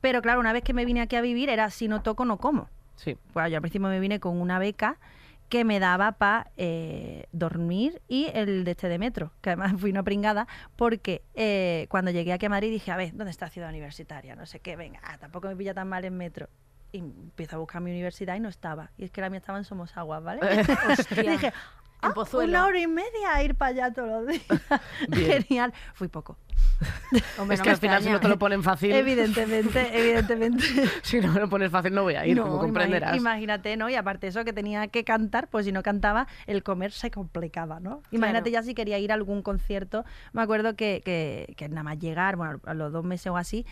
[SPEAKER 4] Pero claro, una vez que me vine aquí a vivir era si no toco, no como.
[SPEAKER 3] Sí.
[SPEAKER 4] Bueno, Pues yo al principio me vine con una beca que me daba para dormir y el de este de metro, que además fui una pringada, porque eh, cuando llegué aquí a Madrid dije, a ver, ¿dónde está Ciudad Universitaria? No sé qué, venga, ah, tampoco me pilla tan mal en metro. Y empiezo a buscar mi universidad y no estaba. Y es que la mía estaba en Somosaguas, ¿vale?
[SPEAKER 2] Hostia.
[SPEAKER 4] dije,
[SPEAKER 2] En
[SPEAKER 4] "Ah,
[SPEAKER 2] Pozuelo".
[SPEAKER 4] una hora y media a ir para allá todos los días.
[SPEAKER 3] Bien.
[SPEAKER 4] Genial. Fui poco.
[SPEAKER 2] Hombre,
[SPEAKER 3] es
[SPEAKER 2] no
[SPEAKER 3] que
[SPEAKER 2] me
[SPEAKER 3] al final si no
[SPEAKER 2] extraña.
[SPEAKER 3] te lo ponen fácil,
[SPEAKER 4] Evidentemente, evidentemente.
[SPEAKER 3] si no me lo pones fácil no voy a ir,
[SPEAKER 4] No,
[SPEAKER 3] como
[SPEAKER 4] imagi-
[SPEAKER 3] comprenderás.
[SPEAKER 4] Imagínate, ¿no? Y aparte eso que tenía que cantar, pues si no cantaba, el comer se complicaba, ¿no? Imagínate ya si quería ir a algún concierto. Me acuerdo que, que- que nada más llegar, bueno, a los dos meses o así,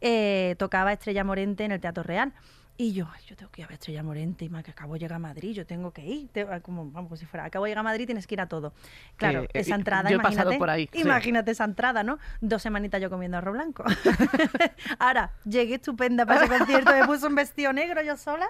[SPEAKER 4] eh, tocaba Estrella Morente en el Teatro Real. Y yo, "Ay, yo tengo que ir a ver Estrella Morente, y más que acabo de llegar a Madrid, yo tengo que ir. Te- como, vamos, como si fuera, acabo de llegar a Madrid, tienes que ir a todo. Claro,
[SPEAKER 3] Eh,
[SPEAKER 4] esa
[SPEAKER 3] eh,
[SPEAKER 4] entrada,
[SPEAKER 3] yo he
[SPEAKER 4] imagínate.
[SPEAKER 3] pasado por ahí, sí.
[SPEAKER 4] Imagínate esa entrada, ¿no? Dos semanitas yo comiendo arroz blanco. Ahora, llegué estupenda para ese concierto, me puse un vestido negro yo sola.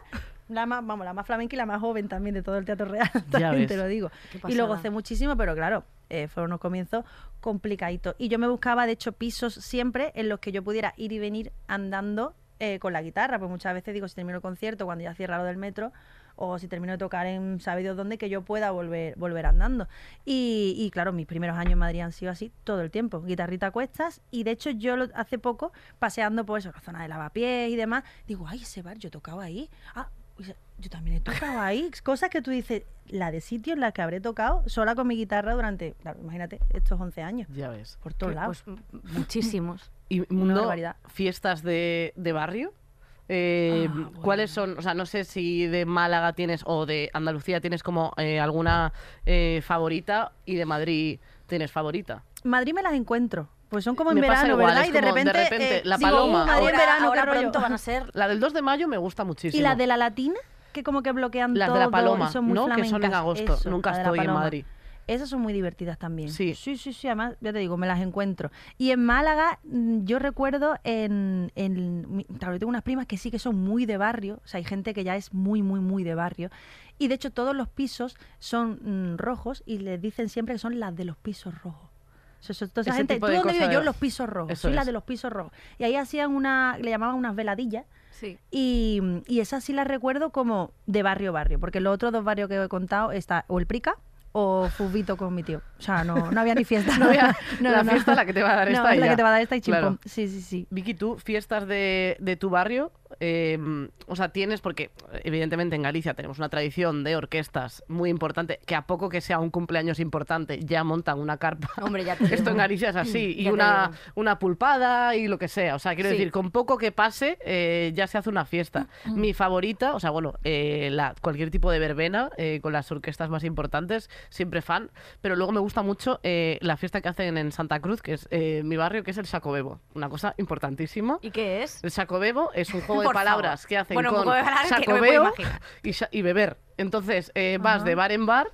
[SPEAKER 4] La más, vamos, la más flamenca y la más joven también de todo el Teatro Real, también
[SPEAKER 3] ves.
[SPEAKER 4] te lo digo.
[SPEAKER 2] Qué
[SPEAKER 4] Y lo
[SPEAKER 2] pasada.
[SPEAKER 4] gocé muchísimo, pero claro, eh, fueron unos comienzos complicaditos. Y yo me buscaba, de hecho, pisos siempre en los que yo pudiera ir y venir andando eh, con la guitarra. Pues muchas veces digo, si termino el concierto, cuando ya cierra lo del metro, o si termino de tocar en sabe Dios dónde, que yo pueda volver, volver andando. Y, y, claro, mis primeros años en Madrid han sido así todo el tiempo, guitarrita a cuestas. Y de hecho, yo lo- hace poco, paseando por eso, la zona de lavapiés y demás, digo, ay, ese bar, yo tocaba ahí. Ah, o sea, Yo también he tocado ahí cosas que tú dices, la de sitio en la que habré tocado sola con mi guitarra durante, claro, imagínate, estos 11 años,
[SPEAKER 3] Ya ves.
[SPEAKER 4] por todos
[SPEAKER 2] Que,
[SPEAKER 4] lados.
[SPEAKER 2] pues, m- muchísimos.
[SPEAKER 3] Y mundo
[SPEAKER 4] barbaridad.
[SPEAKER 3] fiestas de, de barrio. eh,
[SPEAKER 4] Ah,
[SPEAKER 3] ¿Cuáles son? O sea, no sé si de Málaga tienes o de Andalucía tienes como eh, alguna eh, favorita y de Madrid tienes favorita.
[SPEAKER 4] Madrid me las encuentro, pues son como en
[SPEAKER 3] Me pasa
[SPEAKER 4] verano,
[SPEAKER 3] igual,
[SPEAKER 4] ¿verdad?
[SPEAKER 3] es
[SPEAKER 4] Y de
[SPEAKER 3] como de
[SPEAKER 4] repente,
[SPEAKER 3] repente,
[SPEAKER 4] eh,
[SPEAKER 3] la
[SPEAKER 4] digo,
[SPEAKER 3] paloma.
[SPEAKER 4] "Uh, Madrid
[SPEAKER 2] ahora
[SPEAKER 4] en verano,
[SPEAKER 2] ahora
[SPEAKER 4] qué rollo".
[SPEAKER 2] pronto van a ser
[SPEAKER 3] La del 2 de mayo me gusta muchísimo.
[SPEAKER 4] ¿Y la de la latina? Que como que bloquean
[SPEAKER 3] Las
[SPEAKER 4] todo.
[SPEAKER 3] de la paloma,
[SPEAKER 4] y son muy
[SPEAKER 3] ¿no? Que son en
[SPEAKER 4] flamencas.
[SPEAKER 3] agosto.
[SPEAKER 4] Eso,
[SPEAKER 3] Nunca
[SPEAKER 4] la de la
[SPEAKER 3] estoy en
[SPEAKER 4] paloma.
[SPEAKER 3] Madrid.
[SPEAKER 4] Esas son muy divertidas también.
[SPEAKER 3] Sí.
[SPEAKER 4] sí, sí, sí, Además, ya te digo, me las encuentro. Y en Málaga, mm, yo recuerdo en. en mi- claro, yo tengo unas primas que sí que son muy de barrio. O sea, hay gente que ya es muy, muy, muy de barrio. Y de hecho, todos los pisos son mm, rojos y les dicen siempre que son las de los pisos rojos. Eso, eso, toda esa
[SPEAKER 3] Ese
[SPEAKER 4] gente,
[SPEAKER 3] tipo
[SPEAKER 4] ¿tú
[SPEAKER 3] de
[SPEAKER 4] dónde
[SPEAKER 3] cosa
[SPEAKER 4] vivo? Yo
[SPEAKER 3] de-
[SPEAKER 4] en los pisos rojos.
[SPEAKER 3] Eso
[SPEAKER 4] soy la
[SPEAKER 3] es.
[SPEAKER 4] de los pisos rojos. Y ahí hacían una, le llamaban unas veladillas.
[SPEAKER 2] sí.
[SPEAKER 4] Y, y esa sí la recuerdo como de barrio barrio, porque los otros dos barrios que he contado está o el Prica o Fubito con mi tío. O sea, no, no había ni fiesta.
[SPEAKER 3] No había- la fiesta la que te va a dar
[SPEAKER 4] No,
[SPEAKER 3] esta y
[SPEAKER 4] la
[SPEAKER 3] ya.
[SPEAKER 4] que te va a dar esta y chimpón.
[SPEAKER 3] Claro.
[SPEAKER 4] Sí, sí, sí.
[SPEAKER 3] Vicky, tú, fiestas de, de tu barrio, eh, o sea, tienes, porque evidentemente en Galicia tenemos una tradición de orquestas muy importante, que a poco que sea un cumpleaños importante, ya montan una carpa.
[SPEAKER 2] Hombre, ya te digo.
[SPEAKER 3] Esto en Galicia es así, y
[SPEAKER 2] Ya te
[SPEAKER 3] una,
[SPEAKER 2] digo.
[SPEAKER 3] una pulpada y lo que sea. O sea, quiero
[SPEAKER 2] Sí.
[SPEAKER 3] decir, con poco que pase, eh, ya se hace una fiesta.
[SPEAKER 2] Mm.
[SPEAKER 3] Mi favorita, o sea, bueno, eh, la, cualquier tipo de verbena, eh, con las orquestas más importantes, siempre fan, pero luego me gusta mucho eh, la fiesta que hacen en Santa Cruz, que es eh, mi barrio, que es el Sacobebo. Una cosa importantísima.
[SPEAKER 2] ¿Y qué es?
[SPEAKER 3] El Sacobebo es un juego de
[SPEAKER 2] por
[SPEAKER 3] palabras
[SPEAKER 2] favor.
[SPEAKER 3] que hacen
[SPEAKER 2] Bueno, un
[SPEAKER 3] con
[SPEAKER 2] poco de palabras que no me
[SPEAKER 3] sacobeo
[SPEAKER 2] puedo imaginar.
[SPEAKER 3] y, sa- y beber. Entonces, eh, vas de bar en bar.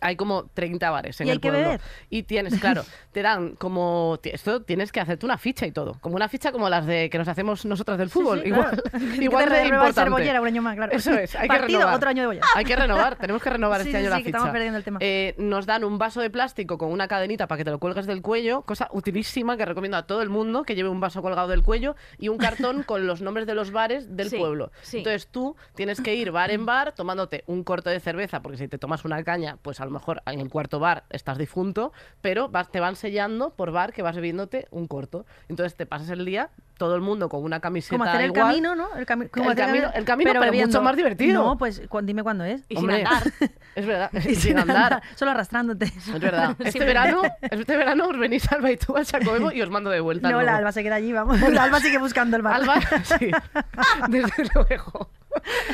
[SPEAKER 3] Hay como 30 bares en
[SPEAKER 4] Y hay
[SPEAKER 3] el
[SPEAKER 4] que
[SPEAKER 3] pueblo.
[SPEAKER 4] beber.
[SPEAKER 3] Y tienes, claro, te dan como... ti- Esto tienes que hacerte una ficha y todo. Como una ficha como las de que nos hacemos nosotras del fútbol.
[SPEAKER 4] sí,
[SPEAKER 3] igual
[SPEAKER 4] claro.
[SPEAKER 3] igual
[SPEAKER 4] Que te
[SPEAKER 3] de
[SPEAKER 4] renueva el ser
[SPEAKER 3] importante.
[SPEAKER 4] bollera un año más, claro.
[SPEAKER 3] Ah, Eso es, hay que
[SPEAKER 4] Partido,
[SPEAKER 3] renovar. Ah,
[SPEAKER 4] otro año de bollera.
[SPEAKER 3] Hay que renovar, tenemos que renovar
[SPEAKER 4] Sí,
[SPEAKER 3] este
[SPEAKER 4] sí,
[SPEAKER 3] año la
[SPEAKER 4] sí, que
[SPEAKER 3] ficha.
[SPEAKER 4] estamos perdiendo el tema.
[SPEAKER 3] Eh, nos dan un vaso de plástico con una cadenita para que te lo cuelgues del cuello, cosa utilísima que recomiendo a todo el mundo que lleve un vaso colgado del cuello y un cartón con los nombres de los bares del
[SPEAKER 2] Sí,
[SPEAKER 3] pueblo.
[SPEAKER 2] sí.
[SPEAKER 3] Entonces tú tienes que ir bar en bar tomándote un corto de cerveza, porque si te tomas una caña, pues a lo mejor en el cuarto bar estás difunto, pero vas- te van sellando por bar que vas bebiéndote un corto. Entonces te pasas el día todo el mundo con una camiseta
[SPEAKER 4] Como hacer el
[SPEAKER 3] igual.
[SPEAKER 4] camino, ¿no? El, cami- como
[SPEAKER 3] El
[SPEAKER 4] hacer
[SPEAKER 3] camino- el camino, pero
[SPEAKER 4] bebiendo.
[SPEAKER 3] mucho más divertido.
[SPEAKER 4] No, pues cu- dime cuándo es.
[SPEAKER 2] Y sin andar.
[SPEAKER 3] Es verdad,
[SPEAKER 4] Y
[SPEAKER 3] sin, andar.
[SPEAKER 4] Solo arrastrándote.
[SPEAKER 3] Es verdad. Este verano, este verano os venís al Baitú, al Chacobebo y os mando de vuelta.
[SPEAKER 4] No,
[SPEAKER 3] luego.
[SPEAKER 4] la Alba se queda allí, vamos. La Alba sigue buscando el bar.
[SPEAKER 3] Alba, sí. Desde luego.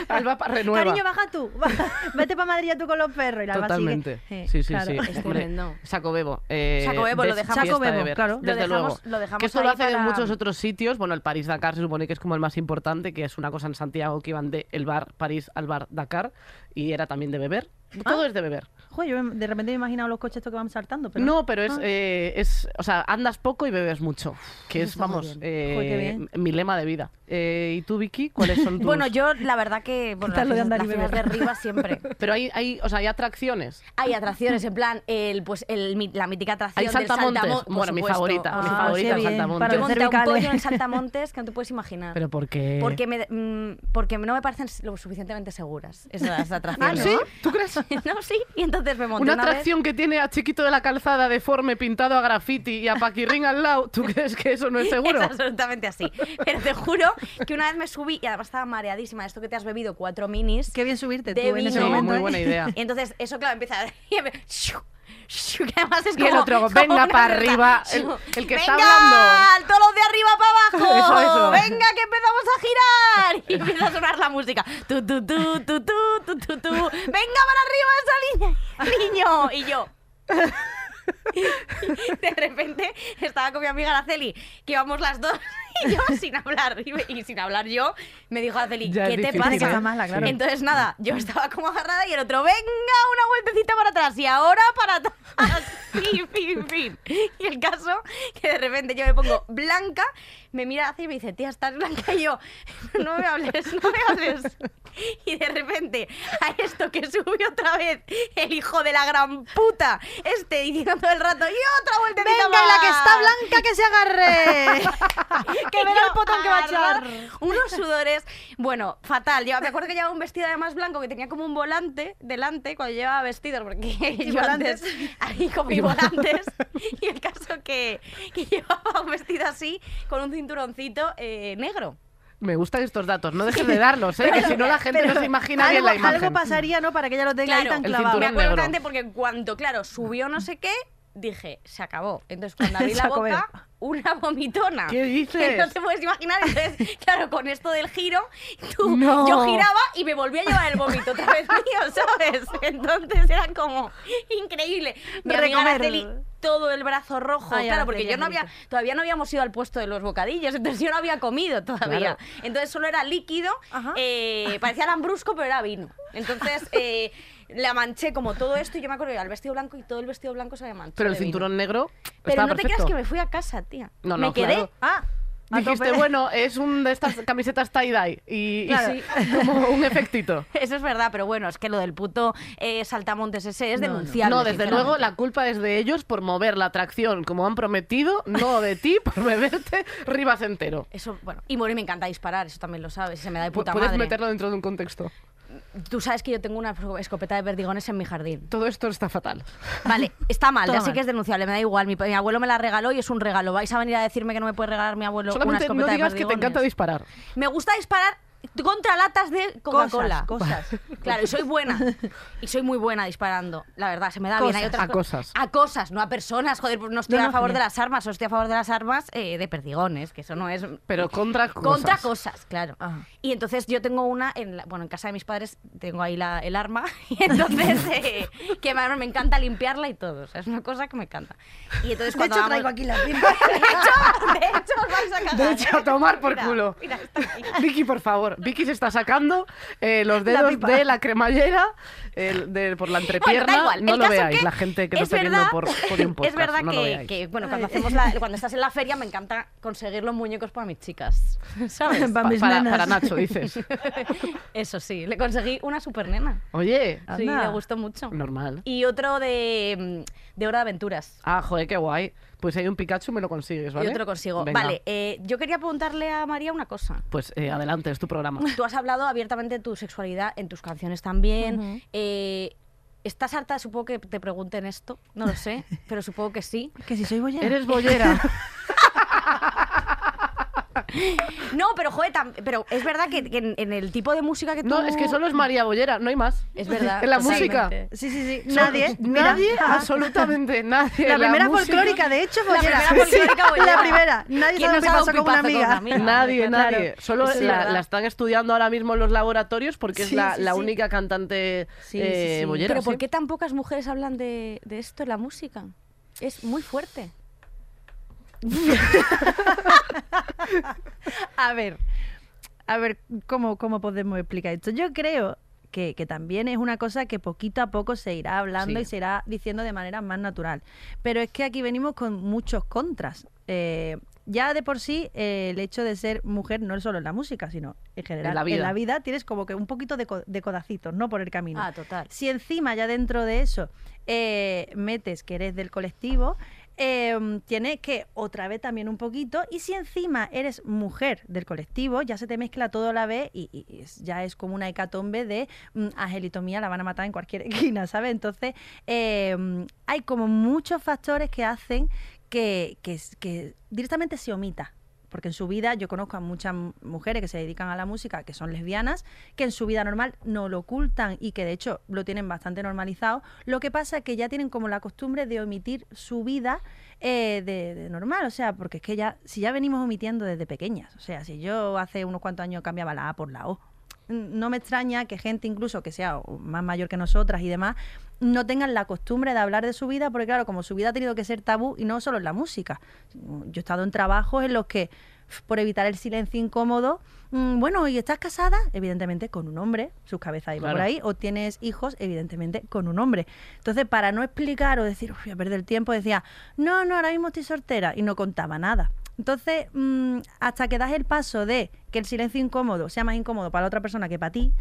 [SPEAKER 3] Alba para renueva.
[SPEAKER 4] Cariño, baja tú. baja. Vete para Madrid ya tú con los perros. Y la Alba sigue.
[SPEAKER 3] Totalmente.
[SPEAKER 4] Eh,
[SPEAKER 3] Sí, sí,
[SPEAKER 4] claro.
[SPEAKER 3] sí.
[SPEAKER 2] Es tremendo.
[SPEAKER 3] Sacobebo. Eh,
[SPEAKER 2] Sacobebo, lo
[SPEAKER 3] des-
[SPEAKER 2] dejamos.
[SPEAKER 3] fiesta de
[SPEAKER 4] Sacobebo,
[SPEAKER 3] ver,
[SPEAKER 4] claro. Lo
[SPEAKER 3] Desde
[SPEAKER 2] dejamos-
[SPEAKER 3] luego.
[SPEAKER 2] lo dejamos
[SPEAKER 3] que esto lo
[SPEAKER 2] ahí
[SPEAKER 3] hacen en
[SPEAKER 2] para-
[SPEAKER 3] muchos otros sitios. Bueno, el París-Dakar se supone que es como el más importante, que es una cosa en Santiago que iban de el bar París al bar Dakar y era también de beber.
[SPEAKER 2] Ah.
[SPEAKER 3] Todo es de beber.
[SPEAKER 4] Joder, yo me- de repente me he imaginado los coches estos que van saltando. Pero
[SPEAKER 3] No, pero es,
[SPEAKER 4] Ah.
[SPEAKER 3] eh, es, o sea, andas poco y bebes mucho, que es,
[SPEAKER 4] está muy
[SPEAKER 3] vamos,
[SPEAKER 4] bien.
[SPEAKER 3] eh,
[SPEAKER 4] Joder, qué bien.
[SPEAKER 3] mi lema de vida. Eh, ¿Y tú, Vicky, cuáles son tus...?
[SPEAKER 2] Bueno, yo la verdad que bueno, las,
[SPEAKER 4] tal lo de andar
[SPEAKER 2] las
[SPEAKER 4] y
[SPEAKER 2] ciudades de
[SPEAKER 4] beber?
[SPEAKER 2] arriba siempre.
[SPEAKER 3] Pero hay, hay, o sea, hay atracciones.
[SPEAKER 2] Hay atracciones, en plan, el, pues el, mi- la mítica atracción
[SPEAKER 3] Hay saltamontes.
[SPEAKER 2] del saltamontes.
[SPEAKER 3] bueno, mi favorita, mi
[SPEAKER 4] Ah,
[SPEAKER 3] favorita
[SPEAKER 4] qué
[SPEAKER 3] es
[SPEAKER 4] bien.
[SPEAKER 3] saltamontes.
[SPEAKER 4] Para
[SPEAKER 2] Yo
[SPEAKER 4] los
[SPEAKER 2] monté un
[SPEAKER 4] cervicales.
[SPEAKER 2] pollo en saltamontes que no te puedes imaginar.
[SPEAKER 3] Pero porque...
[SPEAKER 2] Porque, me, mm, porque no me parecen lo suficientemente seguras esas
[SPEAKER 3] Ah,
[SPEAKER 2] atracciones.
[SPEAKER 3] ¿sí? ¿Tú crees?
[SPEAKER 2] no, sí. Y entonces me monté
[SPEAKER 3] Una
[SPEAKER 2] una,
[SPEAKER 3] atracción que tiene a Chiquito de la Calzada deforme pintado a graffiti y a Paquirrín al lado, ¿tú crees que eso no es
[SPEAKER 2] vez.
[SPEAKER 3] seguro?
[SPEAKER 2] Es absolutamente así. Pero te juro que una vez me subí y además estaba mareadísima. Esto que te has bebido cuatro minis.
[SPEAKER 4] Qué bien subirte
[SPEAKER 2] de
[SPEAKER 4] tú en ese
[SPEAKER 2] vino.
[SPEAKER 4] momento.
[SPEAKER 3] muy
[SPEAKER 4] ¿eh?
[SPEAKER 3] buena idea.
[SPEAKER 2] Y entonces, eso, claro, empieza. Y me- shu, shu, que además es
[SPEAKER 3] Y el
[SPEAKER 2] como-
[SPEAKER 3] otro,
[SPEAKER 2] como
[SPEAKER 3] venga
[SPEAKER 2] una
[SPEAKER 3] pa'
[SPEAKER 2] verdad.
[SPEAKER 3] arriba, el-
[SPEAKER 2] Shu,
[SPEAKER 3] el que
[SPEAKER 2] venga,
[SPEAKER 3] está hablando.
[SPEAKER 2] todos los de arriba para abajo.
[SPEAKER 3] Eso, eso.
[SPEAKER 2] Venga, que empezamos a girar. Y empieza a sonar la música. Tu, tu, tu, tu, tu, tu, tu, tu. Venga para arriba esa niña, niño. Y yo. De repente estaba con mi amiga Araceli, que íbamos las dos y yo sin hablar. Y, me- y sin hablar yo, me dijo Araceli,
[SPEAKER 3] Ya es
[SPEAKER 2] ¿qué te
[SPEAKER 3] difícil, ¿eh?
[SPEAKER 2] pasa?
[SPEAKER 4] Tiene que estar mala, claro.
[SPEAKER 2] Entonces, nada, yo estaba como agarrada y el otro, venga, una vueltecita para atrás y ahora para atrás. Fin, fin, fin. Y el caso que de repente yo me pongo blanca, me mira hacia y me dice, tía, estás blanca. Y yo, no me hables, no me hables. Y de repente, a esto que sube otra vez el hijo de la gran puta, este diciendo todo el rato, y otra vueltecita
[SPEAKER 4] Venga, y
[SPEAKER 2] más".
[SPEAKER 4] la que está blanca que se agarre.
[SPEAKER 2] que
[SPEAKER 4] verá el potón que va a
[SPEAKER 2] agarrar
[SPEAKER 4] echar.
[SPEAKER 2] Unos sudores, bueno, fatal. Yo me acuerdo que llevaba un vestido además blanco que tenía como un volante delante cuando llevaba vestidos, porque yo
[SPEAKER 4] volantes.
[SPEAKER 2] antes ahí con mis volantes. Y el caso que, que llevaba un vestido así con un cinturoncito eh, negro.
[SPEAKER 3] Me gustan estos datos, no dejes de darlos, ¿eh? que si no la gente no se imagina bien
[SPEAKER 4] algo,
[SPEAKER 3] la imagen.
[SPEAKER 4] algo pasaría, ¿no? Para que ella lo tenga ahí
[SPEAKER 2] Claro,
[SPEAKER 4] tan
[SPEAKER 3] el
[SPEAKER 4] clavado.
[SPEAKER 2] Me
[SPEAKER 3] cinturón.
[SPEAKER 2] acuerdo
[SPEAKER 3] negro.
[SPEAKER 2] tanto porque cuando, claro, subió no sé qué, dije, se acabó. Entonces, cuando abrí
[SPEAKER 4] Se
[SPEAKER 2] la
[SPEAKER 4] acabó.
[SPEAKER 2] boca, una vomitona.
[SPEAKER 3] ¿Qué dices?
[SPEAKER 2] Que no te puedes imaginar. Entonces, claro, con esto del giro, tú-
[SPEAKER 3] No.
[SPEAKER 2] yo giraba y me volví a llevar el vómito otra vez mío, ¿sabes? Entonces era como increíble. Mi amiga
[SPEAKER 4] Recomer.
[SPEAKER 2] Araceli, todo el brazo rojo,
[SPEAKER 4] Ay,
[SPEAKER 2] claro, porque
[SPEAKER 4] Araceli,
[SPEAKER 2] yo no había,
[SPEAKER 4] Angelita.
[SPEAKER 2] todavía no habíamos ido al puesto de los bocadillos, entonces yo no había comido todavía.
[SPEAKER 3] Claro.
[SPEAKER 2] Entonces solo era líquido,
[SPEAKER 4] Ajá.
[SPEAKER 2] eh, parecía lambrusco, pero era vino. Entonces eh, la manché como todo esto y yo me acuerdo que era el vestido blanco y todo el vestido blanco se me manchó.
[SPEAKER 3] Pero el
[SPEAKER 2] de vino.
[SPEAKER 3] cinturón negro
[SPEAKER 2] Pero
[SPEAKER 3] estaba
[SPEAKER 2] no te
[SPEAKER 3] perfecto.
[SPEAKER 2] creas que me fui a casa, tía.
[SPEAKER 3] No, no,
[SPEAKER 2] me quedé.
[SPEAKER 3] claro.
[SPEAKER 4] Ah, a
[SPEAKER 3] Dijiste,
[SPEAKER 4] tope.
[SPEAKER 3] bueno, es un de estas camisetas tie-dye y, y
[SPEAKER 4] Claro.
[SPEAKER 3] sí, como un efectito.
[SPEAKER 2] Eso es verdad, pero bueno, es que lo del puto eh, saltamontes ese es
[SPEAKER 4] No, no.
[SPEAKER 2] denunciable.
[SPEAKER 3] no, desde luego la culpa es de ellos por mover la atracción como han prometido, no de ti por beberte ribas entero.
[SPEAKER 2] Eso, bueno, y bueno, y me encanta disparar, eso también lo sabes, se me da de
[SPEAKER 3] Pu-
[SPEAKER 2] puta
[SPEAKER 3] Puedes
[SPEAKER 2] madre.
[SPEAKER 3] meterlo dentro de un contexto.
[SPEAKER 2] Tú sabes que yo tengo una escopeta de perdigones en mi jardín.
[SPEAKER 3] Todo esto está fatal.
[SPEAKER 2] Vale, está mal,
[SPEAKER 4] Todo
[SPEAKER 2] ya sé
[SPEAKER 4] mal.
[SPEAKER 2] que es denunciable, me da igual. Mi, mi abuelo me la regaló y es un regalo. ¿Vais a venir a decirme que no me puede regalar mi abuelo una
[SPEAKER 3] Solamente
[SPEAKER 2] escopeta
[SPEAKER 3] no digas
[SPEAKER 2] de
[SPEAKER 3] que te
[SPEAKER 2] perdigones?
[SPEAKER 3] encanta disparar.
[SPEAKER 2] Me gusta disparar contra latas de Coca-Cola.
[SPEAKER 4] Cosas, cosas.
[SPEAKER 2] Claro, y soy buena. Y soy muy buena disparando. La verdad, se me da bien. Hay otras
[SPEAKER 3] A cosas.
[SPEAKER 2] A cosas, no a personas. Joder, pues no estoy
[SPEAKER 4] No, no,
[SPEAKER 2] a favor de
[SPEAKER 4] genial.
[SPEAKER 2] las armas, o estoy a favor de las armas eh, de perdigones, que eso no es...
[SPEAKER 3] Pero contra cosas.
[SPEAKER 2] Contra cosas, claro.
[SPEAKER 4] Ajá.
[SPEAKER 2] Y entonces yo tengo una, en la- bueno, en casa de mis padres tengo ahí la- el arma, y entonces, eh, que me, me encanta limpiarla y todo, o sea, es una cosa que me encanta. Y entonces
[SPEAKER 1] De
[SPEAKER 2] cuando
[SPEAKER 1] hecho,
[SPEAKER 2] vamos-
[SPEAKER 1] traigo aquí la pipa.
[SPEAKER 2] De hecho, de hecho, os vais a cagar.
[SPEAKER 3] De hecho, a tomar por
[SPEAKER 2] Mira,
[SPEAKER 3] culo.
[SPEAKER 2] mira, está aquí.
[SPEAKER 3] Vicky, por favor. Vicky se está sacando eh, los dedos
[SPEAKER 4] pipa.
[SPEAKER 3] de la cremallera el de- por la entrepierna.
[SPEAKER 2] Bueno, da igual.
[SPEAKER 3] No
[SPEAKER 2] El
[SPEAKER 3] lo
[SPEAKER 2] caso
[SPEAKER 3] veáis,
[SPEAKER 2] que
[SPEAKER 3] la gente que lo
[SPEAKER 2] es
[SPEAKER 3] está
[SPEAKER 2] verdad-
[SPEAKER 3] viendo por, por un podcast.
[SPEAKER 2] Es verdad
[SPEAKER 3] no lo
[SPEAKER 2] que,
[SPEAKER 3] veáis.
[SPEAKER 2] que, bueno, cuando, hacemos la- cuando estás en la feria me encanta conseguir los muñecos para mis chicas, ¿sabes?
[SPEAKER 4] Pa'
[SPEAKER 3] Pa-
[SPEAKER 4] mis
[SPEAKER 3] para,
[SPEAKER 4] nenas.
[SPEAKER 3] para Nacho, dices.
[SPEAKER 2] Eso sí, le conseguí una supernena.
[SPEAKER 3] Oye,
[SPEAKER 2] Sí,
[SPEAKER 4] Anda.
[SPEAKER 2] le gustó mucho.
[SPEAKER 3] normal.
[SPEAKER 2] Y otro de, mm, de Hora de Aventuras.
[SPEAKER 3] Ah, joder, qué guay. Pues hay un Pikachu, me lo consigues, ¿vale?
[SPEAKER 2] Yo te lo consigo.
[SPEAKER 3] Venga.
[SPEAKER 2] Vale, eh, yo quería preguntarle a María una cosa.
[SPEAKER 3] Pues eh, adelante, es tu programa.
[SPEAKER 2] Tú has hablado abiertamente de tu sexualidad en tus canciones también.
[SPEAKER 4] Ujú.
[SPEAKER 2] Eh, ¿Estás harta? Supongo que te pregunten esto. No lo sé, pero supongo que sí.
[SPEAKER 4] Que si soy bollera.
[SPEAKER 3] Eres bollera.
[SPEAKER 2] No, pero joder, tam- pero es verdad que, que en, en el tipo de música que tú...
[SPEAKER 3] No, es que solo es María Bollera, no hay más.
[SPEAKER 2] Es verdad.
[SPEAKER 3] En la
[SPEAKER 2] totalmente.
[SPEAKER 3] música.
[SPEAKER 4] Sí, sí, sí.
[SPEAKER 3] Solo-
[SPEAKER 4] Nadie. mira.
[SPEAKER 3] Nadie,
[SPEAKER 4] Ah.
[SPEAKER 3] absolutamente nadie.
[SPEAKER 4] La
[SPEAKER 3] en
[SPEAKER 4] primera
[SPEAKER 3] música.
[SPEAKER 4] folclórica, de hecho,
[SPEAKER 2] La
[SPEAKER 4] bollera.
[SPEAKER 2] primera folclórica
[SPEAKER 4] Sí,
[SPEAKER 2] bollera.
[SPEAKER 4] La primera. Nadie
[SPEAKER 2] ¿Quién
[SPEAKER 4] sabe
[SPEAKER 2] nos
[SPEAKER 4] qué
[SPEAKER 2] ha dado
[SPEAKER 4] pasó
[SPEAKER 2] un
[SPEAKER 4] con
[SPEAKER 2] pipazo
[SPEAKER 4] una
[SPEAKER 2] con
[SPEAKER 4] amiga.
[SPEAKER 2] una amiga?
[SPEAKER 3] Nadie,
[SPEAKER 2] Claro.
[SPEAKER 3] nadie. Solo
[SPEAKER 2] Sí,
[SPEAKER 3] la,
[SPEAKER 2] ¿verdad?
[SPEAKER 3] la están estudiando ahora mismo en los laboratorios porque es
[SPEAKER 4] Sí,
[SPEAKER 3] la,
[SPEAKER 4] sí,
[SPEAKER 3] la
[SPEAKER 4] sí.
[SPEAKER 3] única cantante
[SPEAKER 4] Sí, sí,
[SPEAKER 3] eh,
[SPEAKER 4] sí.
[SPEAKER 3] bollera.
[SPEAKER 2] Pero
[SPEAKER 3] sí.
[SPEAKER 2] ¿por qué tan pocas mujeres hablan de, de esto en la música? Es muy fuerte.
[SPEAKER 4] A ver, a ver, ¿cómo, cómo podemos explicar esto? Yo creo que, que también es una cosa que poquito a poco se irá hablando
[SPEAKER 3] Sí.
[SPEAKER 4] y se irá diciendo de manera más natural. Pero es que aquí venimos con muchos contras. Eh, ya de por sí, eh, el hecho de ser mujer no es solo en la música, sino en general.
[SPEAKER 3] En la vida.
[SPEAKER 4] tienes como que un poquito de, co- de codacitos, ¿no? Por el camino.
[SPEAKER 2] Ah, total.
[SPEAKER 4] Si encima ya dentro de eso eh, metes que eres del colectivo, eh, tienes que otra vez también un poquito. Y si encima eres mujer del colectivo, ya se te mezcla todo a la vez y, y- y es- ya es como una hecatombe de mm, angelitomía, la van a matar en cualquier esquina, ¿sabes? Entonces, eh, mm, hay como muchos factores que hacen que, que s- que directamente se omita. Porque en su vida yo conozco a muchas m- mujeres que se dedican a la música, que son lesbianas, que en su vida normal no lo ocultan y que de hecho lo tienen bastante normalizado. Lo que pasa es que ya tienen como la costumbre de omitir su vida eh, de, de normal. O sea, porque es que ya, si ya venimos omitiendo desde pequeñas. O sea, si yo hace unos cuantos años cambiaba la A por la O. No me extraña que gente incluso que sea o más mayor que nosotras y demás no tengan la costumbre de hablar de su vida, porque claro, como su vida ha tenido que ser tabú y no solo en la música. Yo he estado en trabajos en los que, pf, por evitar el silencio incómodo, mm, bueno, y estás casada, evidentemente con un hombre, sus cabezas iban por
[SPEAKER 3] Claro.
[SPEAKER 4] ahí, o tienes hijos, evidentemente con un hombre. Entonces, para no explicar o decir, "Uf, voy a perder el tiempo, decía, no, no, ahora mismo estoy soltera, y no contaba nada. Entonces, mm, hasta que das el paso de que el silencio incómodo sea más incómodo para la otra persona que para ti,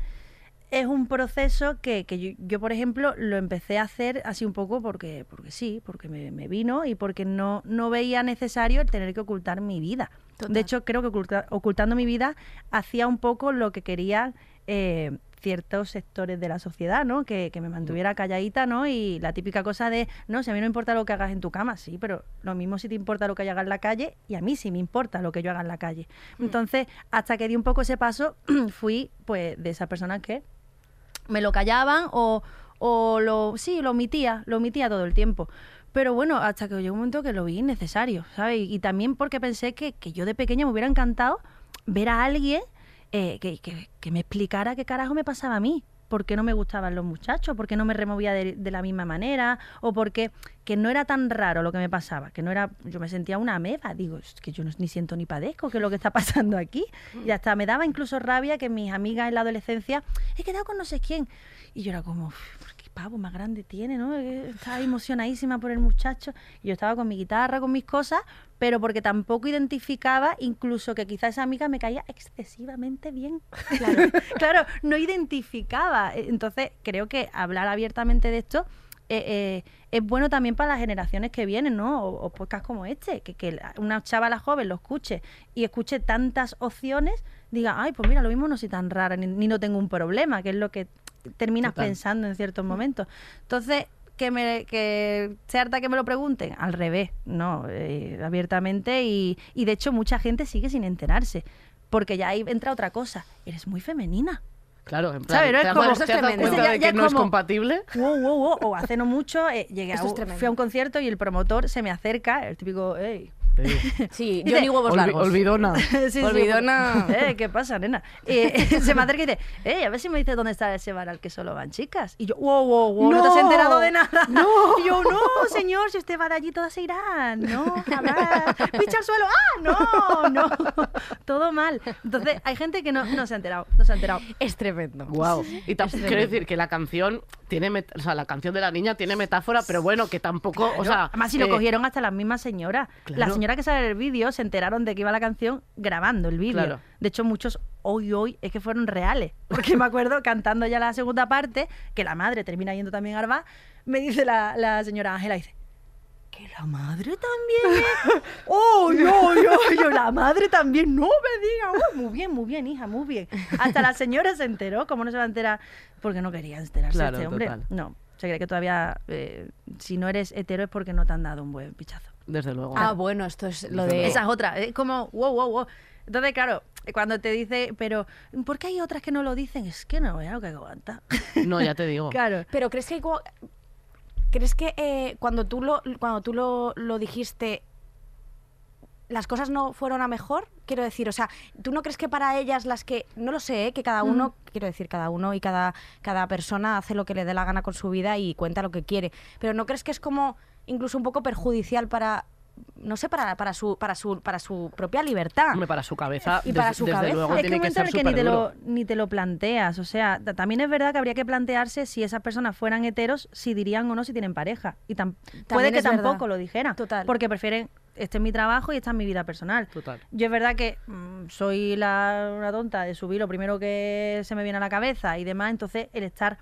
[SPEAKER 4] es un proceso que, que yo, yo, por ejemplo, lo empecé a hacer así un poco porque, porque sí, porque me, me vino y porque no, no veía necesario el tener que ocultar mi vida.
[SPEAKER 2] Total.
[SPEAKER 4] De hecho, creo que oculta- ocultando mi vida hacía un poco lo que querían eh, ciertos sectores de la sociedad, ¿no? Que, que me mantuviera calladita, ¿no? Y la típica cosa de, no, si a mí no me importa lo que hagas en tu cama, sí, pero lo mismo si te importa lo que yo haga en la calle y a mí sí me importa lo que yo haga en la calle. Entonces, hasta que di un poco ese paso, fui pues de esas personas que me lo callaban o, o lo sí lo omitía lo omitía todo el tiempo pero bueno hasta que llegó un momento que lo vi innecesario sabes y, y también porque pensé que, que yo de pequeña me hubiera encantado ver a alguien eh, que, que- que me explicara qué carajo me pasaba a mí por qué no me gustaban los muchachos, por qué no me removía de, de la misma manera, o porque que no era tan raro lo que me pasaba, que no era, yo me sentía una ameba, digo, es que yo no, ni siento ni padezco, que es lo que está pasando aquí, y hasta me daba incluso rabia que mis amigas en la adolescencia, he quedado con no sé quién, y yo era como, "Uf, ¿por qué pavo más grande tiene, no? Eh, Estaba emocionadísima por el muchacho, y yo estaba con mi guitarra, con mis cosas, pero porque tampoco identificaba incluso que quizás esa amiga me caía excesivamente bien. Claro, claro, no identificaba. Eh, Entonces, creo que hablar abiertamente de esto eh, eh, es bueno también para las generaciones que vienen, ¿no? O, o podcasts como este, que, que la- una chavala joven lo escuche y escuche tantas opciones, diga, ay, pues mira, lo mismo no soy tan rara, ni, ni no tengo un problema, que es lo que terminas
[SPEAKER 3] Total.
[SPEAKER 4] pensando en ciertos momentos. Entonces, que me que sea harta que me lo pregunten, al revés, no, eh, abiertamente y, y de hecho mucha gente sigue sin enterarse. porque ya ahí entra otra cosa. Eres muy femenina.
[SPEAKER 3] Claro, en plan,
[SPEAKER 4] ¿Sabes? No
[SPEAKER 3] ¿te
[SPEAKER 4] es
[SPEAKER 3] has
[SPEAKER 4] como-
[SPEAKER 3] dado-
[SPEAKER 2] eso es
[SPEAKER 3] te has dado
[SPEAKER 2] tremendo.
[SPEAKER 3] cuenta
[SPEAKER 4] Ese
[SPEAKER 3] de
[SPEAKER 4] ya-
[SPEAKER 3] que
[SPEAKER 4] ya
[SPEAKER 3] no es
[SPEAKER 4] como-
[SPEAKER 3] compatible?
[SPEAKER 4] wow, wow, wow. O hace no mucho eh, llegué a,
[SPEAKER 2] Esto es
[SPEAKER 4] un-
[SPEAKER 2] tremendo.
[SPEAKER 4] fui a un concierto y el promotor se me acerca, el típico, "Ey".
[SPEAKER 2] Sí,
[SPEAKER 4] Dice,
[SPEAKER 2] yo ni huevos
[SPEAKER 3] Olvi-
[SPEAKER 2] largos.
[SPEAKER 3] olvidona.
[SPEAKER 4] Sí, sí,
[SPEAKER 2] Olvidona.
[SPEAKER 4] como, "Eh, ¿Qué pasa, nena? Eh, se me acerca y dice, "Ey, a ver si me dices dónde está ese bar al que solo van chicas. Y yo, wow, wow, wow, no, te has
[SPEAKER 3] No,
[SPEAKER 4] enterado de nada. Y yo, no, señor, si usted va de allí todas se irán. No, jamás. Picha al suelo. Ah, no, no. Todo mal. Entonces, hay gente que no, no se ha enterado, no se ha enterado.
[SPEAKER 2] Es tremendo.
[SPEAKER 3] Wow. Y tam-
[SPEAKER 2] Es
[SPEAKER 3] quiero decir que la canción tiene, met- o sea, la canción de la niña tiene metáfora, pero bueno, que tampoco, o sea,
[SPEAKER 4] Además, si lo
[SPEAKER 3] eh,
[SPEAKER 4] cogieron hasta las mismas señoras.
[SPEAKER 3] Claro.
[SPEAKER 4] La señora que sale en el vídeo se enteraron de que iba la canción grabando el vídeo.
[SPEAKER 3] Claro.
[SPEAKER 4] De hecho, muchos hoy, hoy, es que fueron reales. Porque me acuerdo cantando ya la segunda parte, que la madre termina yendo también al bar, me dice la, la señora Ángela, dice... ¿Que la madre también ¿eh? es? ¡Oh, no, yo, yo, la madre también! ¡No me diga! Oh, muy bien, muy bien, hija, muy bien. Hasta la señora se enteró, ¿cómo no se va a enterar? Porque no quería enterarse
[SPEAKER 3] Claro,
[SPEAKER 4] este hombre.
[SPEAKER 3] total.
[SPEAKER 4] No, se cree que todavía, eh, si no eres hetero es porque no te han dado un buen pichazo.
[SPEAKER 3] Desde luego.
[SPEAKER 2] Ah, bueno, esto es lo
[SPEAKER 3] Desde
[SPEAKER 2] de...
[SPEAKER 4] Eh. Esa es otra, es como, wow, wow, wow. Entonces, claro, cuando te dice, pero ¿por qué hay otras que no lo dicen? Es que no, es algo que aguanta.
[SPEAKER 3] No, ya te digo.
[SPEAKER 4] claro.
[SPEAKER 2] Pero crees que hay como- crees que eh, cuando tú lo cuando tú lo, lo dijiste las cosas no fueron a mejor, quiero decir, o sea, tú no crees que para ellas las que no lo sé, ¿eh? que cada uno, quiero decir, cada uno y cada cada persona hace lo que le dé la gana con su vida y cuenta lo que quiere, pero no crees que es como incluso un poco perjudicial para no sé, para, para su para su para su propia libertad.
[SPEAKER 3] Hombre, para su cabeza,
[SPEAKER 2] Y para
[SPEAKER 3] des-
[SPEAKER 2] su
[SPEAKER 3] desde
[SPEAKER 2] cabeza.
[SPEAKER 3] luego
[SPEAKER 4] es que
[SPEAKER 3] tiene
[SPEAKER 4] hay un
[SPEAKER 3] que
[SPEAKER 4] momento
[SPEAKER 3] ser
[SPEAKER 4] en el que ni te,
[SPEAKER 3] superduro.
[SPEAKER 4] lo, ni te lo planteas. O sea, ta- también es verdad que habría que plantearse si esas personas fueran heteros, si dirían o no si tienen pareja. Y tam- puede
[SPEAKER 2] es
[SPEAKER 4] que
[SPEAKER 2] verdad.
[SPEAKER 4] tampoco lo dijeran.
[SPEAKER 2] Total.
[SPEAKER 4] Porque prefieren, este es mi trabajo y esta es mi vida personal.
[SPEAKER 3] Total.
[SPEAKER 4] Yo es verdad que mm, soy la, una tonta de subir lo primero que se me viene a la cabeza y demás, entonces el estar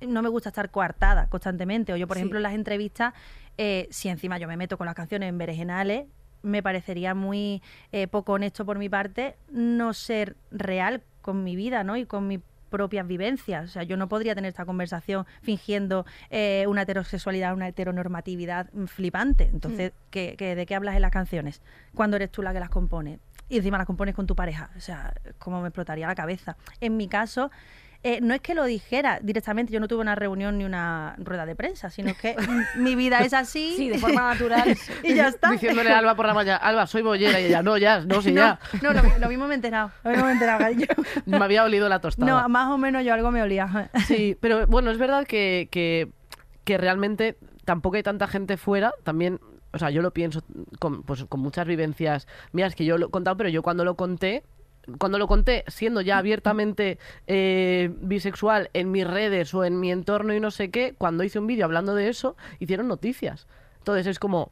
[SPEAKER 4] no me gusta estar coartada constantemente. O yo, por
[SPEAKER 2] Sí.
[SPEAKER 4] ejemplo, en las entrevistas, eh, si encima yo me meto con las canciones en berenjenales, me parecería muy eh, poco honesto por mi parte no ser real con mi vida, ¿no? Y con mis propias vivencias. O sea, yo no podría tener esta conversación fingiendo eh, una heterosexualidad, una heteronormatividad mm, flipante. Entonces, ¿qué- qué- de qué hablas en las canciones? Cuando eres tú la que las compone? Y encima las compones con tu pareja. O sea, cómo me explotaría la cabeza. En mi caso, eh, no es que lo dijera directamente, yo no tuve una reunión ni una rueda de prensa, sino que mm, mi vida es así.
[SPEAKER 2] Sí, de forma natural.
[SPEAKER 4] y ya está.
[SPEAKER 3] Diciéndole a Alba por la mañana, Alba, soy bollera. Y ella, no, ya, no, si ya.
[SPEAKER 4] No, no, lo, lo mismo me he enterado. Lo mismo me he enterado, cariño.
[SPEAKER 3] Me había olido la tostada.
[SPEAKER 4] No, más o menos yo algo me olía.
[SPEAKER 3] Sí, pero bueno, es verdad que, que, que realmente tampoco hay tanta gente fuera, también... O sea, yo lo pienso con, pues, con muchas vivencias mías que yo lo he contado, pero yo cuando lo conté, cuando lo conté siendo ya abiertamente eh, bisexual en mis redes o en mi entorno y no sé qué, cuando hice un vídeo hablando de eso, hicieron noticias. Entonces es como,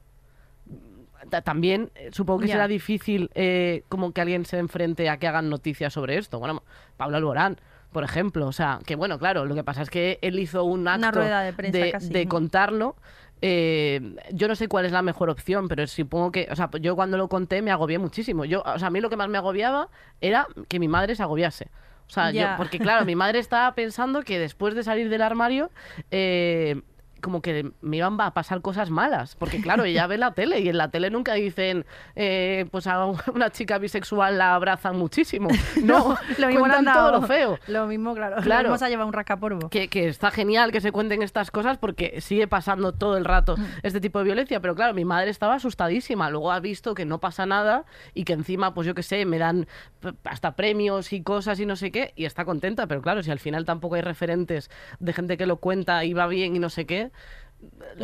[SPEAKER 3] Ta- también eh, supongo que
[SPEAKER 4] Ya.
[SPEAKER 3] será difícil eh, como que alguien se enfrente a que hagan noticias sobre esto. Bueno, Pablo Alborán, por ejemplo. O sea, que bueno, claro, lo que pasa es que él hizo un acto
[SPEAKER 4] rueda de prensa casi,
[SPEAKER 3] de
[SPEAKER 4] ¿no?
[SPEAKER 3] contarlo. Eh, yo no sé cuál es la mejor opción, pero supongo que, o sea, yo cuando lo conté me agobié muchísimo. Yo, o sea, a mí lo que más me agobiaba era que mi madre se agobiase. O sea, yo-
[SPEAKER 4] Ya.
[SPEAKER 3] porque claro, mi madre estaba pensando que después de salir del armario, eh, como que me iban a pasar cosas malas. Porque claro, ella ve la tele y en la tele nunca dicen, eh, pues a una chica bisexual la abrazan muchísimo. No,
[SPEAKER 4] lo mismo le
[SPEAKER 3] cuentan
[SPEAKER 4] han
[SPEAKER 3] todo
[SPEAKER 4] dado-
[SPEAKER 3] lo feo.
[SPEAKER 4] Lo mismo, claro.
[SPEAKER 3] Claro.
[SPEAKER 4] Lo mismo se ha llevado un rascaporvo.
[SPEAKER 3] Que, que está genial que se cuenten estas cosas porque sigue pasando todo el rato
[SPEAKER 4] Mm.
[SPEAKER 3] este tipo de violencia. Pero claro, mi madre estaba asustadísima. Luego ha visto que no pasa nada y que encima, pues yo qué sé, me dan p- hasta premios y cosas y no sé qué. Y está contenta. Pero claro, si al final tampoco hay referentes de gente que lo cuenta y va bien y no sé qué.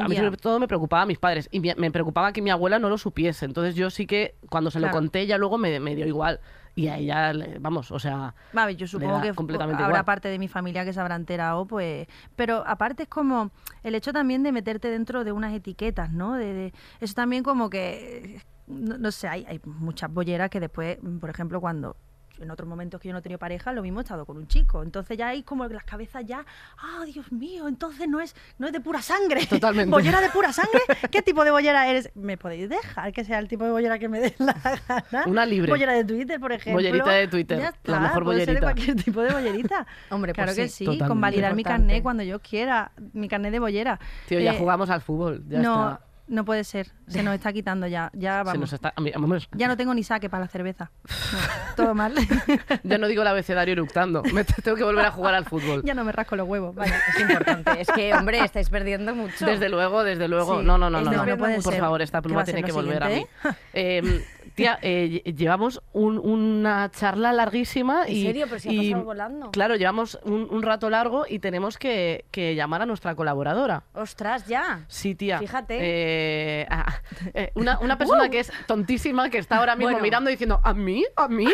[SPEAKER 3] A mí
[SPEAKER 4] Ya.
[SPEAKER 3] sobre todo me preocupaba a mis padres y mi- me preocupaba que mi abuela no lo supiese. Entonces yo sí que cuando se lo
[SPEAKER 4] Claro.
[SPEAKER 3] conté ya luego me, me dio igual. Y a ella, le- vamos, o sea...
[SPEAKER 4] Vale, yo supongo
[SPEAKER 3] da
[SPEAKER 4] que pues,
[SPEAKER 3] completamente
[SPEAKER 4] habrá
[SPEAKER 3] igual.
[SPEAKER 4] parte de mi familia que se habrá enterado, pues. Pero aparte es como el hecho también de meterte dentro de unas etiquetas, ¿no? De, de- eso también como que. eh, No, no sé, hay, hay muchas bolleras que después, mm, por ejemplo, cuando. En otros momentos que yo no he tenido pareja, lo mismo he estado con un chico. Entonces ya hay como las cabezas ya, ah, Dios mío, entonces no es, no es de pura sangre.
[SPEAKER 3] Totalmente.
[SPEAKER 4] ¿Bollera de pura sangre? ¿Qué tipo de bollera eres? ¿Me podéis dejar que sea el tipo de bollera que me dé la gana?
[SPEAKER 3] Una libre.
[SPEAKER 4] Bollera de Twitter, por ejemplo.
[SPEAKER 3] Bollerita de Twitter,
[SPEAKER 4] Ya
[SPEAKER 3] la
[SPEAKER 4] está,
[SPEAKER 3] mejor
[SPEAKER 4] puede ser de
[SPEAKER 3] bollerita.
[SPEAKER 4] cualquier tipo de bollerita.
[SPEAKER 2] Hombre, pues
[SPEAKER 4] claro que
[SPEAKER 2] sí.
[SPEAKER 4] sí,
[SPEAKER 3] Totalmente.
[SPEAKER 4] con validar mi
[SPEAKER 2] Importante.
[SPEAKER 4] carnet cuando yo quiera, mi carnet de bollera.
[SPEAKER 3] Tío, ya
[SPEAKER 4] Eh,
[SPEAKER 3] jugamos al fútbol. Ya
[SPEAKER 4] no,
[SPEAKER 3] está.
[SPEAKER 4] No puede ser. Se nos está quitando ya. Ya
[SPEAKER 3] Se
[SPEAKER 4] vamos.
[SPEAKER 3] nos está- a mí- a mí-
[SPEAKER 4] Ya no tengo ni saque para la cerveza. No, todo mal.
[SPEAKER 3] ya no digo el abecedario eructando. Me t- tengo que volver a jugar al fútbol.
[SPEAKER 4] ya no me rasco los huevos. Vaya.
[SPEAKER 2] Es importante. Es que, hombre, estáis perdiendo mucho.
[SPEAKER 3] Desde luego, desde luego.
[SPEAKER 2] Sí,
[SPEAKER 3] no, no, no,
[SPEAKER 4] es
[SPEAKER 3] no.
[SPEAKER 4] de
[SPEAKER 3] no.
[SPEAKER 4] verdad
[SPEAKER 3] Por
[SPEAKER 4] puede ser.
[SPEAKER 3] favor, esta
[SPEAKER 4] ¿Qué
[SPEAKER 3] pluma
[SPEAKER 4] va a ser
[SPEAKER 3] tiene
[SPEAKER 4] lo
[SPEAKER 3] que volver
[SPEAKER 4] siguiente,
[SPEAKER 3] a mí. Eh, tía, eh, lle- llevamos un- una charla larguísima.
[SPEAKER 2] ¿En
[SPEAKER 3] y,
[SPEAKER 2] serio? Pero si ha
[SPEAKER 3] y,
[SPEAKER 2] pasado volando.
[SPEAKER 3] Claro, llevamos un, un rato largo y tenemos que, que llamar a nuestra colaboradora.
[SPEAKER 2] Ostras, ya.
[SPEAKER 3] Sí, tía.
[SPEAKER 2] Fíjate.
[SPEAKER 3] Eh, ah, eh, una, una persona que es tontísima, que está ahora mismo
[SPEAKER 2] Bueno.
[SPEAKER 3] mirando y diciendo, ¿a mí? ¿A mí?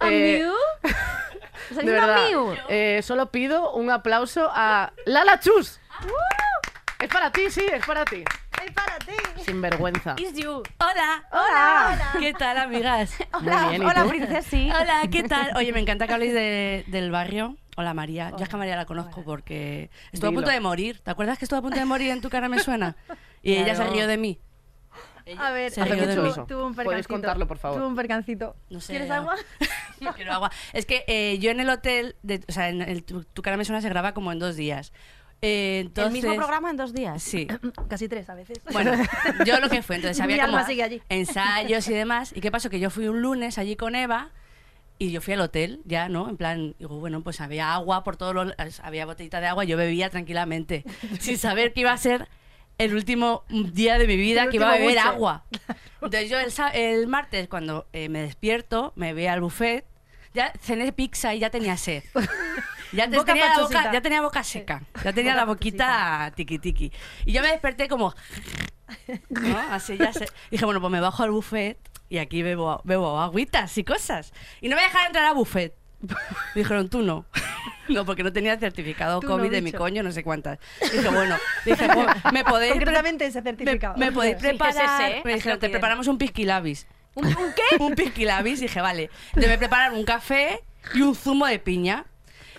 [SPEAKER 2] ¿A
[SPEAKER 3] Eh,
[SPEAKER 2] Miu? ¿Estás
[SPEAKER 3] de
[SPEAKER 2] diciendo a
[SPEAKER 3] verdad,
[SPEAKER 2] Miu?
[SPEAKER 3] eh, solo pido un aplauso a Lala Chus. Es para ti, sí, es para ti.
[SPEAKER 4] Es para ti.
[SPEAKER 3] Sin vergüenza.
[SPEAKER 2] It's you.
[SPEAKER 6] Hola,
[SPEAKER 2] Hola,
[SPEAKER 6] ¿Qué tal, amigas?
[SPEAKER 2] Hola,
[SPEAKER 3] bien, ¿y
[SPEAKER 2] hola,
[SPEAKER 3] tú?
[SPEAKER 2] princesi.
[SPEAKER 6] Hola, ¿qué tal? Oye, me encanta que habléis de- del barrio. Hola, María. Yo es que a María la conozco porque estuve
[SPEAKER 3] Dilo.
[SPEAKER 6] a punto de morir. ¿Te acuerdas que estuve a punto de morir en tu cara me suena? Y ella se
[SPEAKER 4] Claro.
[SPEAKER 6] rió de mí.
[SPEAKER 4] A ver,
[SPEAKER 6] Se rió de
[SPEAKER 4] tuvo-
[SPEAKER 6] mí.
[SPEAKER 4] tuvo un
[SPEAKER 3] Podéis
[SPEAKER 4] percancito.
[SPEAKER 3] contarlo, por favor.
[SPEAKER 4] Tuvo un percancito.
[SPEAKER 6] No sé,
[SPEAKER 4] ¿Quieres
[SPEAKER 6] ya.
[SPEAKER 4] agua?
[SPEAKER 6] No quiero agua. Es que eh, yo en el hotel, de- o sea, en el, tu, Tu cara me suena se graba como en dos días. Eh,
[SPEAKER 2] El
[SPEAKER 6] entonces,
[SPEAKER 2] mismo programa en dos días.
[SPEAKER 6] Sí.
[SPEAKER 4] Casi tres a veces.
[SPEAKER 6] Bueno, yo lo que fue, entonces
[SPEAKER 4] Mi
[SPEAKER 6] había como
[SPEAKER 4] alma sigue allí.
[SPEAKER 6] ensayos y demás. ¿Y qué pasó? Que yo fui un lunes allí con Eva y yo fui al hotel, ya, ¿no? En plan, digo, bueno, pues había agua por todos los... Había botellita de agua, yo bebía tranquilamente, sin saber que iba a ser el último día de mi vida
[SPEAKER 4] El
[SPEAKER 6] que iba a
[SPEAKER 4] último
[SPEAKER 6] beber
[SPEAKER 4] buche.
[SPEAKER 6] agua. Entonces yo el, sa- el martes, cuando eh, me despierto, me voy al buffet, ya cené pizza y ya tenía sed. Ya, te-
[SPEAKER 4] Boca
[SPEAKER 6] tenía la
[SPEAKER 4] pachosita.
[SPEAKER 6] boca, ya tenía boca seca. Ya tenía
[SPEAKER 4] Boca
[SPEAKER 6] la boquita tiqui tiqui. Y yo me desperté como. ¿no? Así ya sé. Dije, bueno, pues me bajo al buffet y aquí bebo, bebo agüitas y cosas. Y no me dejaron entrar al buffet. Dijeron, tú no. No, porque no tenía certificado
[SPEAKER 4] Tú no,
[SPEAKER 6] COVID de mi
[SPEAKER 4] bicho.
[SPEAKER 6] coño, no sé cuántas. Dije, bueno, dije, pues, me podéis. pre-
[SPEAKER 4] Concretamente ese
[SPEAKER 6] me-
[SPEAKER 4] certificado.
[SPEAKER 6] Me, podéis
[SPEAKER 2] Sí, que es ese,
[SPEAKER 6] preparar.
[SPEAKER 2] ¿eh?
[SPEAKER 6] Me
[SPEAKER 2] Así lo
[SPEAKER 6] dijeron, te
[SPEAKER 2] piden.
[SPEAKER 6] preparamos un pisquilabis.
[SPEAKER 2] ¿Un, un qué?
[SPEAKER 6] Un pisquilabis. Dije, vale. Entonces me prepararon un café y un zumo de piña.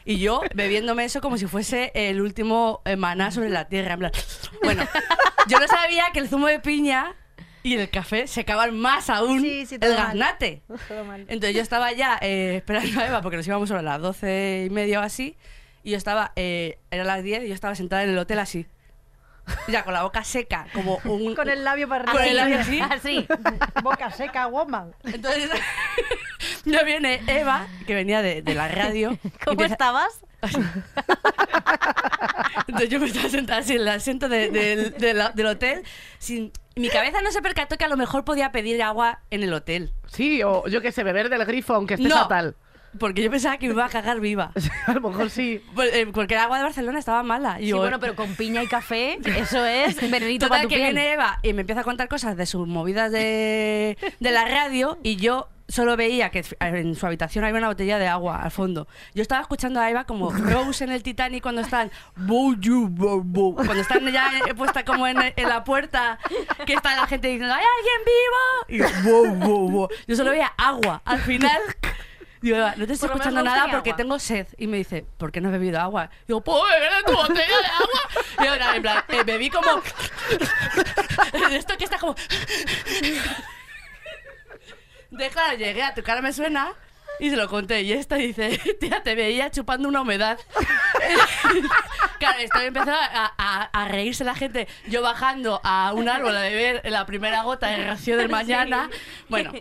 [SPEAKER 6] Y yo bebiéndome eso como si fuese el último eh, maná sobre la tierra. en plan, Bueno, yo no sabía que el zumo de piña y el café secaban más aún
[SPEAKER 4] Sí, sí, todo
[SPEAKER 6] el
[SPEAKER 4] mal.
[SPEAKER 6] gaznate.
[SPEAKER 4] Todo mal.
[SPEAKER 6] Entonces yo estaba ya eh, esperando a Eva porque nos íbamos sobre las doce y media o así. Y yo estaba, eh, era las 10 y yo estaba sentada en el hotel así. Ya con la boca seca, como un.
[SPEAKER 4] Con el Ah, labio para
[SPEAKER 6] Con el
[SPEAKER 4] arriba.
[SPEAKER 6] labio
[SPEAKER 2] Así.
[SPEAKER 6] así.
[SPEAKER 4] Boca seca, woman.
[SPEAKER 6] Entonces, ya viene Eva, que venía de, de la radio. y
[SPEAKER 2] ¿Cómo
[SPEAKER 6] empieza-
[SPEAKER 2] estabas?
[SPEAKER 6] Entonces yo me estaba sentada así en el asiento de- del- de la- del hotel. Sin, y mi cabeza no se percató que a lo mejor podía pedir agua en el hotel.
[SPEAKER 3] Sí, o yo qué sé, beber del grifo, aunque esté
[SPEAKER 6] no,
[SPEAKER 3] fatal.
[SPEAKER 6] porque yo pensaba que me iba a cagar viva.
[SPEAKER 3] A lo mejor sí.
[SPEAKER 6] Por- eh, Porque el agua de Barcelona estaba mala. Y
[SPEAKER 2] Sí,
[SPEAKER 6] yo-
[SPEAKER 2] bueno, pero con piña y café, eso es venenito para
[SPEAKER 6] Total,
[SPEAKER 2] tu
[SPEAKER 6] que
[SPEAKER 2] piel.
[SPEAKER 6] viene Eva y me empieza a contar cosas de sus movidas de, de la radio y yo solo veía que en su habitación había una botella de agua al fondo. Yo estaba escuchando a Eva como Rose en el Titanic cuando están "Bow you, bow, bow", cuando están ya eh, puesta como en, en la puerta que está la gente diciendo ¡Hay alguien vivo! Y yo, "Bow, bow, bow". yo solo veía agua. Al final... Digo, Eva, no te estoy
[SPEAKER 2] Por lo menos
[SPEAKER 6] escuchando
[SPEAKER 2] no
[SPEAKER 6] nada
[SPEAKER 2] tenía
[SPEAKER 6] porque
[SPEAKER 2] agua.
[SPEAKER 6] tengo sed. Y me dice, ¿por qué no has bebido agua? "Pues, Digo, ¿puedo beber de tu botella de agua? Y ahora, en plan, eh, bebí como... Esto que está como... De claro, llegué a tu cara me suena y se lo conté. Y esta dice, tía, te veía chupando una humedad. claro, esto empezó a, a- a reírse la gente. Yo bajando a un árbol a beber la primera gota de ración del mañana. Bueno,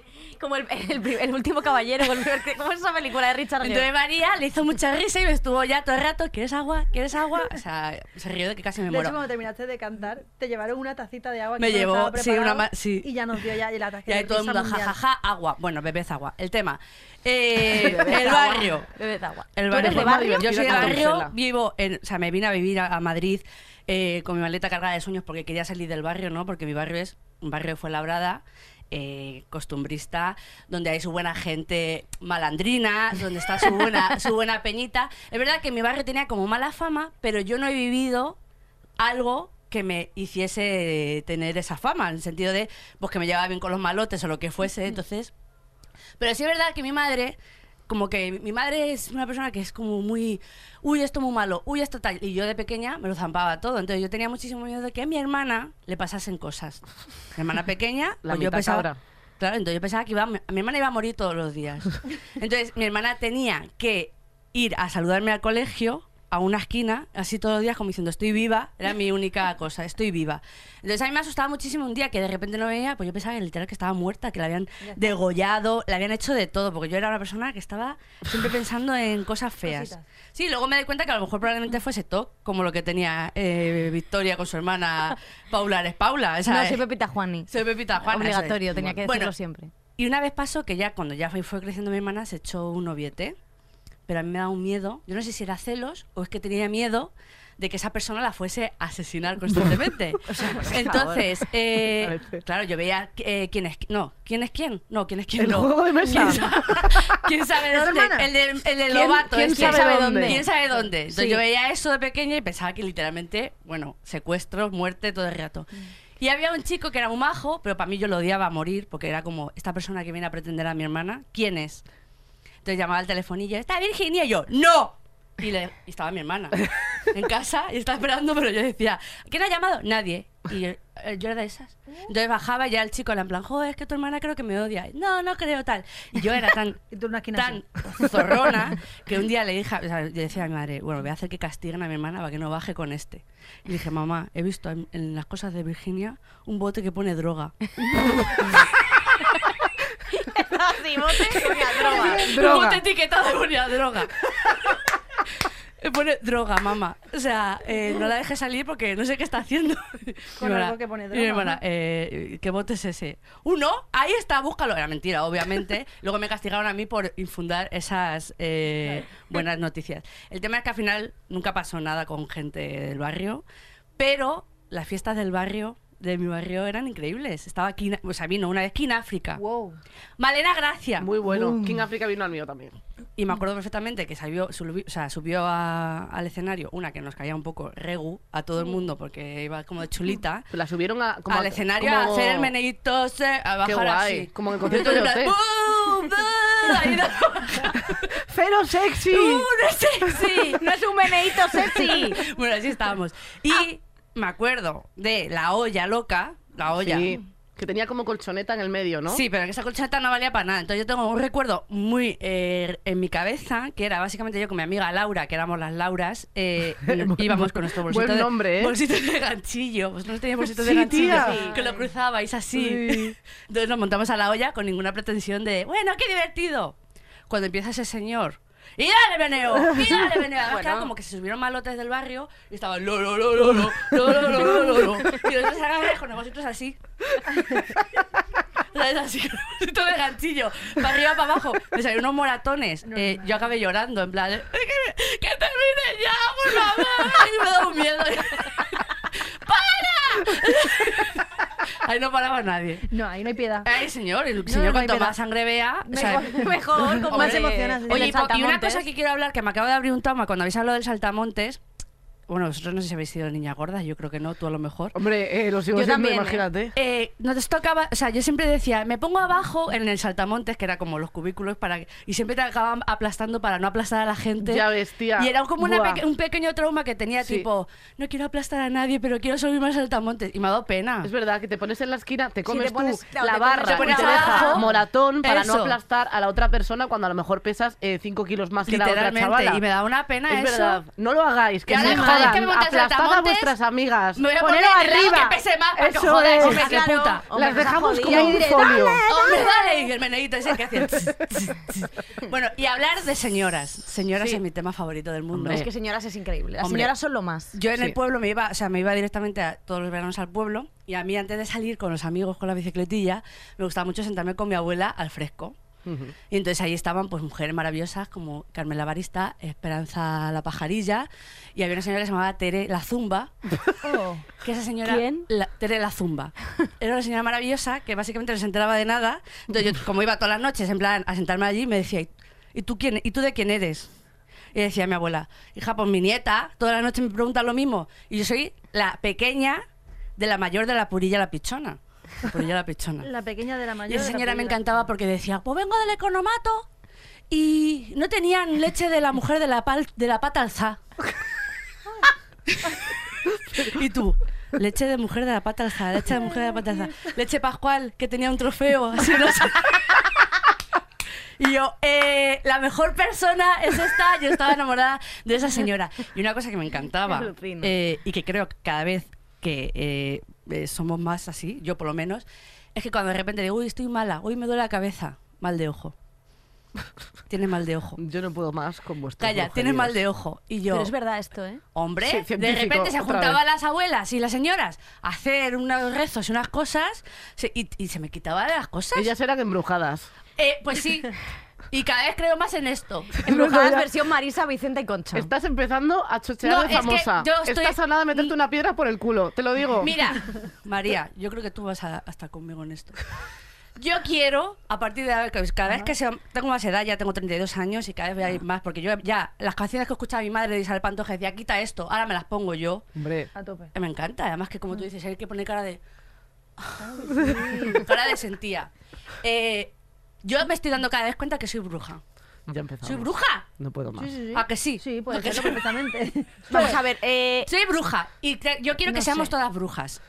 [SPEAKER 2] Como el, el pri- el último caballero, con el primer que- ¿cómo es esa película de Richard Gere?
[SPEAKER 6] entonces María le hizo mucha risa y me estuvo ya todo el rato, ¿quieres agua? ¿Quieres agua? O sea, se rió de que casi me
[SPEAKER 4] De hecho,
[SPEAKER 6] muero.
[SPEAKER 4] cuando terminaste de cantar, te llevaron una tacita de agua. que
[SPEAKER 6] Me
[SPEAKER 4] no
[SPEAKER 6] llevó,
[SPEAKER 4] estaba
[SPEAKER 6] sí, una
[SPEAKER 4] preparado
[SPEAKER 6] ma- sí.
[SPEAKER 4] Y ya nos dio ya el ataque.
[SPEAKER 6] Y ahí
[SPEAKER 4] de
[SPEAKER 6] todo el
[SPEAKER 4] risa
[SPEAKER 6] mundo,
[SPEAKER 4] mundial.
[SPEAKER 6] jajaja, agua. Bueno, bebés agua. El tema. Eh,
[SPEAKER 2] Bebed
[SPEAKER 6] el
[SPEAKER 2] agua,
[SPEAKER 6] barrio.
[SPEAKER 2] Bebed agua.
[SPEAKER 6] El
[SPEAKER 2] ¿Tú
[SPEAKER 6] barrio.
[SPEAKER 2] eres de barrio?
[SPEAKER 6] Yo soy de
[SPEAKER 3] Mira qué
[SPEAKER 6] barrio,
[SPEAKER 3] dulcela.
[SPEAKER 6] vivo en, o sea, me vine a vivir a, a Madrid eh, con mi maleta cargada de sueños porque quería salir del barrio, ¿no? Porque mi barrio es un barrio de Fuenlabrada, eh, costumbrista, donde hay su buena gente malandrina, donde está su buena, su buena peñita. Es verdad que mi barrio tenía como mala fama, pero yo no he vivido algo que me hiciese tener esa fama, en el sentido de pues que me llevaba bien con los malotes o lo que fuese, entonces pero sí es verdad que mi madre, como que mi madre es una persona que es como muy, uy, esto muy malo, uy, esto tal. Y yo de pequeña me lo zampaba todo. Entonces yo tenía muchísimo miedo de que a mi hermana le pasasen cosas. Mi hermana pequeña,
[SPEAKER 3] La
[SPEAKER 6] pues yo
[SPEAKER 3] mitad
[SPEAKER 6] pensaba.
[SPEAKER 3] cabra.
[SPEAKER 6] Claro, entonces yo pensaba que iba, mi hermana iba a morir todos los días. Entonces mi hermana tenía que ir a saludarme al colegio a una esquina, así todos los días, como diciendo, estoy viva, era mi única cosa, estoy viva. Entonces a mí me asustaba muchísimo un día que de repente no veía, pues yo pensaba que literal que estaba muerta, que la habían degollado, la habían hecho de todo, porque yo era una persona que estaba siempre pensando en cosas feas. Sí, luego me di cuenta que a lo mejor probablemente fuese TOC, como lo que tenía eh, Victoria con su hermana Paula Ares Paula.
[SPEAKER 2] No,
[SPEAKER 6] ¿sabes?
[SPEAKER 2] soy Pepita Juani.
[SPEAKER 6] eh, Soy Pepita Juana, eso es.
[SPEAKER 2] Obligatorio, tenía que decirlo
[SPEAKER 6] Bueno,
[SPEAKER 2] siempre.
[SPEAKER 6] y una vez pasó que ya cuando ya fue, fue creciendo mi hermana se echó un noviete, pero a mí me da un miedo. Yo no sé si era celos o es que tenía miedo de que esa persona la fuese a asesinar constantemente. Entonces, eh, claro, yo veía eh, quién es no, quién es quién, no, quién es quién
[SPEAKER 3] El
[SPEAKER 6] no.
[SPEAKER 3] juego de mesa.
[SPEAKER 6] ¿Quién sabe, quién sabe dónde? El de, el de
[SPEAKER 3] ¿Quién-
[SPEAKER 6] Lobato,
[SPEAKER 3] quién
[SPEAKER 6] es
[SPEAKER 3] sabe dónde?
[SPEAKER 6] ¿Quién sabe dónde? Entonces
[SPEAKER 2] Sí.
[SPEAKER 6] yo veía eso de pequeña y pensaba que literalmente, bueno, secuestros, muerte, todo el rato.
[SPEAKER 3] Mm.
[SPEAKER 6] Y había un chico que era un majo, pero para mí yo lo odiaba a morir, porque era como, esta persona que viene a pretender a mi hermana, ¿quién es? Entonces llamaba al telefonillo, ¿está Virginia? Y yo, ¡no! Y, le, y estaba mi hermana en casa y estaba esperando, pero yo decía, ¿quién ha llamado? Nadie. Y yo, eh, yo era de esas. Entonces bajaba y ya el chico era en plan, jo, es que tu hermana creo que me odia. No, no creo tal. Y yo era tan
[SPEAKER 4] Y tú en una esquina
[SPEAKER 6] tan zorrona que un día le dije, a- o sea, le decía a mi madre, bueno, voy a hacer que castiguen a mi hermana para que no baje con este. Y le dije, mamá, he visto en, en las cosas de Virginia un bote que pone droga.
[SPEAKER 2] Así, bote con la droga.
[SPEAKER 6] Un
[SPEAKER 3] Droga.
[SPEAKER 6] bote etiquetado que ponía droga. Eh, Pone droga, mamá. O sea, eh, no la deje salir porque no sé qué está haciendo. Y
[SPEAKER 4] Con
[SPEAKER 6] mi hermana-
[SPEAKER 4] algo que pone
[SPEAKER 6] y mi
[SPEAKER 4] droga,
[SPEAKER 6] hermana,
[SPEAKER 4] ¿no?
[SPEAKER 6] eh, ¿qué bote es ese? Uno, ahí está, búscalo. Era mentira, obviamente. Luego me castigaron a mí por infundar esas eh, buenas noticias. El tema es que al final nunca pasó nada con gente del barrio, pero las fiestas del barrio, de mi barrio, eran increíbles. Estaba aquí, o sea, vino una vez King África.
[SPEAKER 4] Wow.
[SPEAKER 6] Malena Gracia.
[SPEAKER 3] Muy bueno. King África vino al mío también.
[SPEAKER 6] Y me acuerdo perfectamente que salió, subi- o sea, subió a- al escenario una que nos caía un poco regu a todo el mundo porque iba como de chulita.
[SPEAKER 3] La subieron a, como
[SPEAKER 6] al
[SPEAKER 3] a-
[SPEAKER 6] escenario
[SPEAKER 3] como-
[SPEAKER 6] a hacer el meneíto, se- a bajar
[SPEAKER 3] Qué guay.
[SPEAKER 6] así.
[SPEAKER 3] Como en el concierto
[SPEAKER 6] Y
[SPEAKER 3] de
[SPEAKER 6] todo en
[SPEAKER 3] Ote.
[SPEAKER 6] plan, "Bú, bú", ahí de-
[SPEAKER 3] ¡Cero sexy!
[SPEAKER 6] ¡Uh, no es sexy!
[SPEAKER 2] No es un meneíto sexy.
[SPEAKER 6] bueno, así estábamos.
[SPEAKER 3] Ah.
[SPEAKER 6] Y me acuerdo de la olla loca, la olla.
[SPEAKER 3] Sí, que tenía como colchoneta en el medio, ¿no?
[SPEAKER 6] Sí, pero esa colchoneta no valía para nada. Entonces yo tengo un recuerdo muy eh, en mi cabeza, que era básicamente yo con mi amiga Laura, que éramos las Lauras, eh, íbamos con nuestro bolsito,
[SPEAKER 3] Buen
[SPEAKER 6] de-
[SPEAKER 3] nombre, ¿eh?
[SPEAKER 6] bolsito de ganchillo. Pues Vosotros teníais bolsitos
[SPEAKER 3] Sí,
[SPEAKER 6] de ganchillo
[SPEAKER 3] tía.
[SPEAKER 6] que lo cruzabais así.
[SPEAKER 3] Sí.
[SPEAKER 6] Entonces nos montamos a la olla con ninguna pretensión de, bueno, qué divertido. Cuando empieza ese señor... ¡Y dale, veneo! ¡Y dale, veneo! Además, claro, como que se subieron malotes del barrio y estaban lo, lo, lo, lo, lo, lo, lo, lo, lo, lo. Y nosotros agarramos con nosotros así, ¿Sabes? Así, con un poquito de ganchillo, para arriba, para abajo. Me salieron unos moratones. Eh, yo acabé llorando, en plan, "Es que, que termine ya, por favor. Y me da un miedo. ¡Para! Ahí no paraba nadie.
[SPEAKER 4] No, ahí no hay piedad.
[SPEAKER 6] Ay, señor, el
[SPEAKER 4] no,
[SPEAKER 6] señor
[SPEAKER 4] no hay
[SPEAKER 6] cuanto
[SPEAKER 4] pena.
[SPEAKER 6] más sangre vea... o sea,
[SPEAKER 2] Mejor, mejor con más
[SPEAKER 6] Hombre.
[SPEAKER 2] emociones.
[SPEAKER 4] Oye,
[SPEAKER 6] Oye, y po- y una cosa que quiero hablar, que me acaba de abrir un trauma cuando habéis hablado del saltamontes. Bueno, vosotros no sé si habéis sido niña gorda, yo creo que no, tú a lo mejor.
[SPEAKER 3] Hombre, eh, lo sigo
[SPEAKER 2] Yo
[SPEAKER 3] siendo,
[SPEAKER 2] también, ¿eh?
[SPEAKER 3] imagínate.
[SPEAKER 6] Eh, nos tocaba, o sea, yo siempre decía, me pongo abajo en el saltamontes, que era como los cubículos, para que- y siempre te acababan aplastando para no aplastar a la gente.
[SPEAKER 3] Ya ves, tía.
[SPEAKER 6] Y era como una
[SPEAKER 3] Buah.
[SPEAKER 6] peque- un pequeño trauma que tenía,
[SPEAKER 3] Sí.
[SPEAKER 6] tipo, no quiero aplastar a nadie, pero quiero subirme al saltamontes. Y me ha dado pena.
[SPEAKER 3] Es verdad que te pones en la esquina, te comes
[SPEAKER 2] te pones-
[SPEAKER 3] tú
[SPEAKER 2] claro,
[SPEAKER 3] la
[SPEAKER 2] te
[SPEAKER 3] barra
[SPEAKER 2] pones- te
[SPEAKER 6] Ah. pones
[SPEAKER 3] y te
[SPEAKER 6] abajo.
[SPEAKER 3] dejas moratón para no
[SPEAKER 6] Eso.
[SPEAKER 3] aplastar a la otra persona cuando a lo mejor pesas 5 kilos más que la otra
[SPEAKER 6] Literalmente.
[SPEAKER 3] chavala.
[SPEAKER 6] Y me da una pena
[SPEAKER 3] es
[SPEAKER 6] eso.
[SPEAKER 3] verdad, no lo hagáis, que
[SPEAKER 6] Y ahora
[SPEAKER 3] se
[SPEAKER 6] cada vez
[SPEAKER 3] jodan,
[SPEAKER 6] que me monte el
[SPEAKER 3] aplastad a
[SPEAKER 6] saltamontes,
[SPEAKER 3] vuestras amigas,
[SPEAKER 6] me voy a
[SPEAKER 3] ponelo
[SPEAKER 6] poner el lado
[SPEAKER 3] arriba,
[SPEAKER 6] que pese más para que
[SPEAKER 3] eso
[SPEAKER 6] jodáis,
[SPEAKER 3] es.
[SPEAKER 6] hombre, qué
[SPEAKER 2] Claro.
[SPEAKER 6] puta.
[SPEAKER 2] Hombre,
[SPEAKER 3] las
[SPEAKER 2] nos ha
[SPEAKER 3] dejamos
[SPEAKER 2] jodido.
[SPEAKER 3] como un folio.
[SPEAKER 6] ¡Hombre, dale! Y el meneíto ese que hacía. tss, tss, tss. bueno, y hablar de señoras. Señoras
[SPEAKER 3] Sí.
[SPEAKER 6] es mi tema favorito del mundo.
[SPEAKER 3] Hombre.
[SPEAKER 2] Es que señoras es increíble. Las
[SPEAKER 6] Hombre.
[SPEAKER 2] señoras son lo más.
[SPEAKER 6] Yo en
[SPEAKER 3] Sí.
[SPEAKER 6] el pueblo me iba, o sea, me iba directamente a, todos los veranos al pueblo y a mí antes de salir con los amigos con la bicicletilla me gustaba mucho sentarme con mi abuela al fresco. Y entonces ahí estaban pues mujeres maravillosas como Carmen la Barista, Esperanza la Pajarilla y había una señora que se llamaba Tere la Zumba, que esa señora
[SPEAKER 2] ¿Quién?
[SPEAKER 6] la- Tere la Zumba. Era una señora maravillosa que básicamente no se enteraba de nada. Entonces yo como iba todas las noches en plan a sentarme allí me decía, "¿Y- ¿y tú quién y tú de quién eres? Y decía mi abuela, hija, pues mi nieta, toda la noche me pregunta lo mismo. Y yo soy la pequeña de la mayor de la purilla la pichona. La purilla la pichona.
[SPEAKER 4] La pequeña de la mayor.
[SPEAKER 6] Y esa
[SPEAKER 4] de la
[SPEAKER 6] señora me
[SPEAKER 4] primera.
[SPEAKER 6] encantaba porque decía, pues vengo del economato y no tenían leche de la mujer de la, pal- de la pata alzada. y tú, leche de mujer de la pata alzada, leche de mujer de la pata alzada, leche pascual que tenía un trofeo, así no sé. Y yo, eh, la mejor persona es esta. Yo estaba enamorada de esa señora. Y una cosa que me encantaba
[SPEAKER 2] Alucino.
[SPEAKER 6] eh, y que creo que cada vez que eh, eh, somos más así, yo por lo menos, es que cuando de repente digo, uy, estoy mala, hoy me duele la cabeza, mal de ojo. Tienes mal de ojo.
[SPEAKER 3] Yo no puedo más con vuestros
[SPEAKER 6] Calla, tienes mal de ojo. Y yo,
[SPEAKER 2] Pero es verdad esto, ¿eh?
[SPEAKER 6] Hombre,
[SPEAKER 3] Sí,
[SPEAKER 6] de
[SPEAKER 3] científico,
[SPEAKER 6] repente se
[SPEAKER 3] otra
[SPEAKER 6] juntaban
[SPEAKER 3] vez.
[SPEAKER 6] las abuelas y las señoras a hacer unos rezos y unas cosas se- y, y se me quitaba de las cosas.
[SPEAKER 3] Ellas eran embrujadas.
[SPEAKER 6] Eh, pues sí. Y cada vez creo más en esto.
[SPEAKER 2] Embrujadas versión Marisa, Vicenta y Concha.
[SPEAKER 3] Estás empezando a chochear
[SPEAKER 6] No,
[SPEAKER 3] de
[SPEAKER 6] es que
[SPEAKER 3] famosa.
[SPEAKER 6] yo estoy-
[SPEAKER 3] Estás a nada de meterte una piedra por el culo, te lo digo.
[SPEAKER 6] Mira, María, yo creo que tú vas a, hasta conmigo en esto. Yo quiero, a partir de ahora, que cada vez que sea- tengo más edad, ya tengo 32 años y cada vez voy a ir más, porque yo ya las canciones que escuchaba mi madre de Isabel Pantoja decía, quita esto, ahora me las pongo yo.
[SPEAKER 3] Hombre,
[SPEAKER 4] A tope.
[SPEAKER 6] Me encanta, además que como tú dices, hay que poner cara de... cara de sentía. Eh, yo me estoy dando cada vez cuenta que soy bruja.
[SPEAKER 3] ya empezamos.
[SPEAKER 6] ¿Soy bruja?
[SPEAKER 3] No puedo más.
[SPEAKER 6] ¿A que sí?
[SPEAKER 4] Sí,
[SPEAKER 6] ¿A
[SPEAKER 4] puede
[SPEAKER 6] que
[SPEAKER 4] serlo
[SPEAKER 6] soy-
[SPEAKER 4] perfectamente.
[SPEAKER 2] Vamos a ver, eh,
[SPEAKER 6] Soy bruja y te- yo quiero que
[SPEAKER 2] No
[SPEAKER 6] seamos
[SPEAKER 2] sé.
[SPEAKER 6] todas brujas.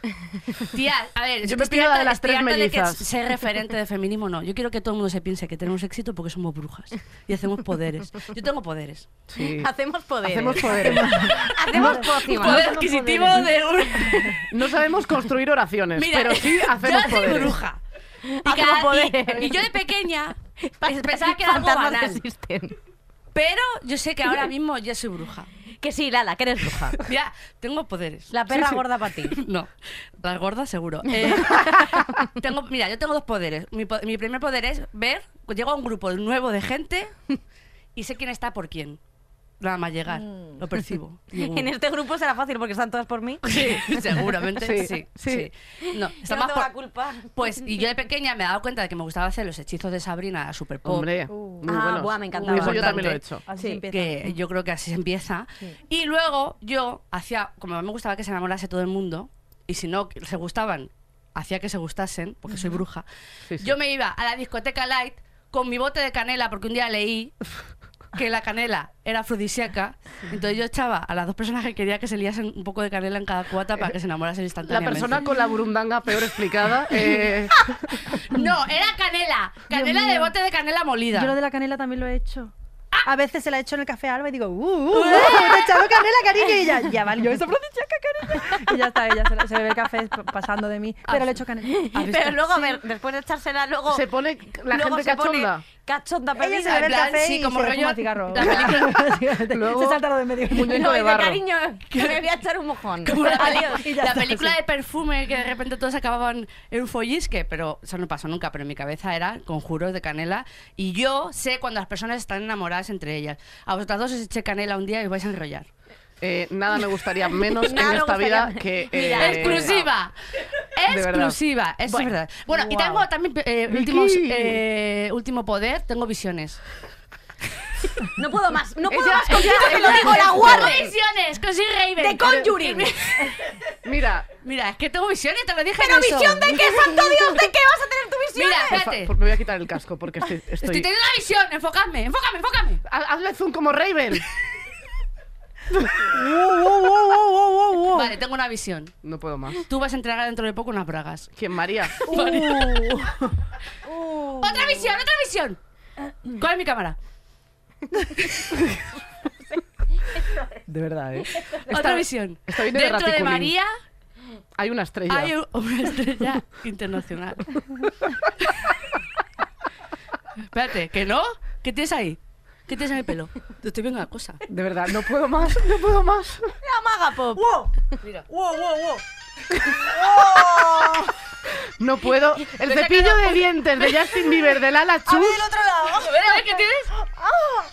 [SPEAKER 6] Tía, a ver,
[SPEAKER 3] Yo me
[SPEAKER 6] estoy
[SPEAKER 3] pido la
[SPEAKER 6] harta-
[SPEAKER 3] de las
[SPEAKER 6] estoy
[SPEAKER 3] tres
[SPEAKER 6] harta de que
[SPEAKER 3] mellizas.
[SPEAKER 6] ser referente de feminismo no. Yo quiero que todo el mundo se piense que tenemos éxito porque somos brujas y hacemos poderes. Yo tengo poderes.
[SPEAKER 3] Sí.
[SPEAKER 2] hacemos poderes.
[SPEAKER 3] Hacemos poderes.
[SPEAKER 2] Hacemos pócimas.
[SPEAKER 6] Poder adquisitivo de un...
[SPEAKER 3] No sabemos construir oraciones, pero sí hacemos
[SPEAKER 6] yo soy
[SPEAKER 3] poderes.
[SPEAKER 6] bruja. Y,
[SPEAKER 2] Hacemos
[SPEAKER 6] cada- y-
[SPEAKER 2] poderes.
[SPEAKER 6] y yo de pequeña
[SPEAKER 2] Fan-
[SPEAKER 6] pensaba que era algo
[SPEAKER 2] fantasmas
[SPEAKER 6] banal.
[SPEAKER 2] que existen.
[SPEAKER 6] Pero yo sé que ahora mismo ya soy bruja.
[SPEAKER 2] Que sí, Lala, que eres bruja.
[SPEAKER 6] Mira, tengo poderes.
[SPEAKER 2] La perra gorda para ti.
[SPEAKER 6] No, las gordas seguro. Eh, tengo, mira, yo tengo dos poderes. Mi, po- mi primer poder es ver, llego a un grupo nuevo de gente y sé quién está por quién. Nada más llegar, lo percibo. Digo,
[SPEAKER 2] Mm. En este grupo será fácil porque están todas por mí.
[SPEAKER 6] Sí, seguramente
[SPEAKER 3] Sí,
[SPEAKER 6] sí. sí,
[SPEAKER 3] sí.
[SPEAKER 6] No,
[SPEAKER 2] Yo
[SPEAKER 6] está
[SPEAKER 2] no
[SPEAKER 6] más
[SPEAKER 2] tengo
[SPEAKER 6] por-
[SPEAKER 2] la culpa.
[SPEAKER 6] Pues, y yo de pequeña me he dado cuenta de que me gustaba hacer los hechizos de Sabrina a Super Pop.
[SPEAKER 3] Hombre, muy
[SPEAKER 2] Ah,
[SPEAKER 3] buenos.
[SPEAKER 2] buah, me encantaba.
[SPEAKER 3] Eso yo también lo he hecho.
[SPEAKER 4] Así
[SPEAKER 2] Sí,
[SPEAKER 4] se empieza.
[SPEAKER 6] que yo creo que así se empieza. Y luego yo hacía, como a mí me gustaba que se enamorase todo el mundo, y si no que se gustaban, hacía que se gustasen, porque soy bruja,
[SPEAKER 3] Sí, sí.
[SPEAKER 6] yo me iba a la discoteca Light con mi bote de canela, porque un día leí que la canela era afrodisíaca, entonces yo echaba a las dos personas que quería que se liasen un poco de canela en cada cuota para que se enamorasen
[SPEAKER 3] La
[SPEAKER 6] instantáneamente.
[SPEAKER 3] persona con la burundanga peor explicada. eh,
[SPEAKER 6] No, era canela, canela de
[SPEAKER 4] mío.
[SPEAKER 6] bote de canela molida.
[SPEAKER 4] Yo lo de la canela también lo he hecho.
[SPEAKER 6] Ah.
[SPEAKER 4] A veces se la he hecho en el café Alba y digo, ¡uh! uh, uh, te he echado canela, cariño! Y ya, ya vale, yo eso francisca, cariño. Y ya está, ella se, la- se bebe el café p- pasando de mí.
[SPEAKER 6] Ah,
[SPEAKER 4] Pero le he hecho canela.
[SPEAKER 6] ¿Has visto?
[SPEAKER 2] Pero luego, a ver, después de echársela, luego.
[SPEAKER 3] se pone la
[SPEAKER 2] luego
[SPEAKER 3] gente
[SPEAKER 2] se pone
[SPEAKER 3] cachonda.
[SPEAKER 2] Cachonda,
[SPEAKER 4] Ella se
[SPEAKER 2] perdida.
[SPEAKER 4] bebe el
[SPEAKER 6] en plan,
[SPEAKER 4] café
[SPEAKER 6] sí,
[SPEAKER 4] y
[SPEAKER 6] como
[SPEAKER 4] se
[SPEAKER 6] rollo
[SPEAKER 4] fuma cigarro.
[SPEAKER 6] la película-
[SPEAKER 3] luego-
[SPEAKER 4] se salta lo de medio.
[SPEAKER 3] Muñeco
[SPEAKER 2] No,
[SPEAKER 3] de
[SPEAKER 2] dice,
[SPEAKER 3] barro.
[SPEAKER 2] cariño, que me voy a echar un mojón.
[SPEAKER 6] Como la, peli-
[SPEAKER 2] Adiós.
[SPEAKER 4] Y ya
[SPEAKER 6] la
[SPEAKER 4] está,
[SPEAKER 6] película
[SPEAKER 4] sí.
[SPEAKER 6] de perfume que de repente todos acababan en un follisque, pero eso no pasó nunca, pero en mi cabeza era conjuros de canela y yo sé cuando las personas están enamoradas entre ellas. A vosotras dos os eché canela un día y os vais a enrollar.
[SPEAKER 3] Eh, nada me gustaría
[SPEAKER 2] Nada
[SPEAKER 3] menos en
[SPEAKER 2] me
[SPEAKER 3] esta
[SPEAKER 2] gustaría
[SPEAKER 3] vida que.
[SPEAKER 2] Mira,
[SPEAKER 3] eh,
[SPEAKER 6] ¡Exclusiva!
[SPEAKER 3] De verdad.
[SPEAKER 6] ¡Exclusiva! Eso es verdad. Bueno, y tengo también eh, últimos, eh, último poder, tengo visiones.
[SPEAKER 2] No puedo más, no puedo
[SPEAKER 3] Ella-
[SPEAKER 2] más. Contigo
[SPEAKER 3] ella-
[SPEAKER 2] te lo
[SPEAKER 3] ella-
[SPEAKER 2] digo, la
[SPEAKER 6] ¡Tengo
[SPEAKER 2] guarde.
[SPEAKER 6] visiones! ¡Cosí Raven!
[SPEAKER 2] De Conjuring.
[SPEAKER 3] Mira,
[SPEAKER 6] Mira, es que tengo visiones, te lo dije
[SPEAKER 2] Pero
[SPEAKER 6] en eso.
[SPEAKER 2] visión de qué, santo Dios, de qué vas a tener tu visión.
[SPEAKER 6] Mira,
[SPEAKER 3] por fa-
[SPEAKER 6] espérate.
[SPEAKER 3] por- me voy a quitar el casco porque estoy. estoy-
[SPEAKER 6] Estoy teniendo una visión, enfócame, enfócame, enfócame.
[SPEAKER 3] Ha- Hazle zoom como Raven. Oh.
[SPEAKER 6] Vale, tengo una visión.
[SPEAKER 3] No puedo más.
[SPEAKER 6] Tú vas a entregar dentro de poco unas bragas.
[SPEAKER 3] ¿Quién, María?
[SPEAKER 6] Uh. ¡Otra visión, otra visión! ¿Cuál es mi cámara?
[SPEAKER 3] De verdad, ¿eh?
[SPEAKER 6] otra visión.
[SPEAKER 3] está bien de
[SPEAKER 6] dentro de
[SPEAKER 3] raticulín.
[SPEAKER 6] María
[SPEAKER 3] Hay una estrella.
[SPEAKER 6] hay un- una estrella internacional. Espérate, ¿que no? ¿Qué tienes ahí? ¿Qué tienes en el pelo? Te estoy viendo una cosa.
[SPEAKER 3] De verdad, no puedo más, no puedo más.
[SPEAKER 2] La maga pop.
[SPEAKER 6] Mira.
[SPEAKER 3] No puedo. El cepillo de dientes de Justin Bieber de Lala Chus.
[SPEAKER 6] A ver, a ver, ¿qué tienes?
[SPEAKER 2] ¡Oh!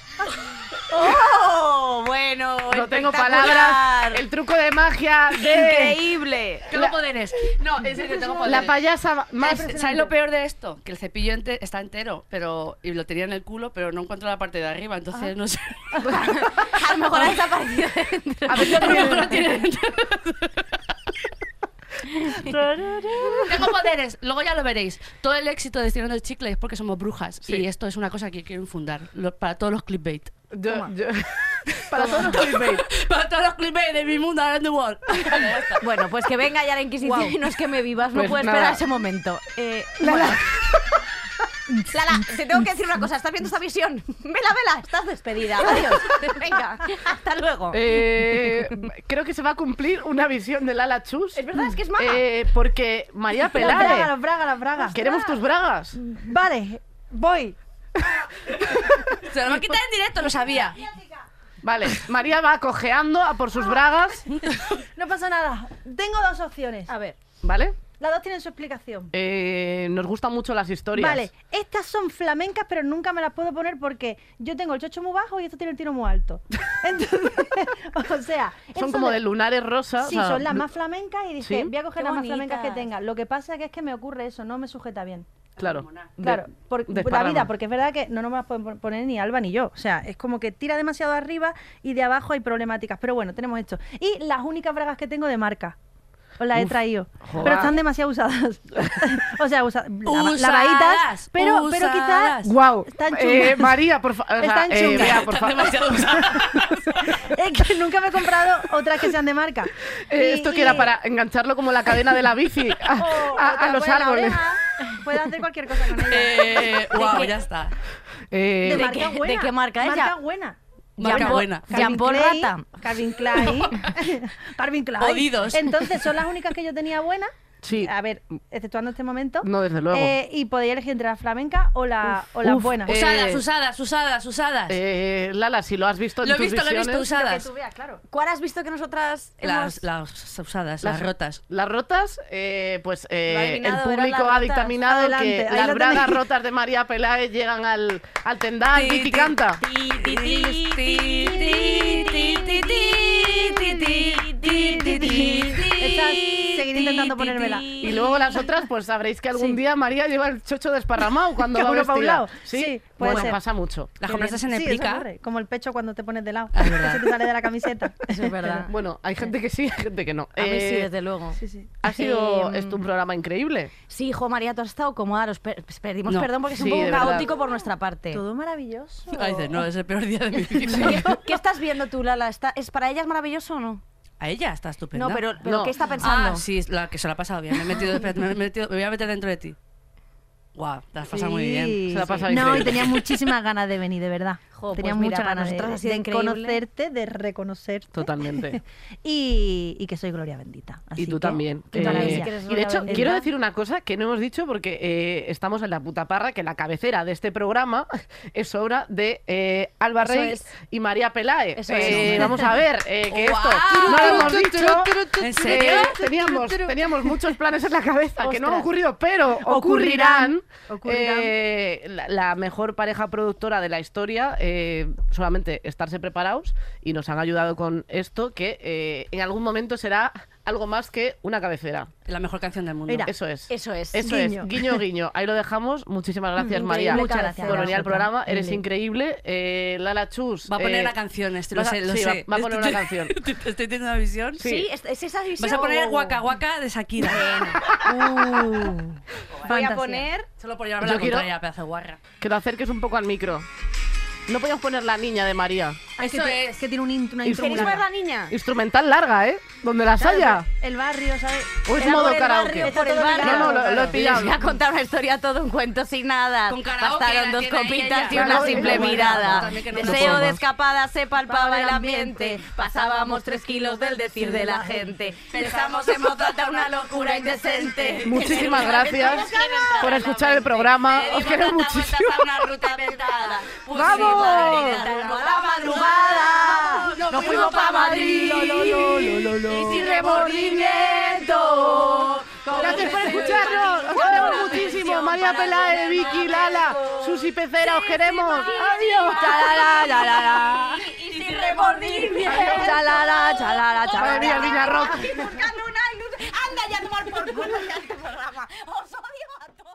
[SPEAKER 2] Bueno,
[SPEAKER 3] No tengo
[SPEAKER 2] espectacular.
[SPEAKER 3] palabras. El truco de magia de
[SPEAKER 2] Increíble.
[SPEAKER 6] Tengo poderes. No, en serio, tengo poderes.
[SPEAKER 3] la payasa más.
[SPEAKER 6] ¿Sabes, sabes lo peor de esto? Que el cepillo ente- está entero, pero y lo tenía en el culo, pero no encuentro la parte de arriba, entonces no sé.
[SPEAKER 2] A lo mejor ha desaparecido dentro.
[SPEAKER 3] A ver, yo
[SPEAKER 6] A lo
[SPEAKER 3] también-
[SPEAKER 6] mejor lo tiene dentro. Tengo poderes, luego ya lo veréis. Todo el éxito de Estirando el Chicle es porque somos brujas
[SPEAKER 3] Sí.
[SPEAKER 6] y esto es una cosa que quiero infundar lo- para todos los clickbait.
[SPEAKER 3] yo- yo- Para todos los clickbait.
[SPEAKER 6] para todos los clickbait de mi mundo around the world.
[SPEAKER 2] Bueno, pues que venga ya la Inquisición y no es que me vivas, no
[SPEAKER 3] Pues
[SPEAKER 2] puedo
[SPEAKER 3] nada.
[SPEAKER 2] esperar ese momento. Eh, bueno. Lala, te tengo que decir una cosa. ¿Estás viendo esta visión? Vela, vela. Estás despedida. Adiós. Venga, hasta luego.
[SPEAKER 3] Eh, creo que se va a cumplir una visión de Lala Chus.
[SPEAKER 2] es verdad, es que es maja.
[SPEAKER 3] Eh, porque María
[SPEAKER 4] Las bragas,
[SPEAKER 3] Pelare,
[SPEAKER 4] las bragas, las bragas.
[SPEAKER 3] queremos tus bragas.
[SPEAKER 4] Vale, voy.
[SPEAKER 6] Se lo va a quitar en directo, lo sabía.
[SPEAKER 3] Vale, María va cojeando a por sus bragas,
[SPEAKER 4] No pasa nada. Tengo dos opciones.
[SPEAKER 2] A ver.
[SPEAKER 3] ¿vale?
[SPEAKER 4] Las dos tienen su explicación.
[SPEAKER 3] Eh, nos gustan mucho las historias.
[SPEAKER 4] Vale, estas son flamencas, pero nunca me las puedo poner porque yo tengo el chocho muy bajo y esto tiene el tiro muy alto. Entonces, o sea,
[SPEAKER 3] Son
[SPEAKER 4] eso
[SPEAKER 3] como de
[SPEAKER 4] de-
[SPEAKER 3] lunares rosas.
[SPEAKER 4] Sí,
[SPEAKER 3] o sea,
[SPEAKER 4] son las más flamencas y dije,
[SPEAKER 3] ¿Sí?
[SPEAKER 4] voy a coger
[SPEAKER 2] Qué
[SPEAKER 4] las más flamencas que
[SPEAKER 2] bonitas.
[SPEAKER 4] tenga. Lo que pasa que es que me ocurre eso, no me sujeta bien.
[SPEAKER 3] Claro. de-
[SPEAKER 4] Claro, por por la
[SPEAKER 3] desparrama.
[SPEAKER 4] vida, porque es verdad que no nos las pueden poner ni Alba ni yo. O sea, es como que tira demasiado arriba y de abajo hay problemáticas. Pero bueno, tenemos esto. Y las únicas bragas que tengo de marca. Os las he
[SPEAKER 3] Uf,
[SPEAKER 4] traído.
[SPEAKER 3] joder.
[SPEAKER 4] Pero están demasiado usadas. o sea, usa- lava-
[SPEAKER 6] Usadas,
[SPEAKER 4] lavaditas. Pero, pero
[SPEAKER 6] usadas.
[SPEAKER 4] quizás.
[SPEAKER 3] Guau.
[SPEAKER 4] Están
[SPEAKER 3] Eh,
[SPEAKER 4] chungas.
[SPEAKER 3] María, por favor.
[SPEAKER 4] Están chungas.
[SPEAKER 3] por favor.
[SPEAKER 4] es que nunca me he comprado otras que sean de marca.
[SPEAKER 3] Eh,
[SPEAKER 4] Y-
[SPEAKER 3] esto
[SPEAKER 4] y-
[SPEAKER 3] que era para engancharlo como la cadena de la bici a,
[SPEAKER 4] o
[SPEAKER 3] a- a
[SPEAKER 4] te la
[SPEAKER 3] los
[SPEAKER 4] pones en la
[SPEAKER 3] árboles.
[SPEAKER 4] oreja, Puedes hacer cualquier cosa con ella.
[SPEAKER 6] Eh, wow, ya está.
[SPEAKER 3] Eh,
[SPEAKER 4] de,
[SPEAKER 2] ¿de
[SPEAKER 4] marca
[SPEAKER 2] qué-
[SPEAKER 4] buena.
[SPEAKER 2] de qué marca es?
[SPEAKER 4] Marca
[SPEAKER 2] Ya-
[SPEAKER 4] buena.
[SPEAKER 6] Marca
[SPEAKER 2] Jean Paul-
[SPEAKER 6] buena.
[SPEAKER 2] Jean Paul
[SPEAKER 4] Klein,
[SPEAKER 2] Rata.
[SPEAKER 4] Calvin Klein. Calvin Klein.
[SPEAKER 6] Jodidos.
[SPEAKER 4] Entonces, son las únicas que yo tenía buenas.
[SPEAKER 3] Sí.
[SPEAKER 4] A ver, exceptuando este momento.
[SPEAKER 3] No, desde luego.
[SPEAKER 4] Eh, y podía elegir entre la flamenca o, la, o las
[SPEAKER 3] uf,
[SPEAKER 4] buenas.
[SPEAKER 3] eh,
[SPEAKER 6] Usadas, usadas, usadas, usadas.
[SPEAKER 3] eh, Lala, si lo has visto en
[SPEAKER 6] lo he
[SPEAKER 3] tus
[SPEAKER 6] visto, lo he visto,
[SPEAKER 3] visiones,
[SPEAKER 4] que
[SPEAKER 6] usadas.
[SPEAKER 4] tú veas, claro.
[SPEAKER 2] ¿Cuál has visto que nosotras
[SPEAKER 6] Las,
[SPEAKER 2] hemos...
[SPEAKER 6] las usadas, las, rotas.
[SPEAKER 3] Las rotas, eh, pues eh,
[SPEAKER 2] Lo ha adivinado,
[SPEAKER 3] el
[SPEAKER 2] eran
[SPEAKER 3] público
[SPEAKER 2] las
[SPEAKER 3] ha
[SPEAKER 2] rotas.
[SPEAKER 3] dictaminado
[SPEAKER 4] Adelante, ahí
[SPEAKER 3] que
[SPEAKER 4] lo
[SPEAKER 3] las bragas
[SPEAKER 4] tenéis.
[SPEAKER 3] rotas de María Peláez llegan al, al tendal. Titi canta.
[SPEAKER 6] Ti, ti, ti, ti, ti, ti, ti, ti, ti, ti, ti, ti,
[SPEAKER 4] Esta seguiré intentando ponérmela.
[SPEAKER 3] Y luego las otras, pues sabréis que algún
[SPEAKER 4] Sí.
[SPEAKER 3] día María lleva el chocho desparramado cuando
[SPEAKER 4] Cada
[SPEAKER 3] va
[SPEAKER 4] uno pa' un
[SPEAKER 3] vestida.
[SPEAKER 4] lado. Sí, puede
[SPEAKER 3] bueno,
[SPEAKER 4] ser.
[SPEAKER 3] pasa mucho.
[SPEAKER 6] Las
[SPEAKER 4] Qué
[SPEAKER 6] compraste
[SPEAKER 4] bien.
[SPEAKER 6] en el
[SPEAKER 4] Sí, eso
[SPEAKER 6] pica.
[SPEAKER 4] ocurre, Como el pecho cuando te pones de lado.
[SPEAKER 6] Ah, es
[SPEAKER 4] que
[SPEAKER 6] verdad.
[SPEAKER 4] se te sale de la camiseta.
[SPEAKER 2] Eso es verdad.
[SPEAKER 3] Bueno, hay gente que sí, hay gente que no.
[SPEAKER 2] A mí sí,
[SPEAKER 3] Eh,
[SPEAKER 2] desde luego.
[SPEAKER 4] Sí, sí.
[SPEAKER 3] Ha sido
[SPEAKER 2] Eh,
[SPEAKER 3] es un programa increíble.
[SPEAKER 2] Sí, hijo María, tú has estado cómoda. Nos per- pedimos
[SPEAKER 6] No.
[SPEAKER 2] perdón porque es un
[SPEAKER 3] Sí,
[SPEAKER 2] poco
[SPEAKER 3] de verdad.
[SPEAKER 2] caótico por nuestra parte.
[SPEAKER 4] Todo maravilloso.
[SPEAKER 6] Ay, dice, no, es el peor día de mi vida.
[SPEAKER 2] ¿Qué, qué estás viendo tú, Lala? ¿Está- ¿Es para ellas maravilloso o no?
[SPEAKER 6] A ella está estupenda.
[SPEAKER 2] No, pero, pero
[SPEAKER 3] No.
[SPEAKER 2] ¿qué está pensando?
[SPEAKER 6] Ah, sí, es la que se la ha pasado bien. Me he metido, espérate, me he metido, me voy a meter dentro de ti. Guau, te has pasado muy bien.
[SPEAKER 4] Sí,
[SPEAKER 3] Se la ha
[SPEAKER 4] sí.
[SPEAKER 3] pasado
[SPEAKER 4] No, y
[SPEAKER 3] increíble.
[SPEAKER 4] tenía muchísimas ganas de venir, de verdad.
[SPEAKER 2] Jo,
[SPEAKER 4] tenía
[SPEAKER 2] pues mira,
[SPEAKER 4] muchas
[SPEAKER 2] para
[SPEAKER 4] ganas de,
[SPEAKER 2] nosotras ha sido
[SPEAKER 4] de
[SPEAKER 2] increíble.
[SPEAKER 4] conocerte, de reconocerte.
[SPEAKER 3] Totalmente.
[SPEAKER 4] Y, y que soy Gloria Bendita. Así
[SPEAKER 3] y tú
[SPEAKER 4] que,
[SPEAKER 3] también.
[SPEAKER 4] qué
[SPEAKER 3] Eh,
[SPEAKER 4] maravilla.
[SPEAKER 2] que eres
[SPEAKER 3] y de
[SPEAKER 2] Lola
[SPEAKER 3] hecho,
[SPEAKER 2] Beltrán.
[SPEAKER 3] quiero decir una cosa que no hemos dicho porque eh, estamos en la puta parra, que la cabecera de este programa es obra de eh, Alba
[SPEAKER 2] Eso
[SPEAKER 3] Rey
[SPEAKER 2] es.
[SPEAKER 3] y María Peláez.
[SPEAKER 2] Eso es,
[SPEAKER 3] Eh,
[SPEAKER 2] hombre.
[SPEAKER 3] vamos a ver, eh, que esto
[SPEAKER 6] ¡Guau!
[SPEAKER 3] no lo hemos dicho.
[SPEAKER 6] ¿En serio?
[SPEAKER 3] Eh, teníamos, teníamos muchos planes en la cabeza que no han ocurrido, pero ocurrirán.
[SPEAKER 4] Ocurrirán.
[SPEAKER 3] Eh, la, la mejor pareja productora de la historia, eh, solamente estarse preparados y nos han ayudado con esto, que eh, en algún momento será algo más que una cabecera.
[SPEAKER 6] La mejor canción del mundo.
[SPEAKER 4] Mira,
[SPEAKER 3] Eso es.
[SPEAKER 2] Eso es.
[SPEAKER 3] Eso
[SPEAKER 4] Guiño. Mm,
[SPEAKER 3] es, guiño, guiño. Ahí lo dejamos. Muchísimas gracias,
[SPEAKER 2] Increíble
[SPEAKER 3] María.
[SPEAKER 4] Muchas gracias.
[SPEAKER 3] Por venir al
[SPEAKER 4] Vosotras.
[SPEAKER 3] programa. Eres
[SPEAKER 4] Increíble.
[SPEAKER 3] increíble. Eh, Lala Chus.
[SPEAKER 6] Va a
[SPEAKER 3] eh,
[SPEAKER 6] poner la canción, este, lo
[SPEAKER 3] vas a-
[SPEAKER 6] sé, lo
[SPEAKER 3] sí, va-
[SPEAKER 6] sé.
[SPEAKER 3] Va, a poner una canción.
[SPEAKER 6] ¿Estoy teniendo una visión?
[SPEAKER 3] Sí.
[SPEAKER 2] Sí, es, es esa visión.
[SPEAKER 6] Vas a poner Guaca Guaca de Shakira.
[SPEAKER 2] Voy a
[SPEAKER 4] Uh, Fantasía.
[SPEAKER 2] poner...
[SPEAKER 6] Solo por llevarme
[SPEAKER 3] Yo
[SPEAKER 6] la
[SPEAKER 3] quiero-
[SPEAKER 6] contraria, pedazo de guarra.
[SPEAKER 3] Que lo acerques un poco al micro. No podíamos poner la niña de María.
[SPEAKER 4] Ay, que
[SPEAKER 6] Eso
[SPEAKER 4] te-
[SPEAKER 6] es.
[SPEAKER 4] que tiene un int- una
[SPEAKER 3] Y-
[SPEAKER 4] intro muy
[SPEAKER 2] ¿Queréis ver la
[SPEAKER 4] larga.
[SPEAKER 2] niña?
[SPEAKER 3] Instrumental larga, ¿eh? Donde las haya.
[SPEAKER 4] El barrio, ¿sabes?
[SPEAKER 3] O es
[SPEAKER 2] Era
[SPEAKER 3] modo
[SPEAKER 2] por el
[SPEAKER 3] karaoke.
[SPEAKER 2] barrio, por el
[SPEAKER 4] No,
[SPEAKER 2] barrio.
[SPEAKER 3] no, lo- lo he pillado.
[SPEAKER 2] Les voy a contar una historia todo un cuento sin nada.
[SPEAKER 6] Con karaoke,
[SPEAKER 2] Bastaron
[SPEAKER 6] la
[SPEAKER 2] dos
[SPEAKER 6] tiene ahí
[SPEAKER 2] copitas y
[SPEAKER 3] ella.
[SPEAKER 2] una
[SPEAKER 3] Claro,
[SPEAKER 2] simple
[SPEAKER 3] no, no,
[SPEAKER 6] no,
[SPEAKER 2] mirada.
[SPEAKER 6] también que no lo
[SPEAKER 2] Deseo
[SPEAKER 3] pongas.
[SPEAKER 2] de escapada se palpaba el ambiente. Pasábamos tres kilos del decir de la gente. Pensamos en voz alta una locura indecente.
[SPEAKER 3] Muchísimas gracias por escuchar el programa. Os quiero muchísimo. ¡Vamos!
[SPEAKER 2] A la madrugada nos fuimos pa' Madrid. Y sin remordimiento.
[SPEAKER 3] Gracias por escucharnos. Os queremos muchísimo. María Peláez, Vicky, Lala, Susi Pecera, os queremos. Adiós.
[SPEAKER 2] Chalala, chalala. Y sin remordimiento. Chalala, chalala, chalala.
[SPEAKER 3] Madre mía, el Viñarroc.
[SPEAKER 2] Anda ya a tomar por culo ya este programa. Os odio a todos.